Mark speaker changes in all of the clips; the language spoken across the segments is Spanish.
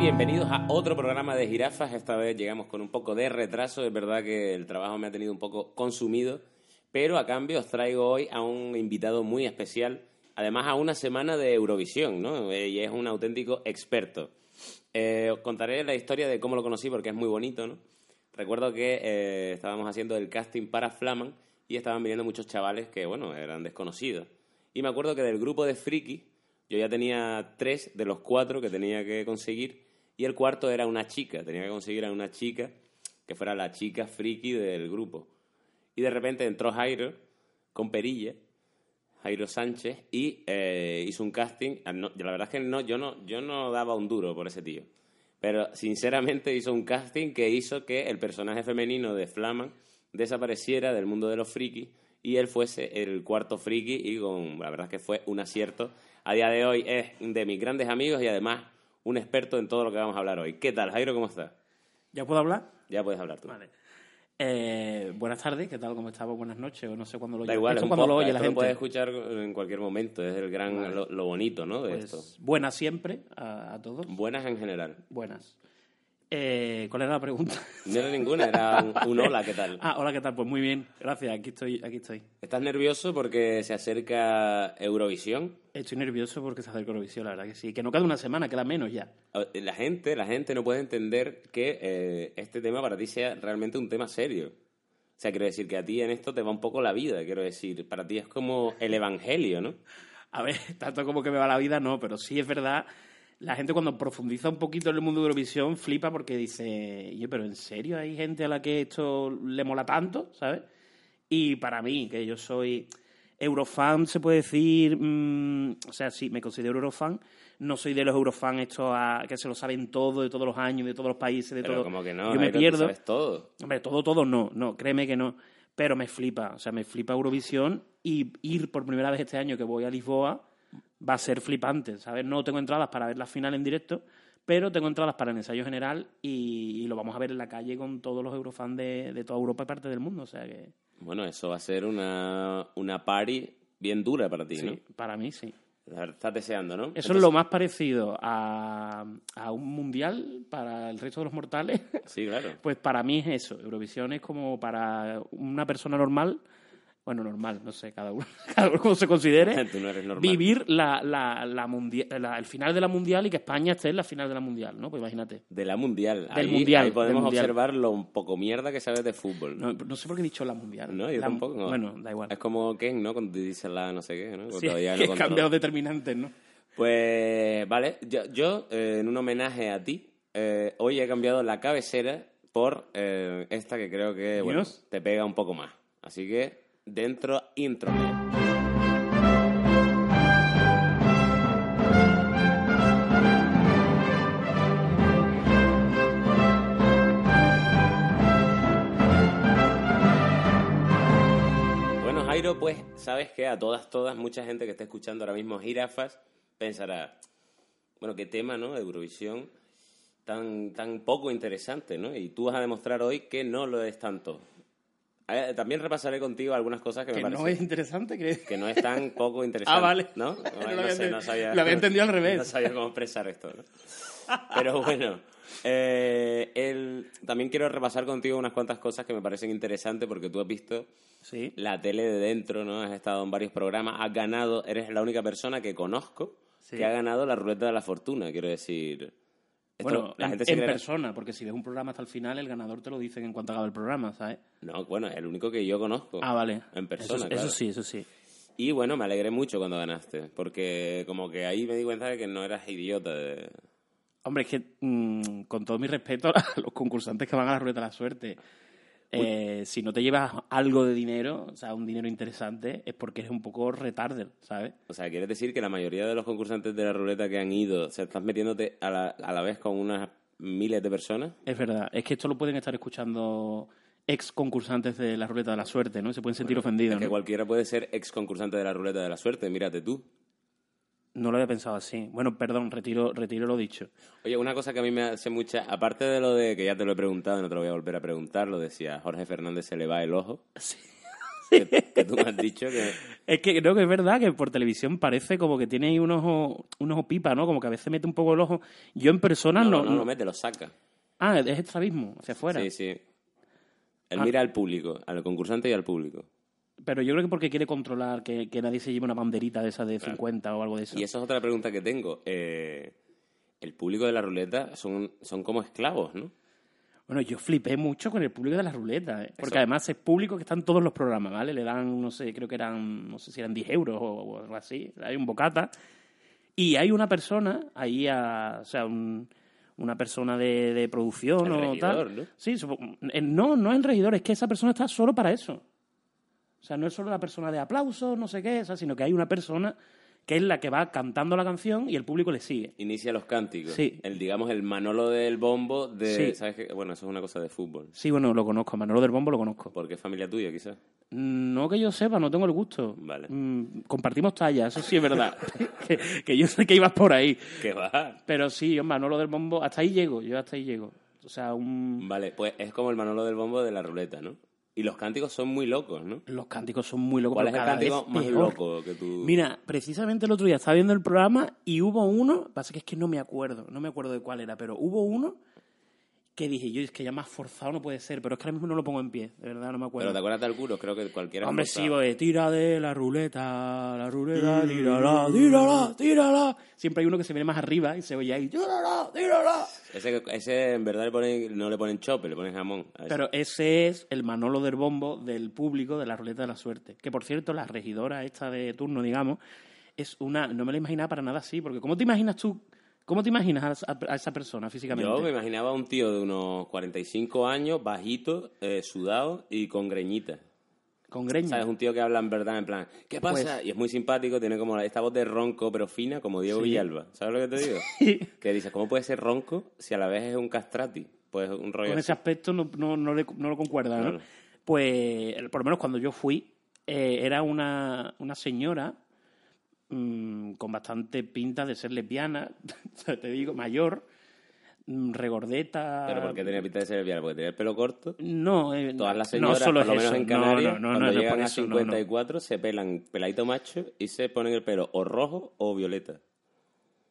Speaker 1: bienvenidos a otro programa de jirafas. Esta vez llegamos con un poco de retraso. Es verdad que el trabajo me ha tenido un poco consumido, pero a cambio os traigo hoy a un invitado muy especial. Además, a una semana de Eurovisión, ¿no? Eh, Y es un auténtico experto. Eh, os contaré la historia de cómo lo conocí porque es muy bonito, ¿no? Recuerdo que eh, estábamos haciendo el casting para Flaman y estaban viniendo muchos chavales que, bueno, eran desconocidos. Y me acuerdo que del grupo de frikis yo ya tenía tres de los cuatro que tenía que conseguir y el cuarto era una chica. Tenía que conseguir a una chica que fuera la chica friki del grupo. Y de repente entró Jairo con perilla, Jairo Sánchez, y eh, hizo un casting. Ah, no, la verdad es que no, yo, no, yo no daba un duro por ese tío. Pero sinceramente hizo un casting que hizo que el personaje femenino de Flaman desapareciera del mundo de los frikis y él fuese el cuarto friki y con, la verdad es que fue un acierto. A día de hoy es de mis grandes amigos y además un experto en todo lo que vamos a hablar hoy. ¿Qué tal, Jairo? ¿Cómo estás?
Speaker 2: ¿Ya puedo hablar?
Speaker 1: Ya puedes hablar tú.
Speaker 2: Vale. Eh, buenas tardes, ¿qué tal? ¿Cómo estás? Buenas noches, o no sé cuándo lo
Speaker 1: Da
Speaker 2: oyes.
Speaker 1: igual,
Speaker 2: Esto
Speaker 1: es un
Speaker 2: cuando lo
Speaker 1: podcast,
Speaker 2: oye la
Speaker 1: esto lo
Speaker 2: gente.
Speaker 1: puedes escuchar en cualquier momento, es el gran,
Speaker 2: Vale.
Speaker 1: lo, lo bonito, ¿no? De
Speaker 2: Pues,
Speaker 1: esto.
Speaker 2: buenas siempre a, a todos.
Speaker 1: Buenas en general.
Speaker 2: Buenas. Eh, ¿Cuál era la pregunta?
Speaker 1: No era ninguna, era un, un hola, ¿qué tal?
Speaker 2: ah, hola, ¿qué tal? Pues muy bien, gracias, aquí estoy, aquí estoy.
Speaker 1: ¿Estás nervioso porque se acerca Eurovisión?
Speaker 2: Estoy nervioso porque se acerca Eurovisión, la verdad que sí. Que no queda una semana, queda menos ya.
Speaker 1: Ah, eh, La gente, la gente no puede entender que eh, este tema para ti sea realmente un tema serio. O sea, quiero decir que a ti en esto te va un poco la vida, quiero decir, para ti es como el evangelio, ¿no?
Speaker 2: A ver, tanto como que me va la vida, no, pero sí es verdad. La gente cuando profundiza un poquito en el mundo de Eurovisión flipa porque dice, oye, pero ¿en serio hay gente a la que esto le mola tanto? ¿Sabes? Y para mí, que yo soy eurofan, se puede decir, mm, o sea, sí, me considero eurofan. No soy de los eurofan estos a- que se lo saben todo, de todos los años, de todos los países, de
Speaker 1: Pero
Speaker 2: todo.
Speaker 1: como que no,
Speaker 2: yo me
Speaker 1: Jairo, tú
Speaker 2: pierdo.
Speaker 1: sabes todo.
Speaker 2: Hombre, todo, todo no, no, créeme que no. Pero me flipa, o sea, me flipa Eurovisión y ir por primera vez este año que voy a Lisboa va a ser flipante, ¿sabes? No tengo entradas para ver la final en directo, pero tengo entradas para el ensayo general y, y lo vamos a ver en la calle con todos los eurofans de, de toda Europa y parte del mundo, o sea que
Speaker 1: Bueno, eso va a ser una, una party bien dura para ti,
Speaker 2: sí, para mí sí.
Speaker 1: ¿no? Estás deseando, ¿no?
Speaker 2: Eso es lo más parecido a, a un mundial para el resto de los mortales.
Speaker 1: Sí, claro.
Speaker 2: Pues para mí es eso. Eurovisión es como para una persona normal. Bueno, normal, no sé, cada uno, cada uno como se considere.
Speaker 1: Tú no eres normal.
Speaker 2: Vivir la, la, la mundia- la- el final de la mundial y que España esté en la final de la mundial, ¿no? Pues imagínate.
Speaker 1: De la mundial. ahí,
Speaker 2: mundial,
Speaker 1: Ahí podemos
Speaker 2: del mundial.
Speaker 1: observar lo un poco mierda que sabes de fútbol.
Speaker 2: No, no sé por qué he dicho la mundial.
Speaker 1: No, yo
Speaker 2: La-
Speaker 1: tampoco. no.
Speaker 2: Bueno, da igual.
Speaker 1: Es como Ken, ¿no? Cuando te dice la no sé qué, ¿no?
Speaker 2: Sí,
Speaker 1: Todavía no
Speaker 2: que he
Speaker 1: controla.
Speaker 2: cambiado determinantes, ¿no?
Speaker 1: Pues vale, yo, yo, eh, en un homenaje a ti, eh, hoy he cambiado la cabecera por eh, esta que creo que bueno,
Speaker 2: Dios.
Speaker 1: te pega un poco más. Así que dentro intro. ¿eh? Bueno, Jairo, pues sabes que a todas, todas, mucha gente que está escuchando ahora mismo jirafas pensará, bueno, qué tema, ¿no? Eurovisión, tan, tan poco interesante, ¿no? Y tú vas a demostrar hoy que no lo es tanto. Eh, también repasaré contigo algunas cosas que,
Speaker 2: Que
Speaker 1: me parecen
Speaker 2: no es interesante, ¿crees?
Speaker 1: que no es tan poco interesante.
Speaker 2: Ah, vale.
Speaker 1: ¿No?
Speaker 2: Lo
Speaker 1: Ay,
Speaker 2: había
Speaker 1: sé,
Speaker 2: enten- lo había entendido al revés.
Speaker 1: No sabía cómo expresar esto. ¿no? Pero bueno, eh, el- también quiero repasar contigo unas cuantas cosas que me parecen interesantes porque tú has visto
Speaker 2: Sí.
Speaker 1: la tele de dentro, ¿no? Has estado en varios programas, has ganado, eres la única persona que conozco
Speaker 2: Sí.
Speaker 1: que ha ganado la ruleta de la fortuna, quiero decir. Esto,
Speaker 2: Bueno,
Speaker 1: la
Speaker 2: en-
Speaker 1: gente se
Speaker 2: en,
Speaker 1: cree-
Speaker 2: persona, porque si ves un programa hasta el final, el ganador te lo dicen en cuanto acaba el programa, ¿sabes?
Speaker 1: No, bueno, el único que yo conozco.
Speaker 2: Ah, vale.
Speaker 1: Pues, En persona,
Speaker 2: Eso,
Speaker 1: claro.
Speaker 2: eso sí, eso sí.
Speaker 1: Y bueno, me alegré mucho cuando ganaste, porque como que ahí me di cuenta de que no eras idiota. de-
Speaker 2: Hombre, es que mm, con todo mi respeto a los concursantes que van a la ruleta de la suerte, eh, si no te llevas algo de dinero, o sea, un dinero interesante, es porque eres un poco retarder, ¿sabes?
Speaker 1: O sea, quieres decir que la mayoría de los concursantes de la ruleta que han ido, se estás metiéndote a la, a la vez con unas miles de personas.
Speaker 2: Es verdad, es que esto lo pueden estar escuchando ex concursantes de la ruleta de la suerte, ¿no? Se pueden sentir ofendidos.
Speaker 1: Que
Speaker 2: ¿no?
Speaker 1: cualquiera puede ser ex concursante de la ruleta de la suerte, mírate tú.
Speaker 2: No lo había pensado así. Bueno, perdón, retiro, retiro lo dicho.
Speaker 1: Oye, una cosa que a mí me hace mucha, aparte de lo de que ya te lo he preguntado y no te lo voy a volver a preguntar, lo decía Jorge Fernández se le va el ojo.
Speaker 2: Sí,
Speaker 1: que, que tú me has dicho que...
Speaker 2: Es que creo que es verdad que por televisión parece como que tiene ahí un ojo, un ojo pipa, ¿no? Como que a veces mete un poco el ojo. Yo en persona
Speaker 1: No,
Speaker 2: no.
Speaker 1: no,
Speaker 2: no-
Speaker 1: lo mete, lo saca.
Speaker 2: Ah, es estrabismo, hacia afuera.
Speaker 1: Sí, sí. Él
Speaker 2: Ah.
Speaker 1: mira al público, al concursante y al público.
Speaker 2: Pero yo creo que porque quiere controlar que, que nadie se lleve una banderita de esa de 50 o algo de eso.
Speaker 1: Y esa es otra pregunta que tengo. Eh, el público de la ruleta son, son como esclavos, ¿no?
Speaker 2: Bueno, yo flipé mucho con el público de las ruletas, ¿eh? porque
Speaker 1: Eso.
Speaker 2: además es público que están todos los programas, ¿vale? Le dan, no sé, creo que eran, no sé si eran 10 euros o, o algo así, hay un bocata. Y hay una persona ahí, a- o sea, un- una persona de, de producción
Speaker 1: El
Speaker 2: o
Speaker 1: regidor,
Speaker 2: tal.
Speaker 1: ¿no?
Speaker 2: Sí, supo- eh, no, no es el regidor, es que esa persona está solo para eso. O sea, no es solo la persona de aplausos, no sé qué, o sea, sino que hay una persona que es la que va cantando la canción y el público le sigue.
Speaker 1: Inicia los cánticos.
Speaker 2: Sí.
Speaker 1: El, digamos, el manolo del bombo de...
Speaker 2: Sí.
Speaker 1: ¿Sabes qué? Bueno, eso es una cosa de fútbol.
Speaker 2: Sí, bueno, lo conozco, a Manolo del Bombo lo conozco.
Speaker 1: Porque es familia tuya, quizás.
Speaker 2: No que yo sepa, no tengo el gusto.
Speaker 1: Vale.
Speaker 2: Mm, compartimos talla, eso sí es verdad. que, que yo sé que ibas por ahí.
Speaker 1: Que va.
Speaker 2: Pero sí, hombre, Manolo del Bombo, hasta ahí llego, yo hasta ahí llego. O sea, un-
Speaker 1: Vale, pues es como el manolo del bombo de la ruleta, ¿no? Y los cánticos son muy locos, ¿no?
Speaker 2: los cánticos son muy locos.
Speaker 1: ¿Cuál es
Speaker 2: pero
Speaker 1: el
Speaker 2: cada
Speaker 1: cántico
Speaker 2: vez
Speaker 1: más
Speaker 2: peor.
Speaker 1: loco que tú...?
Speaker 2: Mira, precisamente el otro día estaba viendo el programa y hubo uno, pasa que es que no me acuerdo, no me acuerdo de cuál era, pero hubo uno que dije yo, es que ya más forzado no puede ser, pero es que ahora mismo no lo pongo en pie, de verdad no me acuerdo.
Speaker 1: Pero te acuerdas del culo, creo que cualquiera...
Speaker 2: Hombre,
Speaker 1: ha
Speaker 2: sí,
Speaker 1: pasado.
Speaker 2: voy, tira de la ruleta, la ruleta,
Speaker 1: Mm.
Speaker 2: tírala, tírala, tírala. Siempre hay uno que se viene más arriba y se oye ahí, tírala, tírala.
Speaker 1: Ese, ese en verdad le ponen- no le ponen chope, le ponen jamón. A ese.
Speaker 2: Pero ese es el Manolo del Bombo del público de la ruleta de la suerte. Que por cierto, la regidora esta de turno, digamos, es una. No me la imaginaba para nada así, porque ¿cómo te imaginas tú? ¿Cómo te imaginas a, a esa persona físicamente?
Speaker 1: Yo me imaginaba un tío de unos 45 años, bajito, eh, sudado y con greñita.
Speaker 2: Con greña.
Speaker 1: ¿Sabes? Un tío que habla en verdad, en plan, ¿qué pasa?
Speaker 2: Mm. Pues-
Speaker 1: y es muy simpático, tiene como esta voz de ronco, pero fina, como Diego
Speaker 2: Sí.
Speaker 1: Villalba. ¿Sabes lo que te digo? Que dices, ¿cómo puede ser ronco si a la vez es un castrati? Pues un rollo.
Speaker 2: con ese
Speaker 1: así.
Speaker 2: aspecto no, no, no, le- no lo concuerda, ¿no?
Speaker 1: Claro.
Speaker 2: Pues, el- por lo menos cuando yo fui, eh, era una, una señora mm, con bastante pinta de ser lesbiana, te digo, mayor, mm, regordeta.
Speaker 1: Pero ¿por qué tenía pinta de ser lesbiana? Porque tenía el pelo corto.
Speaker 2: No, eh,
Speaker 1: Todas las
Speaker 2: no
Speaker 1: señoras,
Speaker 2: solo
Speaker 1: por
Speaker 2: es
Speaker 1: lo menos
Speaker 2: eso.
Speaker 1: en
Speaker 2: No,
Speaker 1: Canarias,
Speaker 2: no, no,
Speaker 1: cuando
Speaker 2: no, no,
Speaker 1: llegan
Speaker 2: por
Speaker 1: a
Speaker 2: eso, no, no.
Speaker 1: 54, se pelan peladito macho y se ponen el pelo o rojo o violeta.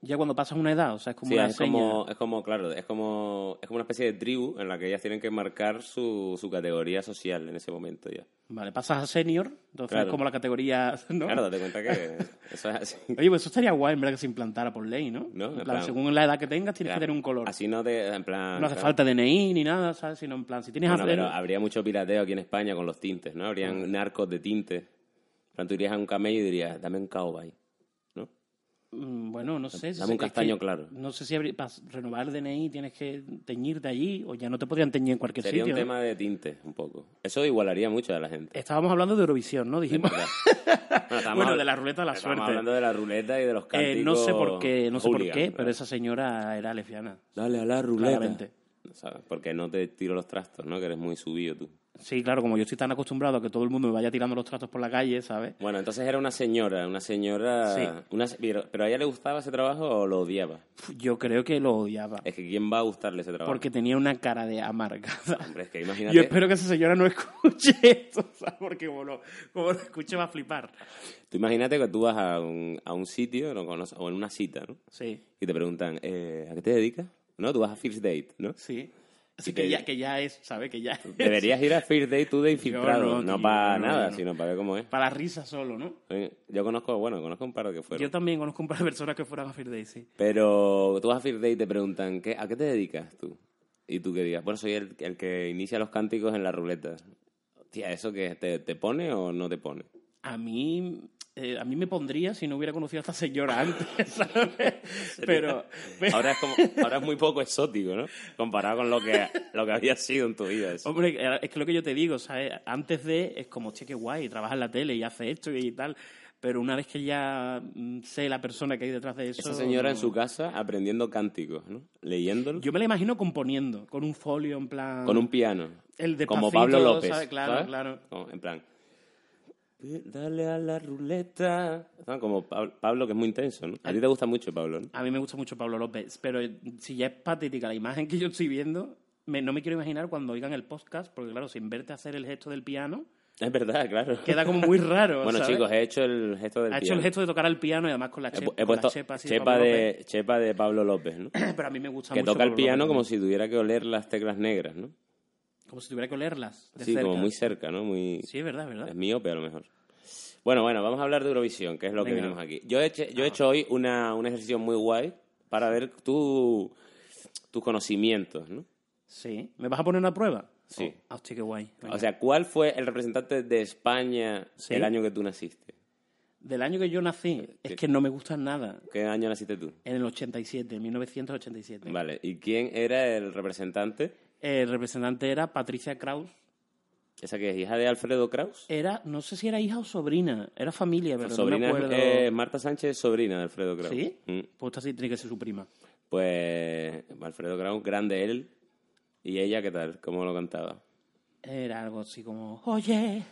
Speaker 2: Ya cuando pasas una edad, o sea, es como
Speaker 1: Sí,
Speaker 2: una
Speaker 1: es
Speaker 2: seña.
Speaker 1: como, es como, claro, es como, es como una especie de tribu en la que ellas tienen que marcar su, su categoría social en ese momento ya.
Speaker 2: Vale, pasas a senior, entonces
Speaker 1: Claro.
Speaker 2: es como la categoría, ¿no?
Speaker 1: Claro, date cuenta que eso es así.
Speaker 2: Oye, pues eso estaría guay, en verdad, que se implantara por ley, ¿no?
Speaker 1: No,
Speaker 2: En
Speaker 1: en
Speaker 2: plan,
Speaker 1: plan-
Speaker 2: según la edad que tengas, tienes que tener un color.
Speaker 1: Así no te, en plan...
Speaker 2: No hace
Speaker 1: Ah, claro.
Speaker 2: falta DNI ni nada, ¿sabes? Sino en plan, si tienes
Speaker 1: Bueno,
Speaker 2: hacer- Mm.
Speaker 1: pero habría mucho pirateo aquí en España con los tintes, ¿no? Habrían narcos de tintes. En plan, tú irías a un camello y dirías, dame un caobay, ¿no?
Speaker 2: Mm, Bueno, no sé.
Speaker 1: ah, Dame un
Speaker 2: es que
Speaker 1: castaño claro.
Speaker 2: No sé si para renovar el DNI tienes que teñirte allí o ya no te podrían teñir en cualquier
Speaker 1: Sería
Speaker 2: sitio.
Speaker 1: un
Speaker 2: ¿no?
Speaker 1: tema de tintes, un poco. Eso igualaría mucho a la gente.
Speaker 2: Estábamos hablando de Eurovisión, ¿no? Dijimos.
Speaker 1: ¿verdad? estábamos
Speaker 2: Bueno,
Speaker 1: habl-
Speaker 2: de la ruleta de la
Speaker 1: estábamos
Speaker 2: suerte.
Speaker 1: hablando de la ruleta y de los
Speaker 2: Eh,
Speaker 1: cánticos...
Speaker 2: no sé por qué, no sé por
Speaker 1: hooligan,
Speaker 2: qué,
Speaker 1: claro.
Speaker 2: pero esa señora era lesbiana.
Speaker 1: Dale a la ruleta.
Speaker 2: Claramente.
Speaker 1: ¿Sabes? Porque no te tiro los trastos, ¿no? Que eres muy subido tú.
Speaker 2: Sí, claro, como yo estoy tan acostumbrado a que todo el mundo me vaya tirando los tratos por la calle, ¿sabes?
Speaker 1: Bueno, entonces era una señora, una señora...
Speaker 2: Sí.
Speaker 1: una se- pero, ¿pero a ella le gustaba ese trabajo o lo odiaba?
Speaker 2: Pf, Yo creo que lo odiaba.
Speaker 1: Es que ¿quién va a gustarle ese trabajo?
Speaker 2: Porque tenía una cara de amargada.
Speaker 1: Hombre, es que imagínate...
Speaker 2: Yo espero que esa señora no escuche esto, ¿sabes? Porque como lo, como lo escuche va a flipar.
Speaker 1: Tú imagínate que tú vas a un, a un sitio no conoces- o en una cita, ¿no?
Speaker 2: Sí.
Speaker 1: Y te preguntan, eh, ¿a qué te dedicas? ¿No? Tú vas a First Date, ¿no?
Speaker 2: Sí. Así
Speaker 1: Y
Speaker 2: que,
Speaker 1: te-
Speaker 2: ya, que ya es, ¿sabes? Que ya es.
Speaker 1: Deberías ir a First Date tú de infiltrado.
Speaker 2: no,
Speaker 1: No,
Speaker 2: tío,
Speaker 1: para
Speaker 2: no,
Speaker 1: nada,
Speaker 2: no.
Speaker 1: sino para ver cómo es.
Speaker 2: Para la risa solo, ¿no?
Speaker 1: Eh, Yo conozco, bueno, conozco un par de que fueron.
Speaker 2: Yo también conozco un par de personas que fueran a Fear Day, sí.
Speaker 1: Pero tú vas a First Day y te preguntan, ¿qué, ¿a qué te dedicas tú? Y tú que digas, bueno, soy el, el que inicia los cánticos en la ruleta. Tía, ¿eso que te, te pone o no te pone?
Speaker 2: A mí, eh, a mí me pondría si no hubiera conocido a esta señora antes, ¿sabes? Pero, pero-
Speaker 1: Ahora es, como, ahora es muy poco exótico, ¿no? Comparado con lo que, lo que había sido en tu vida. eso.
Speaker 2: hombre, eh, es que lo que yo te digo, ¿sabes? Antes de, es como, che, qué guay, trabaja en la tele y hace esto y tal. Pero una vez que ya mm, sé la persona que hay detrás de eso...
Speaker 1: Esa señora en
Speaker 2: no.
Speaker 1: su casa aprendiendo cánticos, ¿no? Leyéndolos
Speaker 2: Yo me la imagino componiendo, con un folio en plan...
Speaker 1: con un piano.
Speaker 2: El de
Speaker 1: como Pablo López.
Speaker 2: Claro,
Speaker 1: ¿sabes?
Speaker 2: claro.
Speaker 1: Como, en plan. Dale a la ruleta. ¿sabes? Como Pab- Pablo, que es muy intenso, ¿no? A ti te gusta mucho Pablo, ¿no?
Speaker 2: A mí me gusta mucho Pablo López, pero eh, si ya es patética la imagen que yo estoy viendo, me- no me quiero imaginar cuando oigan el podcast, porque claro, sin verte hacer el gesto del piano,
Speaker 1: Es verdad, claro.
Speaker 2: Queda como muy raro.
Speaker 1: Bueno,
Speaker 2: ¿sabes?
Speaker 1: chicos, he hecho el gesto del
Speaker 2: Ha hecho
Speaker 1: piano.
Speaker 2: el gesto de tocar al piano y además con la,
Speaker 1: He,
Speaker 2: che-
Speaker 1: pu- he
Speaker 2: con la
Speaker 1: puesto
Speaker 2: chepa. así,
Speaker 1: chepa,
Speaker 2: Pablo
Speaker 1: de, chepa de Pablo López, ¿no?
Speaker 2: López. Pero a mí me gusta
Speaker 1: Que
Speaker 2: mucho.
Speaker 1: toca el
Speaker 2: Pablo
Speaker 1: piano
Speaker 2: López.
Speaker 1: como si tuviera que oler las teclas negras, ¿no?
Speaker 2: Como si tuviera que olerlas. De
Speaker 1: Sí,
Speaker 2: cerca.
Speaker 1: como muy cerca, ¿no? Muy...
Speaker 2: Sí, es verdad, es verdad.
Speaker 1: Es miope a lo mejor. Bueno, bueno, vamos a hablar de Eurovisión, que es lo que
Speaker 2: Venga. Ah.
Speaker 1: venimos aquí. Yo he hecho, yo he hecho hoy una, un ejercicio muy guay para ver tu, tus conocimientos, ¿no?
Speaker 2: Sí. ¿Me vas a poner una prueba?
Speaker 1: Sí.
Speaker 2: Oh, ah, hostia, qué guay. Venga.
Speaker 1: O sea, ¿cuál fue el representante de España
Speaker 2: Sí.
Speaker 1: el año que tú naciste?
Speaker 2: Del año que yo nací, es que no me gustan nada.
Speaker 1: ¿Qué año naciste tú?
Speaker 2: En el 87, en 1987.
Speaker 1: Vale, ¿y quién era el representante?
Speaker 2: El representante era Patricia Kraus.
Speaker 1: ¿Esa que es hija de Alfredo Kraus?
Speaker 2: Era, no sé si era hija o sobrina, era familia, Eh, pero
Speaker 1: sobrina
Speaker 2: no
Speaker 1: es-
Speaker 2: me acuerdo.
Speaker 1: eh, Marta Sánchez es sobrina de Alfredo Kraus.
Speaker 2: ¿Sí?
Speaker 1: Mm.
Speaker 2: Pues esta sí tiene que ser su prima.
Speaker 1: Pues Alfredo Kraus, grande él. ¿Y ella qué tal? ¿Cómo lo cantaba?
Speaker 2: Era algo así como, oye,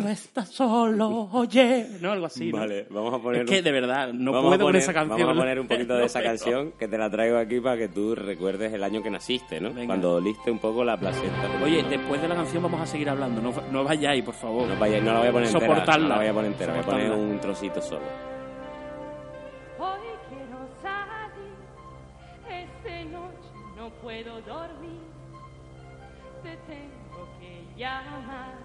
Speaker 2: no estás solo, oye. No, algo así. ¿no?
Speaker 1: vale, vamos a poner...
Speaker 2: Es que
Speaker 1: un-
Speaker 2: de verdad, no
Speaker 1: vamos a
Speaker 2: puedo con
Speaker 1: poner-
Speaker 2: esa canción.
Speaker 1: Vamos a poner un poquito de
Speaker 2: No
Speaker 1: esa
Speaker 2: puedo.
Speaker 1: canción que te la traigo aquí para que tú recuerdes el año que naciste, ¿no?
Speaker 2: Venga.
Speaker 1: Cuando oliste un poco la placenta.
Speaker 2: Oye, este después de la canción vamos a seguir hablando. No, no vayáis, por favor.
Speaker 1: No, vaya- no la voy a poner entera.
Speaker 2: Soportarla.
Speaker 1: No la voy a poner entera, voy a poner
Speaker 2: Soportarla.
Speaker 1: un trocito solo.
Speaker 3: Hoy quiero salir, esta noche no puedo dormir, te tengo que llamar.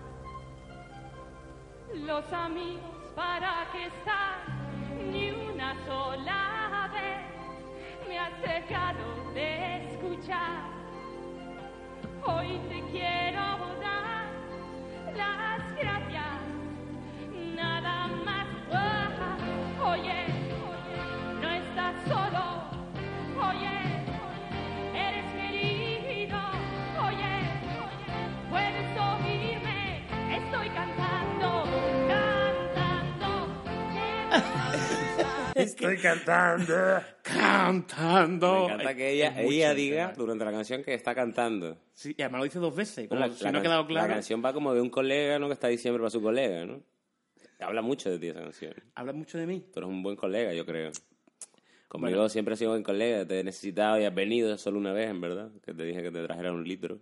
Speaker 3: Los amigos para que estar ni una sola vez me has dejado de escuchar. Hoy te quiero dar las gracias nada más. Ah, Oye, no estás solo. Oye, eres querido. Oye, puedes oírme. Estoy cantando, cantando.
Speaker 2: Estoy cantando. Cantando.
Speaker 1: Me encanta que ella, ella diga durante la canción que está cantando.
Speaker 2: Sí, y además lo dice dos veces, como
Speaker 1: La-
Speaker 2: si
Speaker 1: la
Speaker 2: no ha
Speaker 1: can-
Speaker 2: quedado
Speaker 1: La
Speaker 2: claro.
Speaker 1: canción va como de un colega, ¿no? Que está diciendo para su colega, ¿no? Habla mucho de ti esa canción.
Speaker 2: Habla mucho de mí.
Speaker 1: Tú eres un buen colega, yo creo. Conmigo siempre has sido buen colega. Te he necesitado y has venido solo una vez, en verdad. Que te dije que te trajera un litro.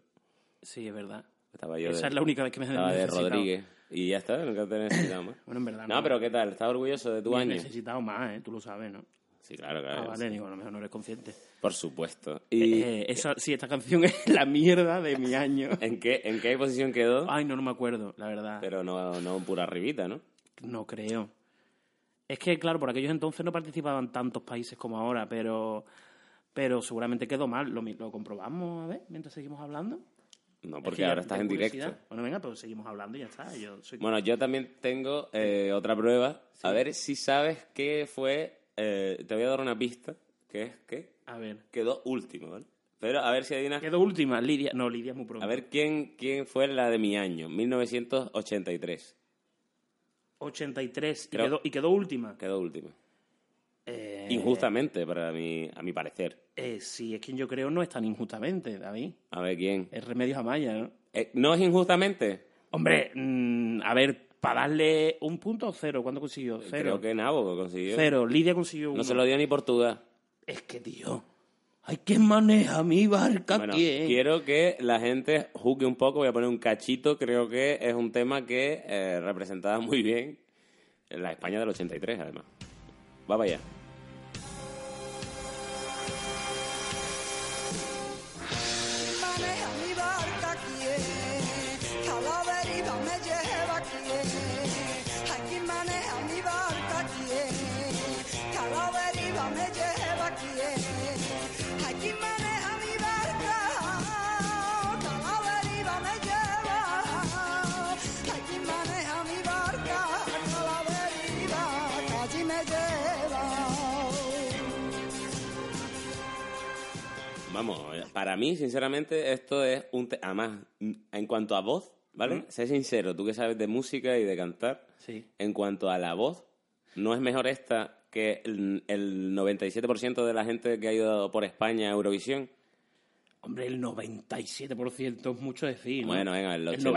Speaker 2: Sí, es verdad.
Speaker 1: Estaba yo
Speaker 2: Esa
Speaker 1: de-
Speaker 2: es la única vez que me he
Speaker 1: Estaba de
Speaker 2: necesitado.
Speaker 1: Rodríguez. Y ya está, nunca te necesitamos.
Speaker 2: Bueno, en verdad.
Speaker 1: no, pero ¿qué tal? ¿Estás orgulloso de tu
Speaker 2: me he
Speaker 1: año?
Speaker 2: necesitado más, ¿eh? Tú lo sabes, ¿no?
Speaker 1: Sí, claro, claro.
Speaker 2: Ah, vale, digo, a lo mejor no eres consciente.
Speaker 1: Por supuesto. ¿Y
Speaker 2: Eh, esa, sí, esta canción es la mierda de mi año.
Speaker 1: ¿en, qué, en qué posición quedó?
Speaker 2: Ay, no, no me acuerdo, la verdad.
Speaker 1: Pero no, no pura arribita, ¿no?
Speaker 2: No creo. Es que, claro, por aquellos entonces no participaban tantos países como ahora, pero, pero seguramente quedó mal. Lo, mi- lo comprobamos, a ver, mientras seguimos hablando.
Speaker 1: No,
Speaker 2: Es
Speaker 1: porque
Speaker 2: que ya
Speaker 1: ahora estás
Speaker 2: tengo
Speaker 1: en
Speaker 2: curiosidad.
Speaker 1: directo.
Speaker 2: Bueno, venga, pues seguimos hablando y ya está. Yo soy...
Speaker 1: Bueno, yo también tengo eh, otra prueba. A ver si sabes qué fue. eh, te voy a dar una pista, que es que
Speaker 2: A ver.
Speaker 1: quedó último, ¿vale? Pero a ver si adivinas.
Speaker 2: Quedó última, Lidia. No, Lidia es muy pronto.
Speaker 1: A ver quién, quién fue la de mi año, 1983.
Speaker 2: 83 y,
Speaker 1: Creo-
Speaker 2: quedó, y quedó última.
Speaker 1: Quedó última.
Speaker 2: Eh,
Speaker 1: Injustamente, para mi, a mi parecer.
Speaker 2: eh, sí, es quien yo creo no es tan injustamente, David.
Speaker 1: A ver quién.
Speaker 2: Es Remedios Amaya, ¿no?
Speaker 1: Eh, ¿No es injustamente?
Speaker 2: Hombre, mm, a ver, para darle un punto o cero, ¿cuánto consiguió? Cero.
Speaker 1: Creo que Nabo consiguió.
Speaker 2: Cero. Lidia consiguió uno.
Speaker 1: No se lo dio ni Portugal.
Speaker 2: Es que, tío, hay quien maneja mi barca,
Speaker 1: Bueno,
Speaker 2: ¿quién?
Speaker 1: quiero que la gente juzgue un poco, voy a poner un cachito, creo que es un tema que eh, representaba muy bien en la España del 83, además. Va para allá.
Speaker 4: maneja mi barca quién, a la deriva me lleva quién, aquí maneja mi barca quién, a la deriva me lleva quién, aquí maneja mi barca, a la deriva me lleva, aquí maneja mi barca, a la deriva, allí me lleva.
Speaker 1: Vamos, eh, para mí, sinceramente, esto es un tema... Además, mm, en cuanto a voz, ¿vale? Sé sincero, tú que sabes de música y de cantar,
Speaker 2: Sí.
Speaker 1: en cuanto a la voz, ¿no es mejor esta que el, el 97% de la gente que ha ido por España a Eurovisión?
Speaker 2: Hombre, el 97% es mucho decir, ¿no?
Speaker 1: Bueno, venga, el
Speaker 2: El
Speaker 1: 80 y-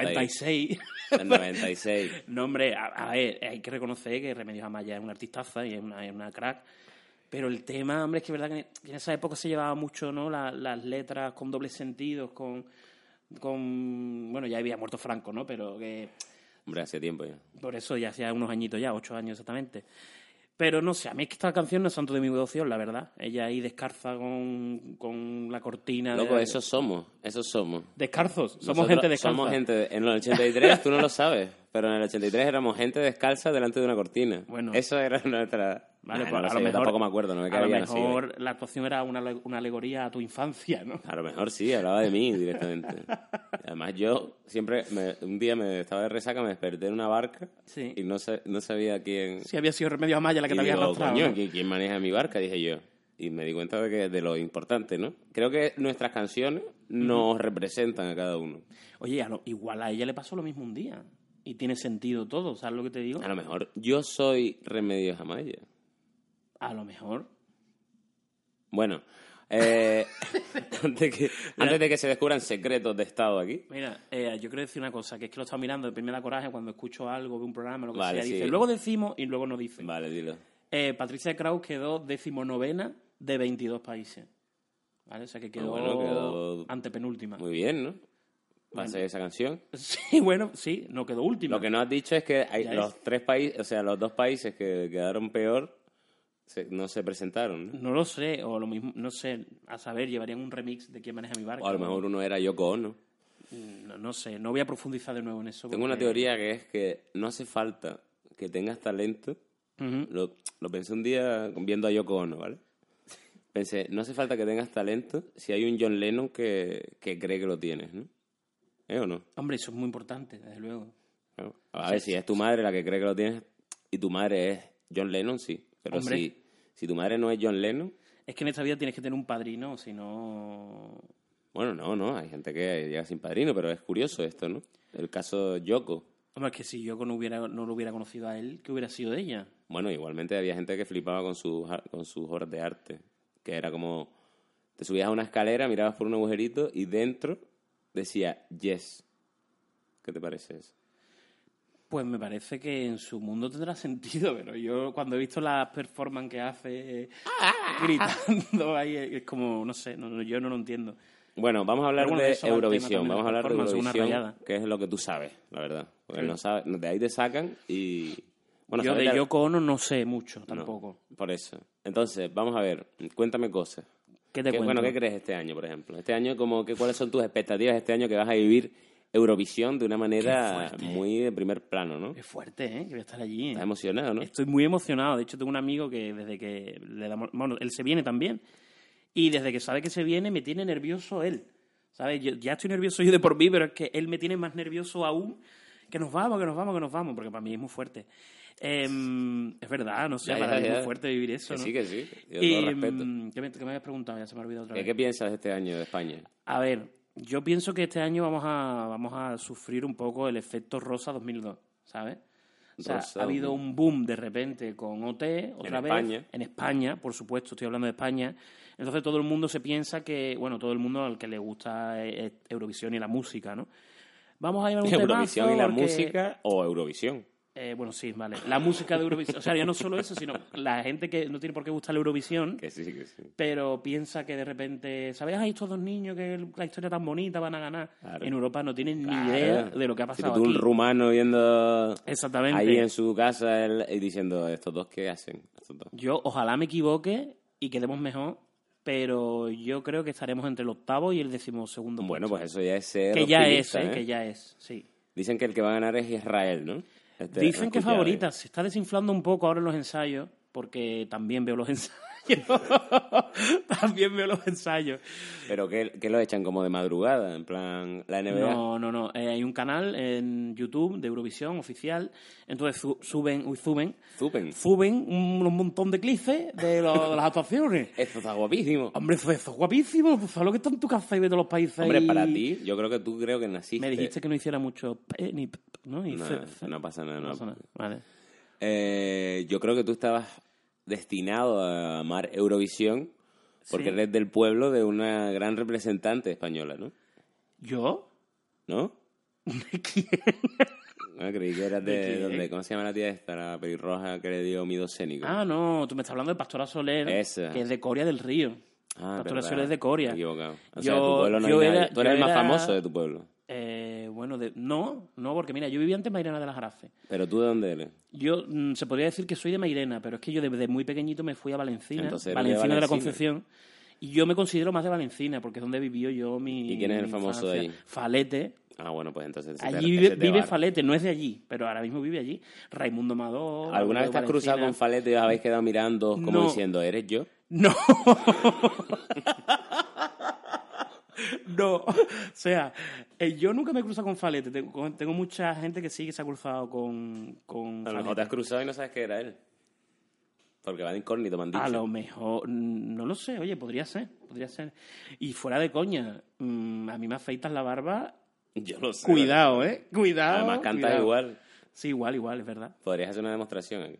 Speaker 2: 96.
Speaker 1: El 96.
Speaker 2: No, hombre, a, a ver, hay que reconocer que Remedios Amaya es una artistaza y es una, es una crack. Pero el tema, hombre, es que es verdad que en esa época se llevaba mucho, ¿no? La- las letras con dobles sentidos, con, con... Bueno, ya había muerto Franco, ¿no? Pero que...
Speaker 1: Hombre, hace tiempo ya.
Speaker 2: Por eso ya hacía unos añitos ya, ocho años exactamente. Pero no sé, a mí es que esta canción no es santo de mi devoción, la verdad. Ella ahí descarza con, con la cortina. de-
Speaker 1: Loco, esos somos, esos somos.
Speaker 2: Descarzos, somos
Speaker 1: Nosotros
Speaker 2: gente descalza.
Speaker 1: Somos gente. En el 83 tú no lo sabes, pero en el 83 éramos gente descalza delante de una cortina.
Speaker 2: Bueno.
Speaker 1: Eso era nuestra.
Speaker 2: Vale,
Speaker 1: Nah,
Speaker 2: pues
Speaker 1: no
Speaker 2: a
Speaker 1: sé,
Speaker 2: lo
Speaker 1: yo
Speaker 2: mejor,
Speaker 1: tampoco me acuerdo, no me
Speaker 2: a lo
Speaker 1: cabía así. eh.
Speaker 2: mejor la actuación era una, ale- una alegoría a tu infancia, ¿no?
Speaker 1: A lo mejor sí, hablaba de mí directamente. Además, yo siempre, me- un día me estaba de resaca, me desperté en una barca
Speaker 2: Sí.
Speaker 1: y no, sa- no sabía quién.
Speaker 2: Si había sido Remedios Amaya la que
Speaker 1: y
Speaker 2: te había
Speaker 1: digo,
Speaker 2: arrastrado.
Speaker 1: "Coño,
Speaker 2: ¿no?
Speaker 1: ¿qui- ¿quién maneja mi barca? Dije yo. Y me di cuenta de, que, de lo importante, ¿no? Creo que nuestras canciones nos representan a cada uno.
Speaker 2: Oye, a lo- igual a ella le pasó lo mismo un día. Y tiene sentido todo, ¿sabes lo que te digo?
Speaker 1: A lo mejor yo soy Remedios Amaya.
Speaker 2: A lo mejor.
Speaker 1: Bueno, eh, antes, que, antes de que se descubran secretos de Estado aquí.
Speaker 2: Mira, eh, yo quiero decir una cosa, que es que lo he estado mirando de primera coraje cuando escucho algo, veo un programa, lo que
Speaker 1: Vale,
Speaker 2: sea, dice,
Speaker 1: sí.
Speaker 2: luego decimos y luego no dice.
Speaker 1: Vale, dilo.
Speaker 2: Eh, Patricia Kraus quedó decimonovena de 22 países. ¿Vale? O sea que quedó,
Speaker 1: Ah, bueno, quedó-
Speaker 2: antepenúltima.
Speaker 1: Muy bien, ¿no? Pase esa canción.
Speaker 2: Sí, bueno, sí, no quedó última.
Speaker 1: Lo que no has dicho es que hay
Speaker 2: Ya
Speaker 1: los tres países, o sea, los dos países que quedaron peor se- no se presentaron, ¿no?
Speaker 2: No lo sé, o lo mismo, no sé, a saber, llevarían un remix de quién maneja mi barco. Mm,
Speaker 1: O a lo mejor uno era Yoko Ono.
Speaker 2: No, no sé, no voy a profundizar de nuevo en eso.
Speaker 1: Tengo una
Speaker 2: porque-
Speaker 1: teoría que es que no hace falta que tengas talento.
Speaker 2: Ujú.
Speaker 1: Lo, lo pensé un día viendo a Yoko Ono, ¿vale? Pensé, no hace falta que tengas talento si hay un John Lennon que, que cree que lo tienes, ¿no? ¿Eh o no?
Speaker 2: Hombre, eso es muy importante, desde luego.
Speaker 1: Claro. A ver, si es tu madre la que cree que lo tienes y tu madre es John Lennon, sí. Pero
Speaker 2: Hombre.
Speaker 1: si, si tu madre no es John Lennon,
Speaker 2: Es que en esta vida tienes que tener un padrino, si no...
Speaker 1: bueno, no, no, hay gente que llega sin padrino, pero es curioso esto, ¿no? El caso Yoko.
Speaker 2: Hombre, es que si yo no, hubiera, no lo hubiera conocido a él, ¿qué hubiera sido de ella?
Speaker 1: Bueno, igualmente había gente que flipaba con sus, ar- con sus obras de arte, que era como, te subías a una escalera, mirabas por un agujerito y dentro decía, yes. ¿Qué te parece eso?
Speaker 2: Pues me parece que en su mundo tendrá sentido, pero yo cuando he visto las performance que hace eh, gritando ahí, eh, es como, no sé, no- no, yo no lo entiendo.
Speaker 1: Bueno, vamos a hablar
Speaker 2: Pero bueno,
Speaker 1: de
Speaker 2: eso va al tema
Speaker 1: Eurovisión,
Speaker 2: también de
Speaker 1: vamos a hablar de
Speaker 2: plataformas, una
Speaker 1: Eurovisión,
Speaker 2: rayada.
Speaker 1: que es lo que tú sabes, la verdad. Porque
Speaker 2: Sí.
Speaker 1: no sabes, de ahí te sacan y... Bueno,
Speaker 2: yo
Speaker 1: sabes
Speaker 2: de
Speaker 1: la-
Speaker 2: Yoko Ono no sé mucho
Speaker 1: No,
Speaker 2: tampoco.
Speaker 1: por eso. Entonces, vamos a ver, cuéntame cosas.
Speaker 2: ¿Qué te
Speaker 1: ¿Qué-
Speaker 2: cuento?
Speaker 1: bueno, ¿qué crees este año, por ejemplo? Este año, como que, ¿cuáles son tus expectativas este año que vas a vivir Eurovisión de una manera muy de primer plano, no?
Speaker 2: Es fuerte, ¿eh? Que voy a estar allí. ¿eh?
Speaker 1: Estás emocionado, ¿no?
Speaker 2: Estoy muy emocionado. De hecho, tengo un amigo que desde que le damos. Bueno, él se viene también. Y desde que sabe que se viene, me tiene nervioso él. ¿Sabes? Yo, ya estoy nervioso yo de por mí, pero es que él me tiene más nervioso aún. Que nos vamos, que nos vamos, que nos vamos, porque para mí es muy fuerte. Em, es verdad, no sé,
Speaker 1: Ya,
Speaker 2: para
Speaker 1: ya,
Speaker 2: mí es
Speaker 1: ya.
Speaker 2: muy fuerte vivir eso.
Speaker 1: Que
Speaker 2: ¿no?
Speaker 1: sí, que sí. Yo
Speaker 2: Y,
Speaker 1: lo respeto.
Speaker 2: mm, ¿qué, me, qué me habías preguntado? Ya se me ha olvidado otra
Speaker 1: ¿Qué,
Speaker 2: vez.
Speaker 1: qué piensas de este año de España?
Speaker 2: A ver, yo pienso que este año vamos a, vamos a sufrir un poco el efecto Rosa 2002, ¿sabes? O sea,
Speaker 1: Rosa
Speaker 2: ha habido
Speaker 1: 2002.
Speaker 2: un boom de repente con OT, otra
Speaker 1: En
Speaker 2: vez.
Speaker 1: España.
Speaker 2: En España, por supuesto, estoy hablando de España. Entonces todo el mundo se piensa que, bueno, todo el mundo al que le gusta eh, eh, Eurovisión y la música, ¿no? Vamos a ir a un
Speaker 1: ¿Eurovisión
Speaker 2: temazo
Speaker 1: y la
Speaker 2: porque-
Speaker 1: música o Eurovisión?
Speaker 2: eh, bueno, sí, vale. La música de Eurovisión. O sea, ya no solo eso, sino la gente que no tiene por qué gustar la Eurovisión
Speaker 1: Que sí, que sí.
Speaker 2: pero piensa que de repente, ¿sabes? Hay estos dos niños que el- la historia tan bonita van a ganar.
Speaker 1: Claro.
Speaker 2: En Europa no tienen
Speaker 1: Claro.
Speaker 2: ni idea de lo que ha
Speaker 1: Si
Speaker 2: pasado.
Speaker 1: tú, un
Speaker 2: aquí.
Speaker 1: rumano viendo
Speaker 2: Exactamente.
Speaker 1: ahí en su casa él- y diciendo, ¿estos dos qué hacen? Estos dos.
Speaker 2: Yo ojalá me equivoque y quedemos mejor, pero yo creo que estaremos entre el octavo y el decimosegundo.
Speaker 1: Bueno,
Speaker 2: puesto.
Speaker 1: pues eso ya es ser
Speaker 2: que ya es,
Speaker 1: optimista,
Speaker 2: ¿eh?
Speaker 1: ¿eh?
Speaker 2: que ya es, sí.
Speaker 1: Dicen que el que va a ganar es Israel, ¿no? Este,
Speaker 2: Dicen que
Speaker 1: escuchaba.
Speaker 2: favorita, se está desinflando un poco ahora en los ensayos, porque también veo los ensayos. también veo los ensayos.
Speaker 1: Pero que, que lo echan como de madrugada, en plan la NBA.
Speaker 2: No, no, no. Eh, hay un canal en YouTube de Eurovisión oficial. Entonces su- suben, uy, suben,
Speaker 1: Zupen.
Speaker 2: suben un, un montón de clices de, lo- de las actuaciones.
Speaker 1: Esto está guapísimo.
Speaker 2: Hombre, eso eso es guapísimo. pues, ¿Sabes lo que está en tu casa y ves de los países?
Speaker 1: Hombre,
Speaker 2: y-
Speaker 1: para ti, yo creo que tú creo que naciste.
Speaker 2: Me dijiste que no hiciera mucho pe, ni p, ¿no? Y
Speaker 1: No,
Speaker 2: fe- fe-
Speaker 1: no pasa nada, no.
Speaker 2: pasa nada. Vale.
Speaker 1: Eh, yo creo que tú estabas destinado a amar Eurovisión porque
Speaker 2: Sí.
Speaker 1: eres del pueblo de una gran representante española, ¿no?
Speaker 2: ¿Yo?
Speaker 1: ¿No?
Speaker 2: ¿De quién?
Speaker 1: Ah, creí que eras de,
Speaker 2: ¿De quién?
Speaker 1: donde- ¿Cómo se llama la tía esta? La pelirroja que le dio miedo escénico.
Speaker 2: Ah, no, tú me estás hablando de Pastora Soler,
Speaker 1: Esa.
Speaker 2: que es de Coria del Río.
Speaker 1: Ah,
Speaker 2: Pastora
Speaker 1: verdad.
Speaker 2: Soler es de Coria.
Speaker 1: Me he equivocado. O
Speaker 2: Yo-
Speaker 1: sea, en tu pueblo no
Speaker 2: yo
Speaker 1: hay nadie.
Speaker 2: era-
Speaker 1: Tú eres
Speaker 2: yo
Speaker 1: el más
Speaker 2: era-
Speaker 1: famoso de tu pueblo.
Speaker 2: Eh, bueno, de- no, no, porque mira, yo vivía antes en Mairena de las Jarafe.
Speaker 1: Pero tú de dónde eres?
Speaker 2: Yo mm, se podría decir que soy de Mairena, pero es que yo desde muy pequeñito me fui a Valencina,
Speaker 1: Entonces eres de
Speaker 2: Valencina de, la
Speaker 1: Valencina.
Speaker 2: Concepción. Y yo me considero más de Valencina, porque es donde vivió yo mi.
Speaker 1: ¿Y quién es el
Speaker 2: mi
Speaker 1: famoso de
Speaker 2: infancia.
Speaker 1: ahí?
Speaker 2: Falete.
Speaker 1: Ah, bueno, pues entonces. ese te-
Speaker 2: Allí vive,
Speaker 1: ese te
Speaker 2: vive
Speaker 1: va.
Speaker 2: Falete, no es de allí, pero ahora mismo vive allí. Raimundo Amador.
Speaker 1: ¿Alguna vez te has
Speaker 2: Alfredo
Speaker 1: cruzado con
Speaker 2: Valencina.
Speaker 1: Falete y os habéis quedado mirando como
Speaker 2: No.
Speaker 1: diciendo, ¿eres yo?
Speaker 2: No. no. O sea, eh, yo nunca me he cruzado con Falete. Tengo, con- tengo mucha gente que sí que se ha cruzado con, con
Speaker 1: A lo mejor te
Speaker 2: Falete.
Speaker 1: has cruzado y no sabes que era él. Porque va de incógnito, me han dicho.
Speaker 2: A lo mejor, mm, no lo sé, oye, podría ser, podría ser. Y fuera de coña, mm, a mí me afeitas la barba.
Speaker 1: Yo lo sé.
Speaker 2: Cuidado, ¿eh? Cuidado.
Speaker 1: Además cantas
Speaker 2: cuidado.
Speaker 1: igual.
Speaker 2: Sí, igual, igual, es verdad.
Speaker 1: Podrías hacer una demostración aquí.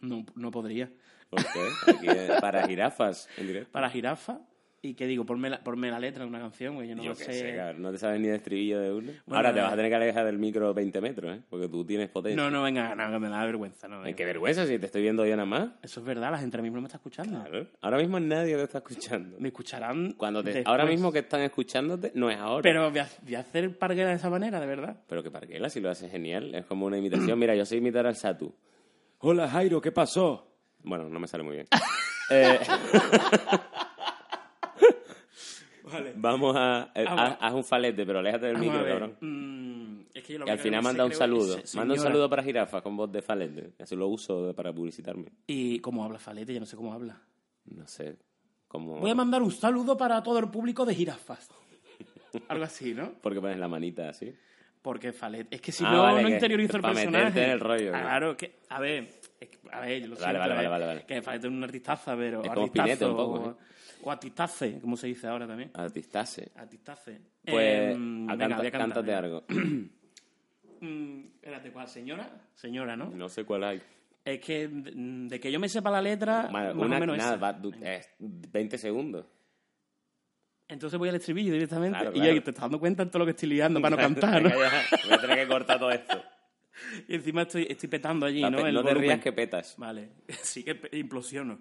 Speaker 2: No, no podría.
Speaker 1: ¿Por qué? Aquí es para jirafas en directo.
Speaker 2: Para jirafa, y que digo, ponme la, ponme la letra de una canción, güey, yo no
Speaker 1: Yo
Speaker 2: lo
Speaker 1: qué
Speaker 2: sé.
Speaker 1: sé, cabrón. No te sabes ni de estribillo de uno.
Speaker 2: Bueno,
Speaker 1: Ahora te
Speaker 2: no.
Speaker 1: vas a tener que alejar del micro 20 metros, ¿eh? Porque tú tienes potencia.
Speaker 2: no, no, venga, no, que me da vergüenza. No,
Speaker 1: Ay,
Speaker 2: venga.
Speaker 1: qué vergüenza si te estoy viendo yo nada más.
Speaker 2: Eso es verdad, la gente ahora mismo no me está escuchando.
Speaker 1: Claro. Ahora mismo nadie te está escuchando.
Speaker 2: Me escucharán.
Speaker 1: Cuando te,
Speaker 2: después.
Speaker 1: ahora mismo que están escuchándote, no es ahora.
Speaker 2: Pero voy a, voy a hacer parguera de esa manera, de verdad.
Speaker 1: Pero que parquela, si lo haces genial. Es como una imitación. Mira, yo sé imitar al Satu. Hola, Jairo, ¿qué pasó? Bueno, no me sale muy bien. Eh, Vamos a, eh,
Speaker 2: Vamos.
Speaker 1: haz- Haz un falete, pero aléjate del
Speaker 2: Ah, Vamos a
Speaker 1: micro,
Speaker 2: ver,
Speaker 1: cabrón.
Speaker 2: mm, es que yo lo
Speaker 1: Que al
Speaker 2: único
Speaker 1: final
Speaker 2: me
Speaker 1: manda
Speaker 2: sé,
Speaker 1: un
Speaker 2: creo,
Speaker 1: saludo.
Speaker 2: es-
Speaker 1: Manda un
Speaker 2: señora.
Speaker 1: saludo para jirafas con voz de falete. Así lo uso para publicitarme.
Speaker 2: Y cómo habla Falete, yo no sé cómo habla.
Speaker 1: No sé. Como...
Speaker 2: Voy a mandar un saludo para todo el público de jirafas. Algo así, ¿no?
Speaker 1: Porque pones la manita así.
Speaker 2: Porque Falete. Es que si
Speaker 1: Ah,
Speaker 2: no,
Speaker 1: vale,
Speaker 2: no
Speaker 1: que-
Speaker 2: interiorizo el
Speaker 1: para meterte
Speaker 2: personaje.
Speaker 1: en el rollo, ¿no?
Speaker 2: Claro, que. A ver. es que- a ver, yo lo
Speaker 1: Vale,
Speaker 2: siento,
Speaker 1: vale,
Speaker 2: ¿eh?
Speaker 1: vale, vale, vale.
Speaker 2: Que Falete es un artistaza, pero.
Speaker 1: Es
Speaker 2: o
Speaker 1: como
Speaker 2: artistazo,
Speaker 1: Spinetta un poco, ¿eh?
Speaker 2: o- O artistace, como se dice ahora también.
Speaker 1: Artistase.
Speaker 2: Artistace.
Speaker 1: Pues,
Speaker 2: Em,
Speaker 1: a-
Speaker 2: venga,
Speaker 1: canta-
Speaker 2: voy a cantar,
Speaker 1: cántate
Speaker 2: venga.
Speaker 1: algo.
Speaker 2: Mm, espérate, ¿cuál? ¿Señora? Señora, ¿no?
Speaker 1: No sé cuál hay.
Speaker 2: Es que mm, de que yo me sepa la letra,
Speaker 1: Bueno,
Speaker 2: más
Speaker 1: una-
Speaker 2: o menos
Speaker 1: nada,
Speaker 2: esa.
Speaker 1: va- du- eh,
Speaker 2: Venga.
Speaker 1: es 20 segundos.
Speaker 2: Entonces voy al estribillo directamente
Speaker 1: Claro,
Speaker 2: y
Speaker 1: claro.
Speaker 2: ahí te estás dando cuenta de todo lo que estoy liando para no cantar, ¿no?
Speaker 1: Venga, ya, Voy a tener que cortar todo esto.
Speaker 2: Y encima estoy, estoy petando allí,
Speaker 1: La
Speaker 2: ¿no?
Speaker 1: pe-
Speaker 2: El
Speaker 1: no te
Speaker 2: volumen.
Speaker 1: rías que petas.
Speaker 2: Vale, sí que pe- implosiono.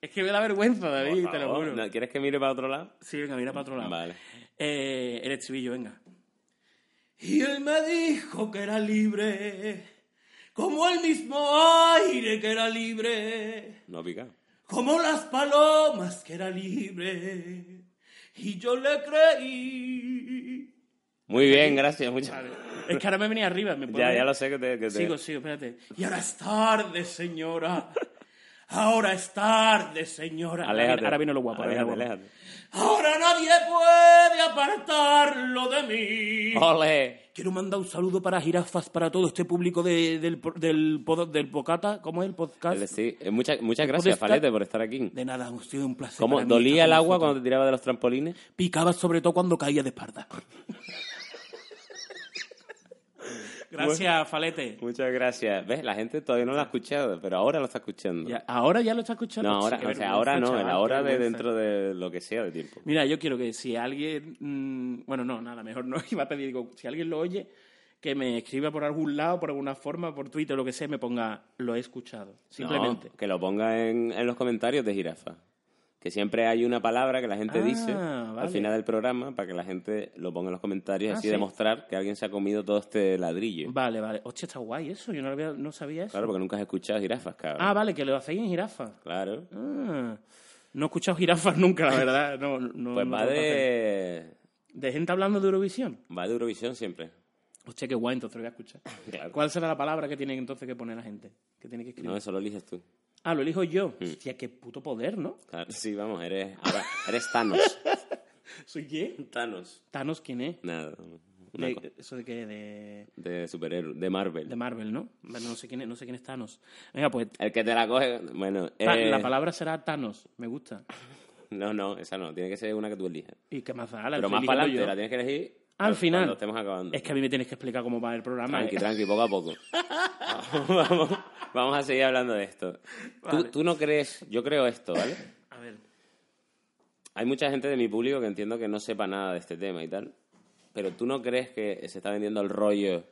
Speaker 2: Es que me da vergüenza, David,
Speaker 1: Por
Speaker 2: te lo
Speaker 1: favor,
Speaker 2: juro.
Speaker 1: ¿no? ¿Quieres que mire para otro lado?
Speaker 2: Sí, venga, mira para otro lado.
Speaker 1: Vale.
Speaker 2: Eh, el estribillo, venga. Y él me dijo que era libre, como el mismo aire que era libre.
Speaker 1: No pica.
Speaker 2: como las palomas que era libre. Y yo le creí.
Speaker 1: Muy bien, gracias. Muchas
Speaker 2: Es que ahora me venía arriba, me puedo
Speaker 1: Ya,
Speaker 2: ver?
Speaker 1: ya lo sé que te... que te-
Speaker 2: pues Sigo, sigo, espérate. Y ahora es tarde, señora. Ahora es tarde, señora. Ahora
Speaker 1: Aléjate.
Speaker 2: viene- Ahora viene lo guapo. ahora viene
Speaker 1: Aléjate,
Speaker 2: lo guapo.
Speaker 1: aléjate.
Speaker 2: Ahora nadie puede apartarlo de mí.
Speaker 1: ¡Ole!
Speaker 2: Quiero mandar un saludo para jirafas, para todo este público de- del, po- del, pod- del, Pocata. ¿Cómo es el podcast?
Speaker 1: Es decir, eh, muchas, muchas gracias,
Speaker 2: estar-
Speaker 1: Falete, por estar aquí.
Speaker 2: De nada, ha sido un placer.
Speaker 1: ¿Cómo
Speaker 2: para mí
Speaker 1: dolía
Speaker 2: estar
Speaker 1: el
Speaker 2: con
Speaker 1: agua
Speaker 2: vosotros.
Speaker 1: cuando te tiraba de los trampolines?
Speaker 2: Picaba sobre todo cuando caía de espalda. Gracias, Falete.
Speaker 1: Muchas gracias. ¿Ves? La gente todavía no lo ha escuchado, pero ahora lo está escuchando.
Speaker 2: Ya, ahora ya lo está escuchando.
Speaker 1: No, ahora,
Speaker 2: Sí, qué
Speaker 1: o sea,
Speaker 2: vergüenza,
Speaker 1: ahora no,
Speaker 2: chaval,
Speaker 1: el
Speaker 2: qué
Speaker 1: ahora de
Speaker 2: vergüenza.
Speaker 1: dentro de lo que sea de tiempo.
Speaker 2: Mira, yo quiero que si alguien. mm, bueno, no, nada, mejor no. Iba a pedir, digo, si alguien lo oye, que me escriba por algún lado, por alguna forma, por Twitter, lo que sea, y me ponga, lo he escuchado. Simplemente.
Speaker 1: No, que lo ponga en, en los comentarios de jirafa. Que siempre hay una palabra que la gente
Speaker 2: Ah,
Speaker 1: dice
Speaker 2: vale.
Speaker 1: al final del programa para que la gente lo ponga en los comentarios y
Speaker 2: Ah,
Speaker 1: así
Speaker 2: sí.
Speaker 1: demostrar que alguien se ha comido todo este ladrillo.
Speaker 2: Vale, vale. Hostia, está guay eso. Yo no, lo había- no sabía eso.
Speaker 1: Claro, porque nunca has escuchado jirafas, cabrón.
Speaker 2: ah, vale, que lo hacéis en jirafa.
Speaker 1: Claro.
Speaker 2: Ah, no he escuchado jirafas nunca, la verdad. No, no,
Speaker 1: Pues
Speaker 2: no
Speaker 1: va
Speaker 2: lo conocía.
Speaker 1: de...
Speaker 2: ¿De gente hablando de Eurovisión?
Speaker 1: Va de Eurovisión siempre.
Speaker 2: Hostia, qué guay, entonces lo voy a escuchar.
Speaker 1: Claro.
Speaker 2: ¿Cuál será la palabra que tiene entonces que poner la gente? Que tiene que escribir.
Speaker 1: No, eso lo eliges tú.
Speaker 2: Ah, lo elijo yo.
Speaker 1: Mm.
Speaker 2: Hostia, qué puto poder, ¿no?
Speaker 1: Claro, Sí, vamos, eres, ahora- eres Thanos.
Speaker 2: ¿Soy qué?
Speaker 1: Thanos.
Speaker 2: Thanos, ¿quién es?
Speaker 1: Nada. una
Speaker 2: De-
Speaker 1: co-
Speaker 2: eso de que de,
Speaker 1: de superhéroe, de Marvel.
Speaker 2: de Marvel, ¿no? Bueno, no sé quién es, no sé quién es Thanos. Venga, pues
Speaker 1: El que te la coge... Bueno,
Speaker 2: ta-
Speaker 1: eh,
Speaker 2: Ah, la palabra será Thanos, me gusta.
Speaker 1: No, no, esa no. Tiene que ser una que tú elijas.
Speaker 2: Y qué más da, la
Speaker 1: Pero
Speaker 2: estoy
Speaker 1: más para
Speaker 2: eligiendo
Speaker 1: adelante, la
Speaker 2: yo.
Speaker 1: tienes que elegir.
Speaker 2: Ah, Al
Speaker 1: cuando
Speaker 2: final.
Speaker 1: estemos acabando.
Speaker 2: Es que a mí me tienes que explicar cómo va el programa.
Speaker 1: Tranqui,
Speaker 2: ¿eh?
Speaker 1: tranqui, poco a poco. vamos, vamos a seguir hablando de esto. Tú, tú no crees, yo creo esto, ¿vale?
Speaker 2: A ver.
Speaker 1: Hay mucha gente de mi público que entiendo que no sepa nada de este tema y tal. Pero tú no crees que se está vendiendo el rollo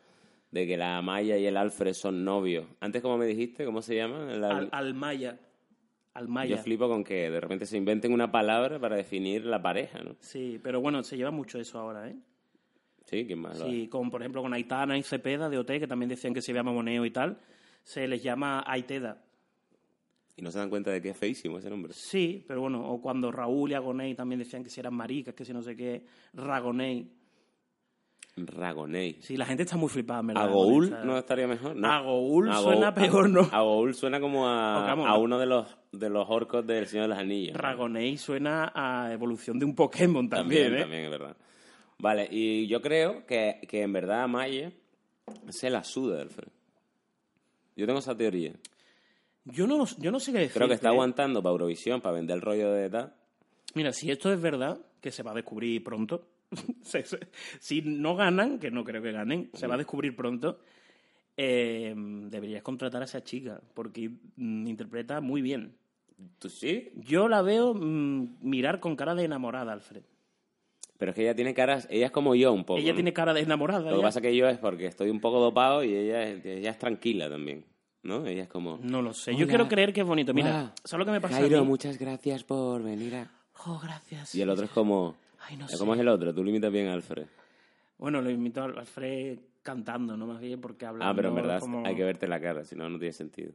Speaker 1: de que la Amaya y el Alfred son novios. Antes, como me dijiste, ¿cómo se llama? El al-
Speaker 2: Al, al Maya. Al
Speaker 1: Yo
Speaker 2: Maya.
Speaker 1: flipo con que de repente se inventen una palabra para definir la pareja, ¿no?
Speaker 2: Sí, pero bueno, se lleva mucho eso ahora, ¿eh?
Speaker 1: Sí, ¿quién más? lo
Speaker 2: Sí,
Speaker 1: hace?
Speaker 2: con, por ejemplo, con Aitana y Cepeda de OT, que también decían que se llama Moneo y tal, se les llama Aiteda.
Speaker 1: Y no se dan cuenta de que es feísimo ese nombre.
Speaker 2: Sí, pero bueno, o cuando Raúl y Agoney también decían que si eran maricas, que si no sé qué, Ragoney.
Speaker 1: Ragonei.
Speaker 2: Sí, la gente está muy flipada, en ¿verdad?
Speaker 1: Agoul
Speaker 2: con esta-
Speaker 1: no estaría mejor, ¿no?
Speaker 2: Agoul suena peor, ¿no?
Speaker 1: Agoul suena como a,
Speaker 2: Porque, vamos,
Speaker 1: a
Speaker 2: no.
Speaker 1: uno de los, de los orcos del Señor de las Anillas.
Speaker 2: Ragonei suena a evolución de un Pokémon también,
Speaker 1: También,
Speaker 2: ¿eh?
Speaker 1: también, es verdad. Vale, y yo creo que, que en verdad a Maye se la suda del frío. Yo tengo esa teoría.
Speaker 2: Yo no, lo- yo no sé qué decir.
Speaker 1: Creo que está aguantando para Eurovisión, para vender el rollo de tal.
Speaker 2: Mira, si esto es verdad, que se va a descubrir pronto. se- se- si no ganan, que no creo que ganen, se va
Speaker 1: Mm.
Speaker 2: a descubrir pronto. eh, deberías contratar a esa chica, porque mm, interpreta muy bien.
Speaker 1: ¿Tú sí?
Speaker 2: Yo la veo mm, mirar con cara de enamorada, Alfred.
Speaker 1: Pero es que ella tiene caras... Ella es como yo un poco.
Speaker 2: Ella
Speaker 1: ¿no?
Speaker 2: tiene cara de enamorada.
Speaker 1: Lo que
Speaker 2: ya.
Speaker 1: pasa que yo es porque estoy un poco dopado y ella, es- ella es tranquila también, ¿no? Ella es como...
Speaker 2: No lo sé. Yo
Speaker 1: Hola.
Speaker 2: quiero creer que es bonito. Mira,
Speaker 1: Guau.
Speaker 2: ¿sabes lo que me pasa?
Speaker 1: Ah, Jairo,
Speaker 2: a mí?
Speaker 1: muchas gracias por venir a...
Speaker 2: Oh, gracias.
Speaker 1: Y el otro es como...
Speaker 2: Ay, no
Speaker 1: ¿Cómo
Speaker 2: sé.
Speaker 1: es el otro? Tú limitas bien a Alfred.
Speaker 2: Bueno, lo invito a Alfred cantando, no más bien porque habla.
Speaker 1: Ah, pero en
Speaker 2: no,
Speaker 1: verdad
Speaker 2: como-
Speaker 1: hay que verte la cara, si no, no tiene sentido.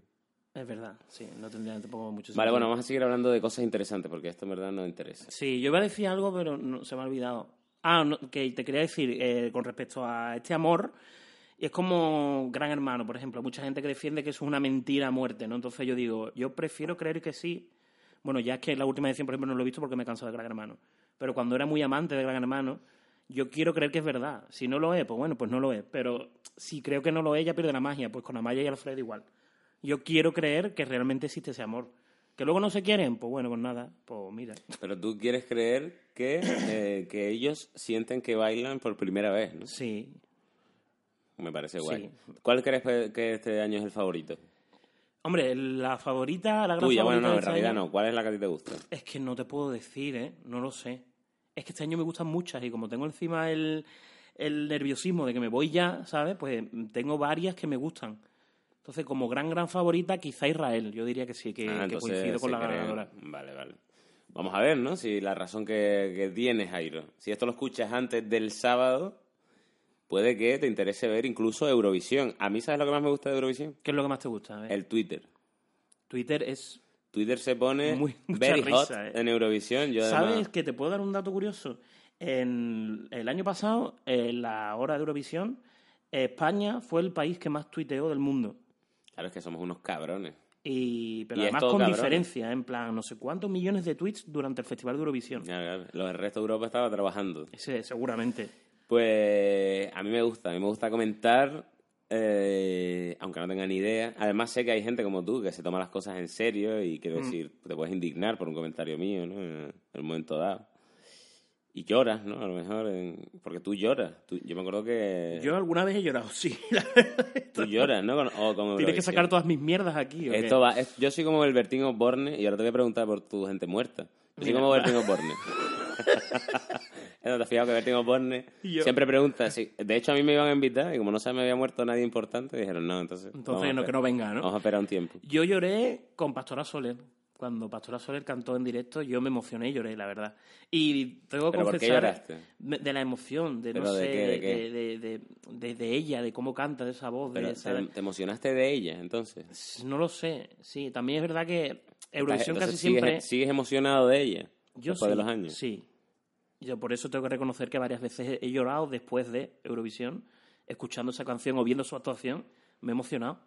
Speaker 2: Es verdad, sí, no tendría tampoco mucho
Speaker 1: Vale,
Speaker 2: sentido.
Speaker 1: bueno, vamos a seguir hablando de cosas interesantes porque esto en verdad nos interesa.
Speaker 2: Sí, yo iba a decir algo, pero no, se me ha olvidado. Ah, no, que te quería decir eh, con respecto a este amor. Es como Gran Hermano, por ejemplo. Mucha gente que defiende que eso es una mentira a muerte, ¿no? Entonces yo digo, yo prefiero creer que sí. Bueno, ya es que la última edición, por ejemplo, no lo he visto porque me canso de Gran Hermano. Pero cuando era muy amante de Gran Hermano, yo quiero creer que es verdad. Si no lo es, pues bueno, pues no lo es. Pero si creo que no lo es, ya pierde la magia. Pues con Amaya y Alfred igual. Yo quiero creer que realmente existe ese amor. Que luego no se quieren, pues bueno, pues nada. Pues mira.
Speaker 1: Pero tú quieres creer que, eh, que ellos sienten que bailan por primera vez, ¿no?
Speaker 2: Sí.
Speaker 1: Me parece guay.
Speaker 2: Sí.
Speaker 1: ¿Cuál crees pe- que este año es el favorito?
Speaker 2: Hombre, la favorita, la gran
Speaker 1: Tuya, bueno,
Speaker 2: favorita
Speaker 1: no,
Speaker 2: de
Speaker 1: en
Speaker 2: este
Speaker 1: realidad
Speaker 2: año-
Speaker 1: no. ¿Cuál es la que a ti te gusta?
Speaker 2: Es que no te puedo decir, ¿eh? No lo sé. Es que este año me gustan muchas y como tengo encima el, el nerviosismo de que me voy ya, ¿sabes? Pues mm, tengo varias que me gustan. Entonces, como gran, gran favorita, quizá Israel. Yo diría que sí, que,
Speaker 1: Ah,
Speaker 2: que
Speaker 1: entonces
Speaker 2: coincido con
Speaker 1: sí
Speaker 2: la
Speaker 1: creo.
Speaker 2: ganadora.
Speaker 1: Vale, vale. Vamos a ver, ¿no? Si la razón que, que tienes, Jairo. Si esto lo escuchas antes del sábado, puede que te interese ver incluso Eurovisión. A mí, ¿sabes lo que más me gusta de Eurovisión?
Speaker 2: ¿Qué es lo que más te gusta? a ver?
Speaker 1: El Twitter.
Speaker 2: Twitter es...
Speaker 1: Twitter se pone
Speaker 2: Muy- mucha
Speaker 1: very
Speaker 2: risa,
Speaker 1: hot
Speaker 2: eh.
Speaker 1: en Eurovisión. Yo
Speaker 2: ¿Sabes
Speaker 1: además-
Speaker 2: que te puedo dar un dato curioso? En el año pasado, en la hora de Eurovisión, España fue el país que más tuiteó del mundo.
Speaker 1: Claro, es que somos unos cabrones.
Speaker 2: Y, pero
Speaker 1: Y
Speaker 2: además
Speaker 1: estos
Speaker 2: con
Speaker 1: cabrones.
Speaker 2: diferencia, ¿eh? en plan, no sé cuántos millones de tweets durante el Festival de Eurovisión.
Speaker 1: Ya, ya, Los del resto de Europa estaba trabajando.
Speaker 2: Ese, seguramente.
Speaker 1: Pues a mí me gusta, a mí me gusta comentar, eh, aunque no tenga ni idea. Además sé que hay gente como tú que se toma las cosas en serio y
Speaker 2: Mm.
Speaker 1: quiero decir, te puedes indignar por un comentario mío, ¿no? En el momento dado. Y lloras, ¿no? A lo mejor, en- porque tú lloras. Tú- yo me acuerdo que
Speaker 2: Yo alguna vez he llorado, sí. la-
Speaker 1: tú lloras, ¿no? Con- o con
Speaker 2: Tienes que
Speaker 1: Eurovisión.
Speaker 2: sacar todas mis mierdas aquí. ¿o qué?
Speaker 1: Esto va, es- yo soy como el Bertín Osborne y ahora te voy a preguntar por tu gente muerta. Yo soy
Speaker 2: Mira.
Speaker 1: como Bertín Osborne. no te has fijado que Bertín Osborne
Speaker 2: Y yo-
Speaker 1: siempre pregunta. si- de hecho, a mí me iban a invitar y como no se me había muerto nadie importante, dijeron no, entonces. vamos a
Speaker 2: Entonces, no, que
Speaker 1: esperar.
Speaker 2: no venga,
Speaker 1: Vamos
Speaker 2: ¿no?
Speaker 1: a esperar un tiempo.
Speaker 2: Yo lloré con Pastora Soler. Cuando Pastora Soler cantó en directo, yo me emocioné y lloré, la verdad. Y tengo que
Speaker 1: ¿Pero por qué
Speaker 2: confesar
Speaker 1: lloraste?
Speaker 2: me- de la emoción, de no
Speaker 1: ¿Pero de
Speaker 2: sé,
Speaker 1: qué, de qué?
Speaker 2: de- de- de- de ella, de cómo canta, de esa voz,
Speaker 1: Pero
Speaker 2: de esa...
Speaker 1: te, te emocionaste de ella, entonces.
Speaker 2: No lo sé, sí. También es verdad que Eurovisión
Speaker 1: Entonces,
Speaker 2: casi
Speaker 1: sigues- e,
Speaker 2: siempre...
Speaker 1: Sigues emocionado de ella.
Speaker 2: Yo
Speaker 1: después
Speaker 2: sí,
Speaker 1: de los años.
Speaker 2: Sí. Yo por eso tengo que reconocer que varias veces he llorado después de Eurovisión, escuchando esa canción o viendo su actuación, me he emocionado.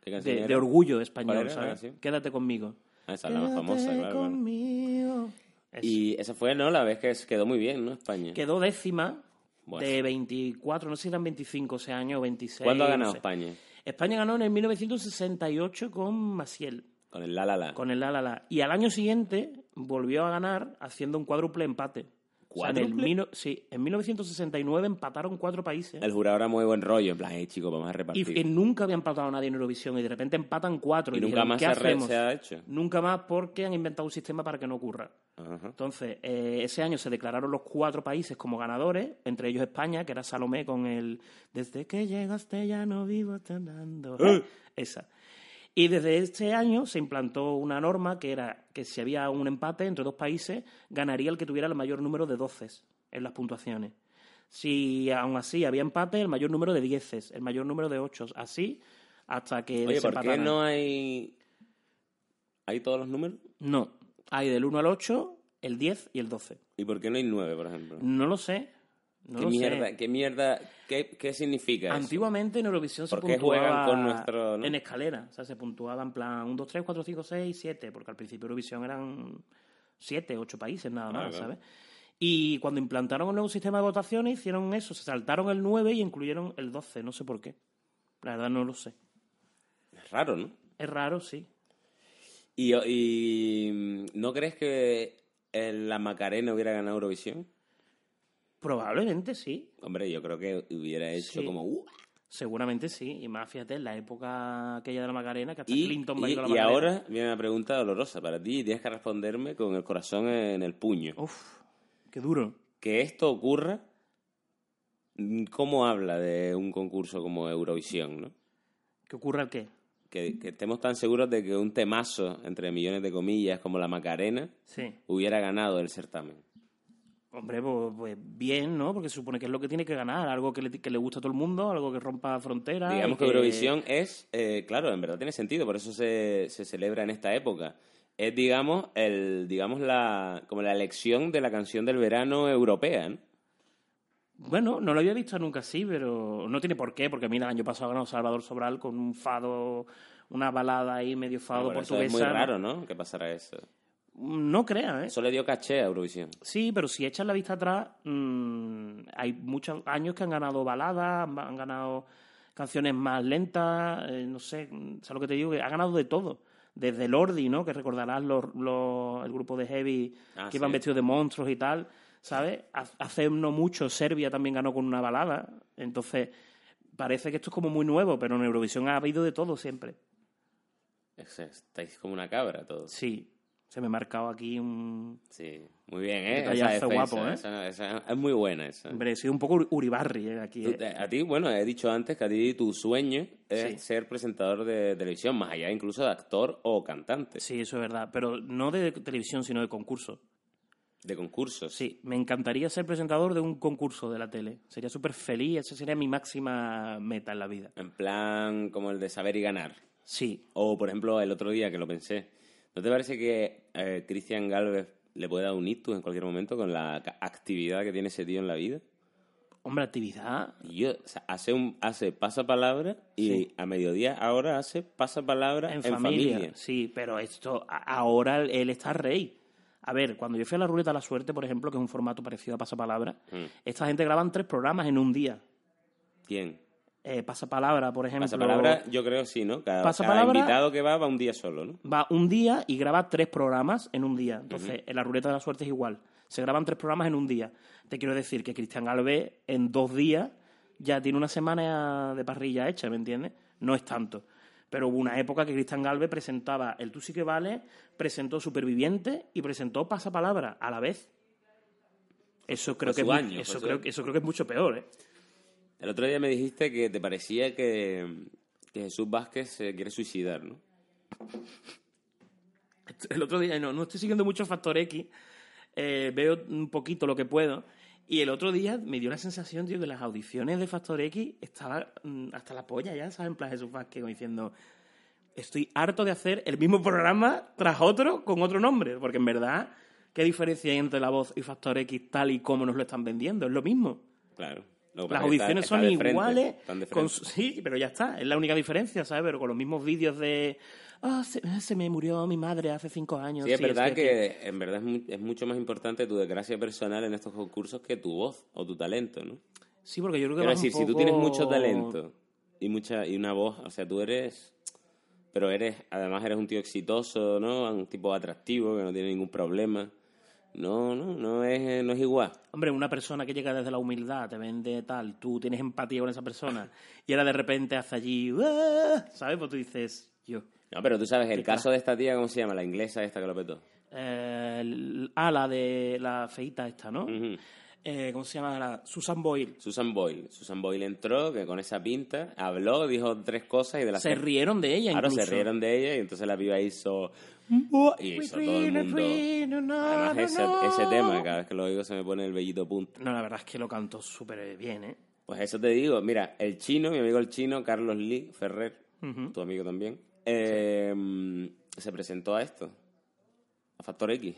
Speaker 1: ¿Qué
Speaker 2: De-
Speaker 1: canción
Speaker 2: De,
Speaker 1: era?
Speaker 2: orgullo
Speaker 1: ¿Cuál
Speaker 2: español,
Speaker 1: era la
Speaker 2: ¿sabes?
Speaker 1: canción?
Speaker 2: Quédate conmigo.
Speaker 1: Ah, esa es la más
Speaker 2: Quédate
Speaker 1: famosa, claro, claro.
Speaker 2: conmigo. Eso.
Speaker 1: Y esa fue, ¿no? La vez que quedó muy bien, ¿no? España.
Speaker 2: quedó décima
Speaker 1: Bueno.
Speaker 2: de 24, no sé si eran 25 ese año o 26.
Speaker 1: ¿Cuándo ha
Speaker 2: no
Speaker 1: ganado
Speaker 2: sé.
Speaker 1: España?
Speaker 2: España ganó en el 1968 con Maciel.
Speaker 1: Con el La La La.
Speaker 2: con el La La La. Y al año siguiente volvió a ganar haciendo un cuádruple empate. O sea, en el
Speaker 1: ¿Cuádruple?
Speaker 2: mil- sí, en 1969 empataron cuatro países.
Speaker 1: El jurado era muy buen rollo, en plan, hey chicos, vamos a
Speaker 2: Y
Speaker 1: repartir.
Speaker 2: que nunca había empatado nadie en Eurovisión y de repente empatan cuatro.
Speaker 1: Y nunca
Speaker 2: dijeron,
Speaker 1: más
Speaker 2: ¿qué
Speaker 1: se, re-
Speaker 2: hacemos?
Speaker 1: se ha hecho.
Speaker 2: Nunca más porque han inventado un sistema para que no ocurra.
Speaker 1: Ajá.
Speaker 2: Entonces, eh, ese año se declararon los cuatro países como ganadores, entre ellos España, que era Salomé con el Desde que llegaste ya no vivo tanando.
Speaker 1: ¡Eh!
Speaker 2: Esa. Y desde este año se implantó una norma que era que si había un empate entre dos países, ganaría el que tuviera el mayor número de doces en las puntuaciones. Si aún así había empate, el mayor número de dieces, el mayor número de ochos, así hasta que
Speaker 1: Oye, ¿por qué
Speaker 2: desempataran.
Speaker 1: no hay. ¿Hay todos los números?
Speaker 2: No, hay del 1 al 8, el 10 y el 12.
Speaker 1: ¿Y por qué no hay nueve, por ejemplo?
Speaker 2: No lo sé. No
Speaker 1: ¿Qué,
Speaker 2: lo
Speaker 1: mierda,
Speaker 2: sé.
Speaker 1: ¿Qué mierda? ¿Qué qué significa eso?
Speaker 2: Antiguamente en Eurovisión se
Speaker 1: ¿Por qué
Speaker 2: puntuaba
Speaker 1: juegan con nuestro, no?
Speaker 2: en escalera. O sea, se puntuaba en plan 1, 2, 3, 4, 5, 6, 7. Porque al principio Eurovisión eran 7, 8 países nada más,
Speaker 1: Ah, claro.
Speaker 2: ¿sabes? Y cuando implantaron el nuevo sistema de votaciones hicieron eso. Se saltaron el 9 y incluyeron el 12. No sé por qué. La verdad no lo sé.
Speaker 1: Es raro, ¿no?
Speaker 2: Es raro, sí.
Speaker 1: ¿Y, y no crees que el- la Macarena hubiera ganado Eurovisión?
Speaker 2: Probablemente sí.
Speaker 1: Hombre, yo creo que hubiera hecho
Speaker 2: Sí.
Speaker 1: como... "Uh".
Speaker 2: Seguramente sí. Y más, fíjate, en la época aquella de la Macarena, que hasta
Speaker 1: Y,
Speaker 2: Clinton
Speaker 1: y-
Speaker 2: bailó la
Speaker 1: y
Speaker 2: Macarena.
Speaker 1: ahora viene una pregunta dolorosa para ti y tienes que responderme con el corazón en el puño.
Speaker 2: Uf, qué duro.
Speaker 1: Que esto ocurra, mm, ¿cómo habla de un concurso como Eurovisión, no?
Speaker 2: ¿Qué ocurre el qué?
Speaker 1: Que, que estemos tan seguros de que un temazo, entre millones de comillas, como la Macarena,
Speaker 2: Sí.
Speaker 1: hubiera ganado el certamen.
Speaker 2: Hombre, pues, pues bien, ¿no? Porque se supone que es lo que tiene que ganar, algo que le, que le gusta a todo el mundo, algo que rompa fronteras. y
Speaker 1: Digamos que Eurovisión es, eh, claro, en verdad tiene sentido, por eso se, se celebra en esta época. Es, digamos, el, digamos la, como la elección de la canción del verano europea, ¿no?
Speaker 2: Bueno, no lo había visto nunca así, pero no tiene por qué, porque mira, el año pasado ganó Salvador Sobral con un fado, una balada ahí medio fado
Speaker 1: Bueno, eso
Speaker 2: portuguesa.
Speaker 1: es muy raro, ¿no? Que pasara eso.
Speaker 2: No crea, ¿eh?
Speaker 1: Eso le dio caché a Eurovisión.
Speaker 2: Sí, pero si echas la vista atrás, mm, hay muchos años que han ganado baladas, han han ganado canciones más lentas, eh, no sé, mm, ¿sabes lo que te digo? Que ha ganado de todo. Desde Lordi, ¿no? Que recordarás los, los- el grupo de Heavy
Speaker 1: Ah,
Speaker 2: que
Speaker 1: sí.
Speaker 2: iban vestidos de monstruos y tal, ¿sabes? Ha- Hace no mucho Serbia también ganó con una balada. Entonces, parece que esto es como muy nuevo, pero en Eurovisión ha habido de todo siempre.
Speaker 1: Es- Estáis como una cabra todos.
Speaker 2: Sí, se me ha marcado aquí un...
Speaker 1: Sí, muy bien, ¿eh? Esa
Speaker 2: Detallazo
Speaker 1: defensa,
Speaker 2: guapo, ¿eh?
Speaker 1: esa- esa- es muy buena esa.
Speaker 2: Hombre, he sido un poco Uri- Uribarri eh, aquí.
Speaker 1: Tú-
Speaker 2: eh.
Speaker 1: a ti, bueno, he dicho antes que a ti tu sueño es
Speaker 2: Sí.
Speaker 1: ser presentador de televisión, más allá incluso de actor o cantante,
Speaker 2: Sí, eso es verdad, pero no de televisión, sino de concurso.
Speaker 1: de concursos.
Speaker 2: Sí, me encantaría ser presentador de un concurso de la tele. Sería súper feliz, esa sería mi máxima meta en la vida.
Speaker 1: En plan como el de saber y ganar.
Speaker 2: Sí,
Speaker 1: O, por ejemplo, el otro día que lo pensé. ¿No te parece que eh, Cristian Galvez le puede dar un ictus en cualquier momento con la ca- actividad que tiene ese tío en la vida?
Speaker 2: hombre, actividad.
Speaker 1: Y yo, o sea, hace, un, hace pasapalabra y
Speaker 2: Sí.
Speaker 1: a mediodía ahora hace pasapalabra en,
Speaker 2: En,
Speaker 1: familia.
Speaker 2: familia. Sí, pero esto, a- ahora él está rey. A ver, cuando yo fui a la ruleta de la suerte, por ejemplo, que es un formato parecido a Pasapalabra,
Speaker 1: Mm.
Speaker 2: esta gente graban tres programas en un día.
Speaker 1: ¿Quién?
Speaker 2: Eh, Pasapalabra, por ejemplo.
Speaker 1: Pasapalabra, yo creo sí, ¿no? Cada, cada
Speaker 2: Pasapalabra-
Speaker 1: invitado que va va un día solo, ¿no?
Speaker 2: va un día y graba tres programas en un día. Entonces, en la ruleta de la suerte es igual. Se graban tres programas en un día. Te quiero decir que Cristian Galvez en dos días ya tiene una semana de parrilla hecha, ¿me entiendes? No es tanto. Pero hubo una época que Cristian Galvez presentaba El Tú sí que vale, presentó Superviviente y presentó Pasapalabra a la vez. Eso creo,
Speaker 1: Fue
Speaker 2: que, es
Speaker 1: su
Speaker 2: mu-
Speaker 1: año, fue
Speaker 2: eso,
Speaker 1: su
Speaker 2: creo,
Speaker 1: año.
Speaker 2: eso creo que es mucho peor, ¿eh?
Speaker 1: El otro día me dijiste que te parecía que, que Jesús Vázquez se quiere suicidar, ¿no?
Speaker 2: El otro día, no, no estoy siguiendo mucho Factor X, eh, veo un poquito lo que puedo. Y el otro día me dio la sensación, tío, que las audiciones de Factor X estaba mm, hasta la polla ya, ¿sabes? En plan Jesús Vázquez como diciendo, estoy harto de hacer el mismo programa tras otro con otro nombre. Porque en verdad, ¿qué diferencia hay entre La Voz y Factor X tal y como nos lo están vendiendo? Es lo mismo.
Speaker 1: Claro. Lo que
Speaker 2: Las
Speaker 1: pasa es que está-
Speaker 2: audiciones
Speaker 1: está
Speaker 2: son
Speaker 1: de frente,
Speaker 2: iguales.
Speaker 1: están de
Speaker 2: con
Speaker 1: frente.
Speaker 2: su- sí, pero ya está. Es la única diferencia, ¿sabes? Pero con los mismos vídeos de. Ah, se, se me murió mi madre hace cinco años.
Speaker 1: Sí, es verdad
Speaker 2: estoy aquí".
Speaker 1: que en verdad es, mu- es mucho más importante tu desgracia personal en estos concursos que tu voz o tu talento, ¿no?
Speaker 2: Sí, porque yo creo que.
Speaker 1: Quiero
Speaker 2: vas un
Speaker 1: decir, si tú
Speaker 2: poco-
Speaker 1: tienes mucho talento y mucha y una voz, o sea, tú eres pero eres además eres un tío exitoso, ¿no? Un tipo atractivo que no tiene ningún problema. No, no, no es no es igual.
Speaker 2: Hombre, una persona que llega desde la humildad, te vende tal, tú tienes empatía con esa persona, y ahora de repente hace allí. "Ah", ¿Sabes? Pues tú dices. Yo.
Speaker 1: No, pero tú sabes el
Speaker 2: claro.
Speaker 1: caso de esta tía, ¿cómo se llama? La inglesa esta que lo petó.
Speaker 2: Eh, l- ah, la de la feita esta, ¿no?
Speaker 1: Ujú.
Speaker 2: Eh, ¿Cómo se llama? La Susan Boyle.
Speaker 1: Susan Boyle. Susan Boyle entró que con esa pinta, habló, dijo tres cosas y de las
Speaker 2: Se
Speaker 1: tres
Speaker 2: rieron de ella,
Speaker 1: Claro,
Speaker 2: incluso.
Speaker 1: se rieron de ella y entonces la piba hizo Y hizo todo el mundo. Además, ese, ese tema, cada vez que lo oigo se me pone el bellito punto.
Speaker 2: No, la verdad es que lo cantó súper bien, ¿eh?
Speaker 1: Pues eso te digo, mira, el chino, mi amigo el chino, Carlos Lee Ferrer, tu amigo también, eh, se presentó a esto, a Factor X,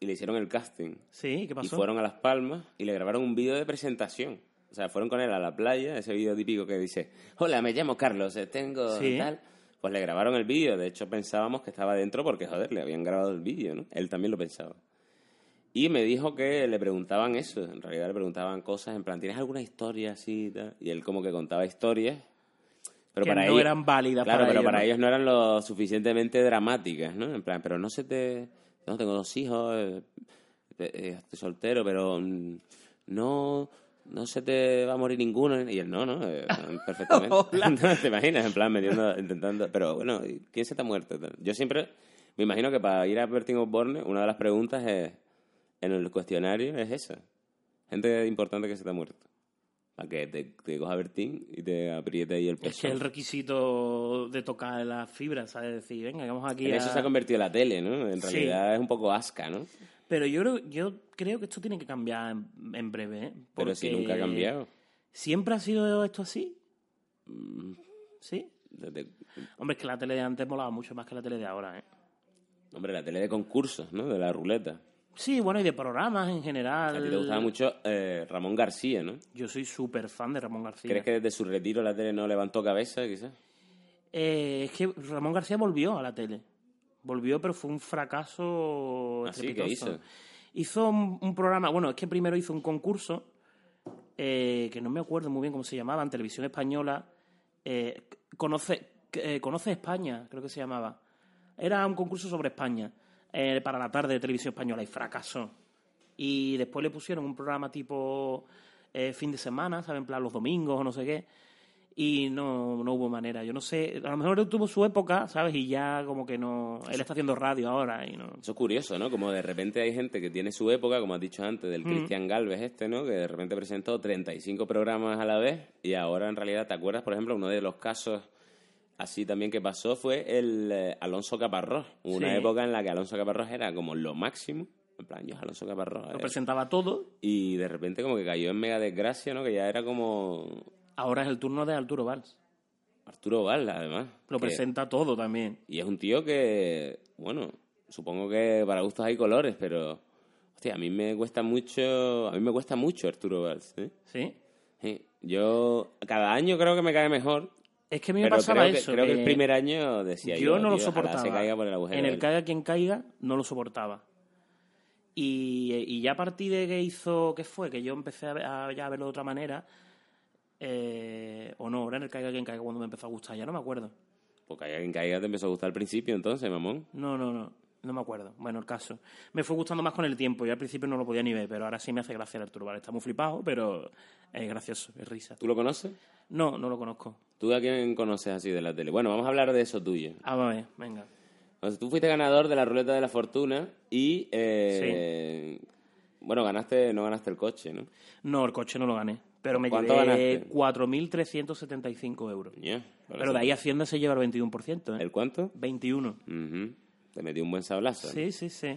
Speaker 1: y le hicieron el casting.
Speaker 2: Sí, ¿qué pasó?
Speaker 1: Y fueron a Las Palmas y le grabaron un vídeo de presentación. O sea, fueron con él a la playa, ese vídeo típico que dice, hola, me llamo Carlos, eh, tengo
Speaker 2: Sí.
Speaker 1: tal. Pues le grabaron el vídeo, de hecho pensábamos que estaba dentro porque, joder, le habían grabado el vídeo, ¿no? Él también lo pensaba. Y me dijo que le preguntaban eso, en realidad le preguntaban cosas, en plan, ¿tienes alguna historia así? y tal? Y él como que contaba historias. Pero
Speaker 2: Que
Speaker 1: para
Speaker 2: no
Speaker 1: ellos,
Speaker 2: eran válidas
Speaker 1: Claro,
Speaker 2: para
Speaker 1: pero
Speaker 2: ellos,
Speaker 1: para
Speaker 2: ¿no?
Speaker 1: ellos no eran lo suficientemente dramáticas, ¿no? En plan, pero no se te... No, tengo dos hijos, eh, eh, eh, estoy soltero, pero mm, no... No se te va a morir ninguno. Y él, no, no, eh, perfectamente. No, ¿Te imaginas? En plan, metiendo, intentando... Pero bueno, ¿quién se te ha muerto? Tal. Yo siempre... Me imagino que para ir a Bertin Osborne, una de las preguntas es, en el cuestionario es esa. Gente importante que se te ha muerto. Para que te, te coja Bertín y te apriete ahí el pecho.
Speaker 2: Es que es el requisito de tocar las fibras, ¿sabes? Decir, venga, vamos aquí
Speaker 1: En
Speaker 2: a...
Speaker 1: eso se ha convertido la tele, ¿no? En
Speaker 2: Sí.
Speaker 1: realidad es un poco asca, ¿no?
Speaker 2: Pero yo creo, yo creo que esto tiene que cambiar en, en breve, ¿eh?
Speaker 1: Pero si
Speaker 2: Porque
Speaker 1: nunca ha cambiado.
Speaker 2: ¿Siempre ha sido esto así? Mm, ¿Sí?
Speaker 1: Desde-
Speaker 2: Hombre, es que la tele de antes molaba mucho más que la tele de ahora, ¿eh?
Speaker 1: hombre, la tele de concursos, ¿no? De la ruleta.
Speaker 2: Sí, bueno, y de programas en general.
Speaker 1: A ti te gustaba mucho eh, Ramón García, ¿no?
Speaker 2: Yo soy súper fan de Ramón García.
Speaker 1: ¿Crees que desde su retiro la tele no levantó cabeza, quizás?
Speaker 2: Eh, es que Ramón García volvió a la tele. Volvió, pero fue un fracaso
Speaker 1: ¿Ah, sí? ¿Qué
Speaker 2: estrepitoso.
Speaker 1: hizo?
Speaker 2: Hizo un, un programa, bueno, es que primero hizo un concurso eh, que no me acuerdo muy bien cómo se llamaba, en televisión española. eh, conoce, eh, conoce España, creo que se llamaba. Era un concurso sobre España eh, para la tarde de televisión española y fracasó. Y después le pusieron un programa tipo eh, fin de semana, ¿saben? En plan los domingos o no sé qué. Y no, no hubo manera. Yo no sé, a lo mejor él tuvo su época, ¿sabes? Y ya como que no. Él está haciendo radio ahora y no.
Speaker 1: Eso es curioso, ¿no? Como de repente hay gente que tiene su época, como has dicho antes,
Speaker 2: Mm.
Speaker 1: del Cristian Galvez este, ¿no? Que de repente presentó 35 programas a la vez y ahora en realidad, ¿te acuerdas? Por ejemplo, uno de los casos así también que pasó fue el eh, Alonso Caparrós. Hubo Una
Speaker 2: Sí.
Speaker 1: época en la que Alonso Caparrós era como lo máximo. En plan, yo Alonso Caparrós.
Speaker 2: Lo
Speaker 1: eh.
Speaker 2: presentaba todo.
Speaker 1: Y de repente como que cayó en mega desgracia, ¿no? Que ya era como
Speaker 2: Ahora es el turno de Arturo Valls.
Speaker 1: Arturo Valls, además.
Speaker 2: Lo
Speaker 1: que-
Speaker 2: presenta todo también.
Speaker 1: Y es un tío que, bueno, supongo que para gustos hay colores, pero hostia, a mí me cuesta mucho, a mí me cuesta mucho Arturo Valls, ¿eh?
Speaker 2: ¿Sí?
Speaker 1: Sí, Yo cada año creo que me cae mejor,
Speaker 2: Es que a mí me
Speaker 1: pero
Speaker 2: pasaba
Speaker 1: creo que,
Speaker 2: eso.
Speaker 1: creo que
Speaker 2: que
Speaker 1: el primer año decía yo,
Speaker 2: yo no lo
Speaker 1: tío, ojalá
Speaker 2: soportaba.
Speaker 1: se caiga por el agujero.
Speaker 2: en el
Speaker 1: del-
Speaker 2: caiga quien caiga, no lo soportaba. Y, y ya a partir de que hizo, ¿qué fue? Que yo empecé a, ver- a- ya a verlo de otra manera. eh, o no, ahora en el caiga quien caiga cuando me empezó a gustar, ya no me acuerdo.
Speaker 1: Porque caiga quien caiga te empezó a gustar al principio, entonces, mamón.
Speaker 2: No, no, no. No me acuerdo. Bueno, el caso. Me fue gustando más con el tiempo. Yo al principio no lo podía ni ver, pero ahora sí me hace gracia el Arturo. Vale, está muy flipado, pero es gracioso, es risa.
Speaker 1: ¿Tú lo conoces?
Speaker 2: No, no lo conozco.
Speaker 1: ¿Tú a quién conoces así de la tele? Bueno, vamos a hablar de eso tuyo.
Speaker 2: Ah, vale, venga.
Speaker 1: Entonces, tú fuiste ganador de la ruleta de la fortuna y, eh, bueno, ganaste, no ganaste el coche, ¿no?
Speaker 2: No, el coche no lo gané. Pero me
Speaker 1: ¿Cuánto
Speaker 2: llevé
Speaker 1: ganaste?
Speaker 2: 4.375 euros.
Speaker 1: Ya, para
Speaker 2: Pero de
Speaker 1: siempre.
Speaker 2: ahí Hacienda se lleva el 21%, ¿eh?
Speaker 1: ¿El cuánto?
Speaker 2: 21.
Speaker 1: Ujú. Te metió un buen sablazo. ¿eh?
Speaker 2: Sí, sí, sí.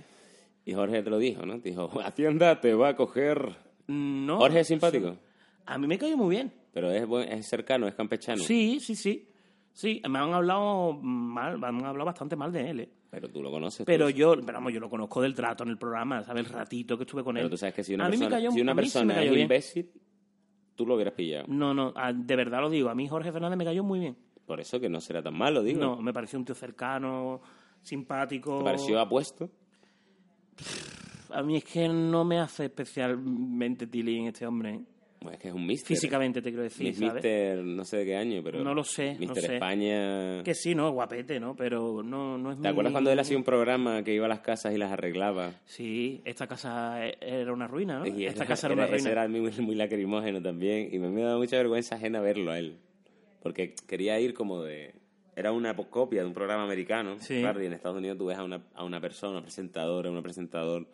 Speaker 1: Y Jorge te lo dijo, ¿no? Te dijo, Hacienda te va a coger.
Speaker 2: No,
Speaker 1: Jorge es simpático,
Speaker 2: A mí me cayó muy bien.
Speaker 1: pero es, buen- es cercano, es campechano.
Speaker 2: Sí, sí, sí. Sí, me han hablado mal, me han hablado bastante mal de él, ¿eh?
Speaker 1: Pero tú lo conoces.
Speaker 2: Pero
Speaker 1: tú-
Speaker 2: yo, pero vamos, yo lo conozco del trato en el programa, ¿sabes? El ratito que estuve con él.
Speaker 1: pero tú sabes que si una
Speaker 2: a mí me
Speaker 1: persona,
Speaker 2: cayó,
Speaker 1: si una
Speaker 2: a mí sí me
Speaker 1: persona
Speaker 2: cayó
Speaker 1: es
Speaker 2: bien. Mm.
Speaker 1: imbécil, tú lo hubieras pillado.
Speaker 2: No, no, a- de verdad lo digo. A mí Jorge Fernández me cayó muy bien.
Speaker 1: Por eso que no será tan malo, digo.
Speaker 2: No, me pareció un tío cercano, simpático.
Speaker 1: ¿Te pareció apuesto?
Speaker 2: A mí es que no me hace especialmente tilín este hombre. ¿eh?
Speaker 1: Pues es que es un mister.
Speaker 2: Físicamente te quiero
Speaker 1: Es
Speaker 2: decir, ¿sabes?
Speaker 1: mister, no sé de qué año, pero...
Speaker 2: No lo sé, no
Speaker 1: Mister
Speaker 2: sé.
Speaker 1: España...
Speaker 2: Que sí, ¿no? Guapete, ¿no? Pero no, no es
Speaker 1: ¿Te acuerdas cuando él hacía un programa que iba a las casas y las arreglaba?
Speaker 2: Sí, esta casa e- era una ruina, ¿no?
Speaker 1: Y
Speaker 2: esta
Speaker 1: era-
Speaker 2: casa era una
Speaker 1: era- ese
Speaker 2: ruina.
Speaker 1: era muy, muy lacrimógeno también. Y me, me daba mucha vergüenza ajena verlo a él. Porque quería ir como de. Era una po- copia de un programa americano.
Speaker 2: Sí.
Speaker 1: Claro, y en Estados Unidos tú ves a una, a una persona, un presentador, un presentador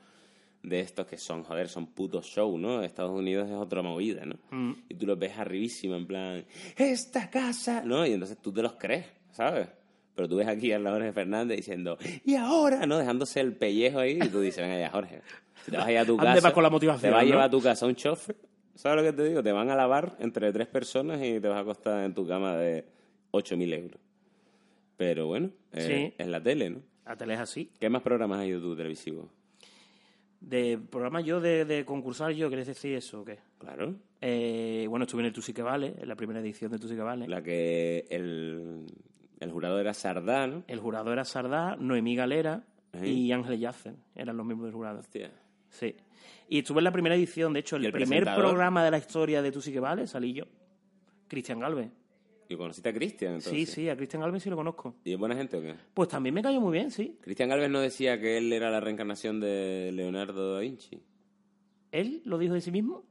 Speaker 1: de estos que son, joder, son putos show, ¿no? Estados Unidos es otra movida, ¿no?
Speaker 2: Mm.
Speaker 1: Y tú los ves arribísima, en plan, esta casa, ¿no? Y entonces tú te los crees, ¿sabes? Pero tú ves aquí a la Jorge Fernández diciendo, y ahora, ¿no? Dejándose el pellejo ahí. Y tú dices, ven allá, Jorge. Si te vas allá a tu
Speaker 2: Ande,
Speaker 1: casa.
Speaker 2: vas con la motivación,
Speaker 1: Te vas a
Speaker 2: ¿no?
Speaker 1: llevar a tu casa un chofer. ¿Sabes lo que te digo? Te van a lavar entre tres personas y te vas a costar en tu cama de 8.000 euros. Pero bueno, eh,
Speaker 2: Sí.
Speaker 1: es la tele, ¿no?
Speaker 2: La tele es Ah, así.
Speaker 1: ¿Qué más programas hay de tu televisivo?
Speaker 2: De programa yo, de, de concursar yo, ¿querés decir eso o qué?
Speaker 1: Claro.
Speaker 2: Eh, bueno, estuve en el Tú sí que vale, en la primera edición de Tú sí que vale.
Speaker 1: La que el, el jurado era Sardá, ¿no?
Speaker 2: El jurado era Sardá, Noemí Galera
Speaker 1: Ajá.
Speaker 2: y Ángeles Yacen. Eran los miembros del jurado.
Speaker 1: Hostia.
Speaker 2: Sí. Y estuve en la primera edición, de hecho, el,
Speaker 1: ¿Y el
Speaker 2: primer
Speaker 1: presentador?
Speaker 2: programa de la historia de Tú sí que vale salí yo. Cristian Galvez.
Speaker 1: ¿Y conociste a Cristian entonces?
Speaker 2: Sí, sí, a Cristian Galvez sí lo conozco.
Speaker 1: ¿Y es buena gente o qué?
Speaker 2: Pues también me cayó muy bien, sí.
Speaker 1: Cristian Galvez no decía que él era la reencarnación de Leonardo da Vinci.
Speaker 2: ¿Él lo dijo de sí mismo?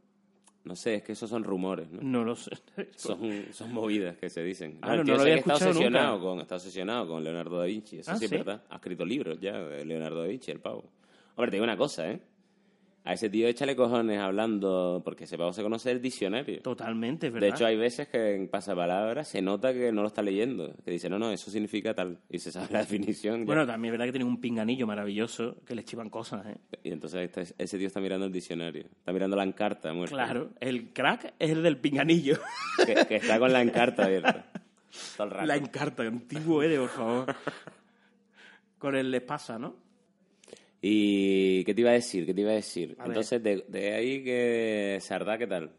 Speaker 1: No sé, es que esos son rumores, ¿no?
Speaker 2: No lo sé.
Speaker 1: Son, son movidas que se dicen.
Speaker 2: Ah, Mm. no,
Speaker 1: el
Speaker 2: no
Speaker 1: tío
Speaker 2: lo
Speaker 1: sé
Speaker 2: había
Speaker 1: que está
Speaker 2: escuchado
Speaker 1: obsesionado
Speaker 2: nunca.
Speaker 1: con Está obsesionado con Leonardo da Vinci. Eso
Speaker 2: Ah,
Speaker 1: sí es
Speaker 2: ¿sí?
Speaker 1: verdad. Ha escrito libros ya de Leonardo da Vinci, el pavo. Hombre, te digo una cosa, ¿eh? A ese tío échale cojones hablando, porque ese pavo se conoce el diccionario.
Speaker 2: Totalmente, es
Speaker 1: De
Speaker 2: ¿verdad?
Speaker 1: hecho, hay veces que en pasapalabras se nota que no lo está leyendo. Que dice, no, no, eso significa tal. Y se sabe la definición. ya.
Speaker 2: Bueno, también es verdad que tiene un pinganillo maravilloso que le chivan cosas, ¿eh?
Speaker 1: Y entonces este- ese tío está mirando el diccionario. Está mirando la encarta, muerto.
Speaker 2: Claro, el crack es el del pinganillo.
Speaker 1: Que, que está con la encarta abierta. Todo el rato.
Speaker 2: La encarta, antiguo eres, por favor. Con el espasa, ¿no?
Speaker 1: ¿Y qué te iba a decir? ¿Qué te iba a decir?
Speaker 2: A ver.
Speaker 1: entonces, de, de ahí que... Sardá, ¿qué tal?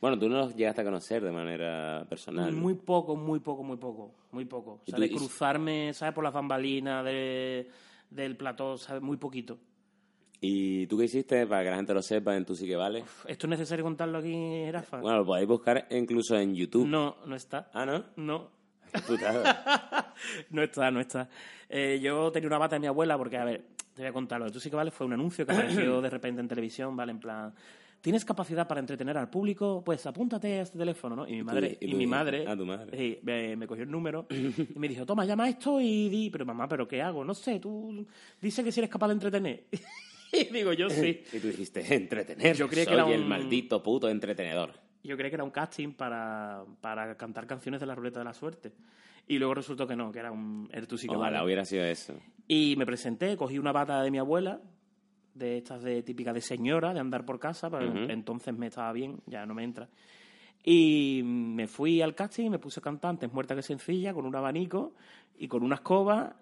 Speaker 1: Bueno, tú no los llegaste a conocer de manera personal.
Speaker 2: Muy poco, muy poco, muy poco, muy poco. O
Speaker 1: ¿Y
Speaker 2: sea,
Speaker 1: tú-
Speaker 2: de
Speaker 1: y-
Speaker 2: cruzarme, ¿sabes? Por las bambalinas de- del plató, ¿sabes? Muy poquito.
Speaker 1: ¿Y tú qué hiciste? Para que la gente lo sepa, en tú sí que vale.
Speaker 2: ¿Esto es necesario contarlo aquí, Rafa?
Speaker 1: Bueno, lo podéis buscar incluso en YouTube.
Speaker 2: no, no está.
Speaker 1: Ah, ¿no?
Speaker 2: No,
Speaker 1: Putada.
Speaker 2: No está, no está. Eh, yo tenía una bata de mi abuela porque, a ver, te voy a contar lo de Tú sí que vale. Fue un anuncio que apareció de repente en televisión, ¿vale? En plan, ¿tienes capacidad para entretener al público? Pues apúntate a este teléfono, ¿no? Y mi madre,
Speaker 1: y
Speaker 2: y,
Speaker 1: tú-
Speaker 2: mi madre,
Speaker 1: ah, tu madre.
Speaker 2: sí, me, me cogió el número y me dijo, toma, llama a esto y di, pero mamá, ¿pero qué hago? No sé, tú dices que si eres capaz de entretener. y digo, yo sí.
Speaker 1: Y tú dijiste, entretener.
Speaker 2: Yo creía que
Speaker 1: Soy
Speaker 2: era
Speaker 1: el
Speaker 2: un-
Speaker 1: maldito puto entretenedor.
Speaker 2: Yo creía que era un casting para, para cantar canciones de la ruleta de la suerte. Y luego resultó que no, que era un... el Tú sí que
Speaker 1: Ojalá
Speaker 2: vale.
Speaker 1: hubiera sido eso.
Speaker 2: Y me presenté, cogí una bata de mi abuela, de estas de típica de señora, de andar por casa, pero
Speaker 1: Ujú.
Speaker 2: entonces me estaba bien, ya no me entra. Y me fui al casting y me puse cantantes muerta que sencilla, con un abanico y con una escoba.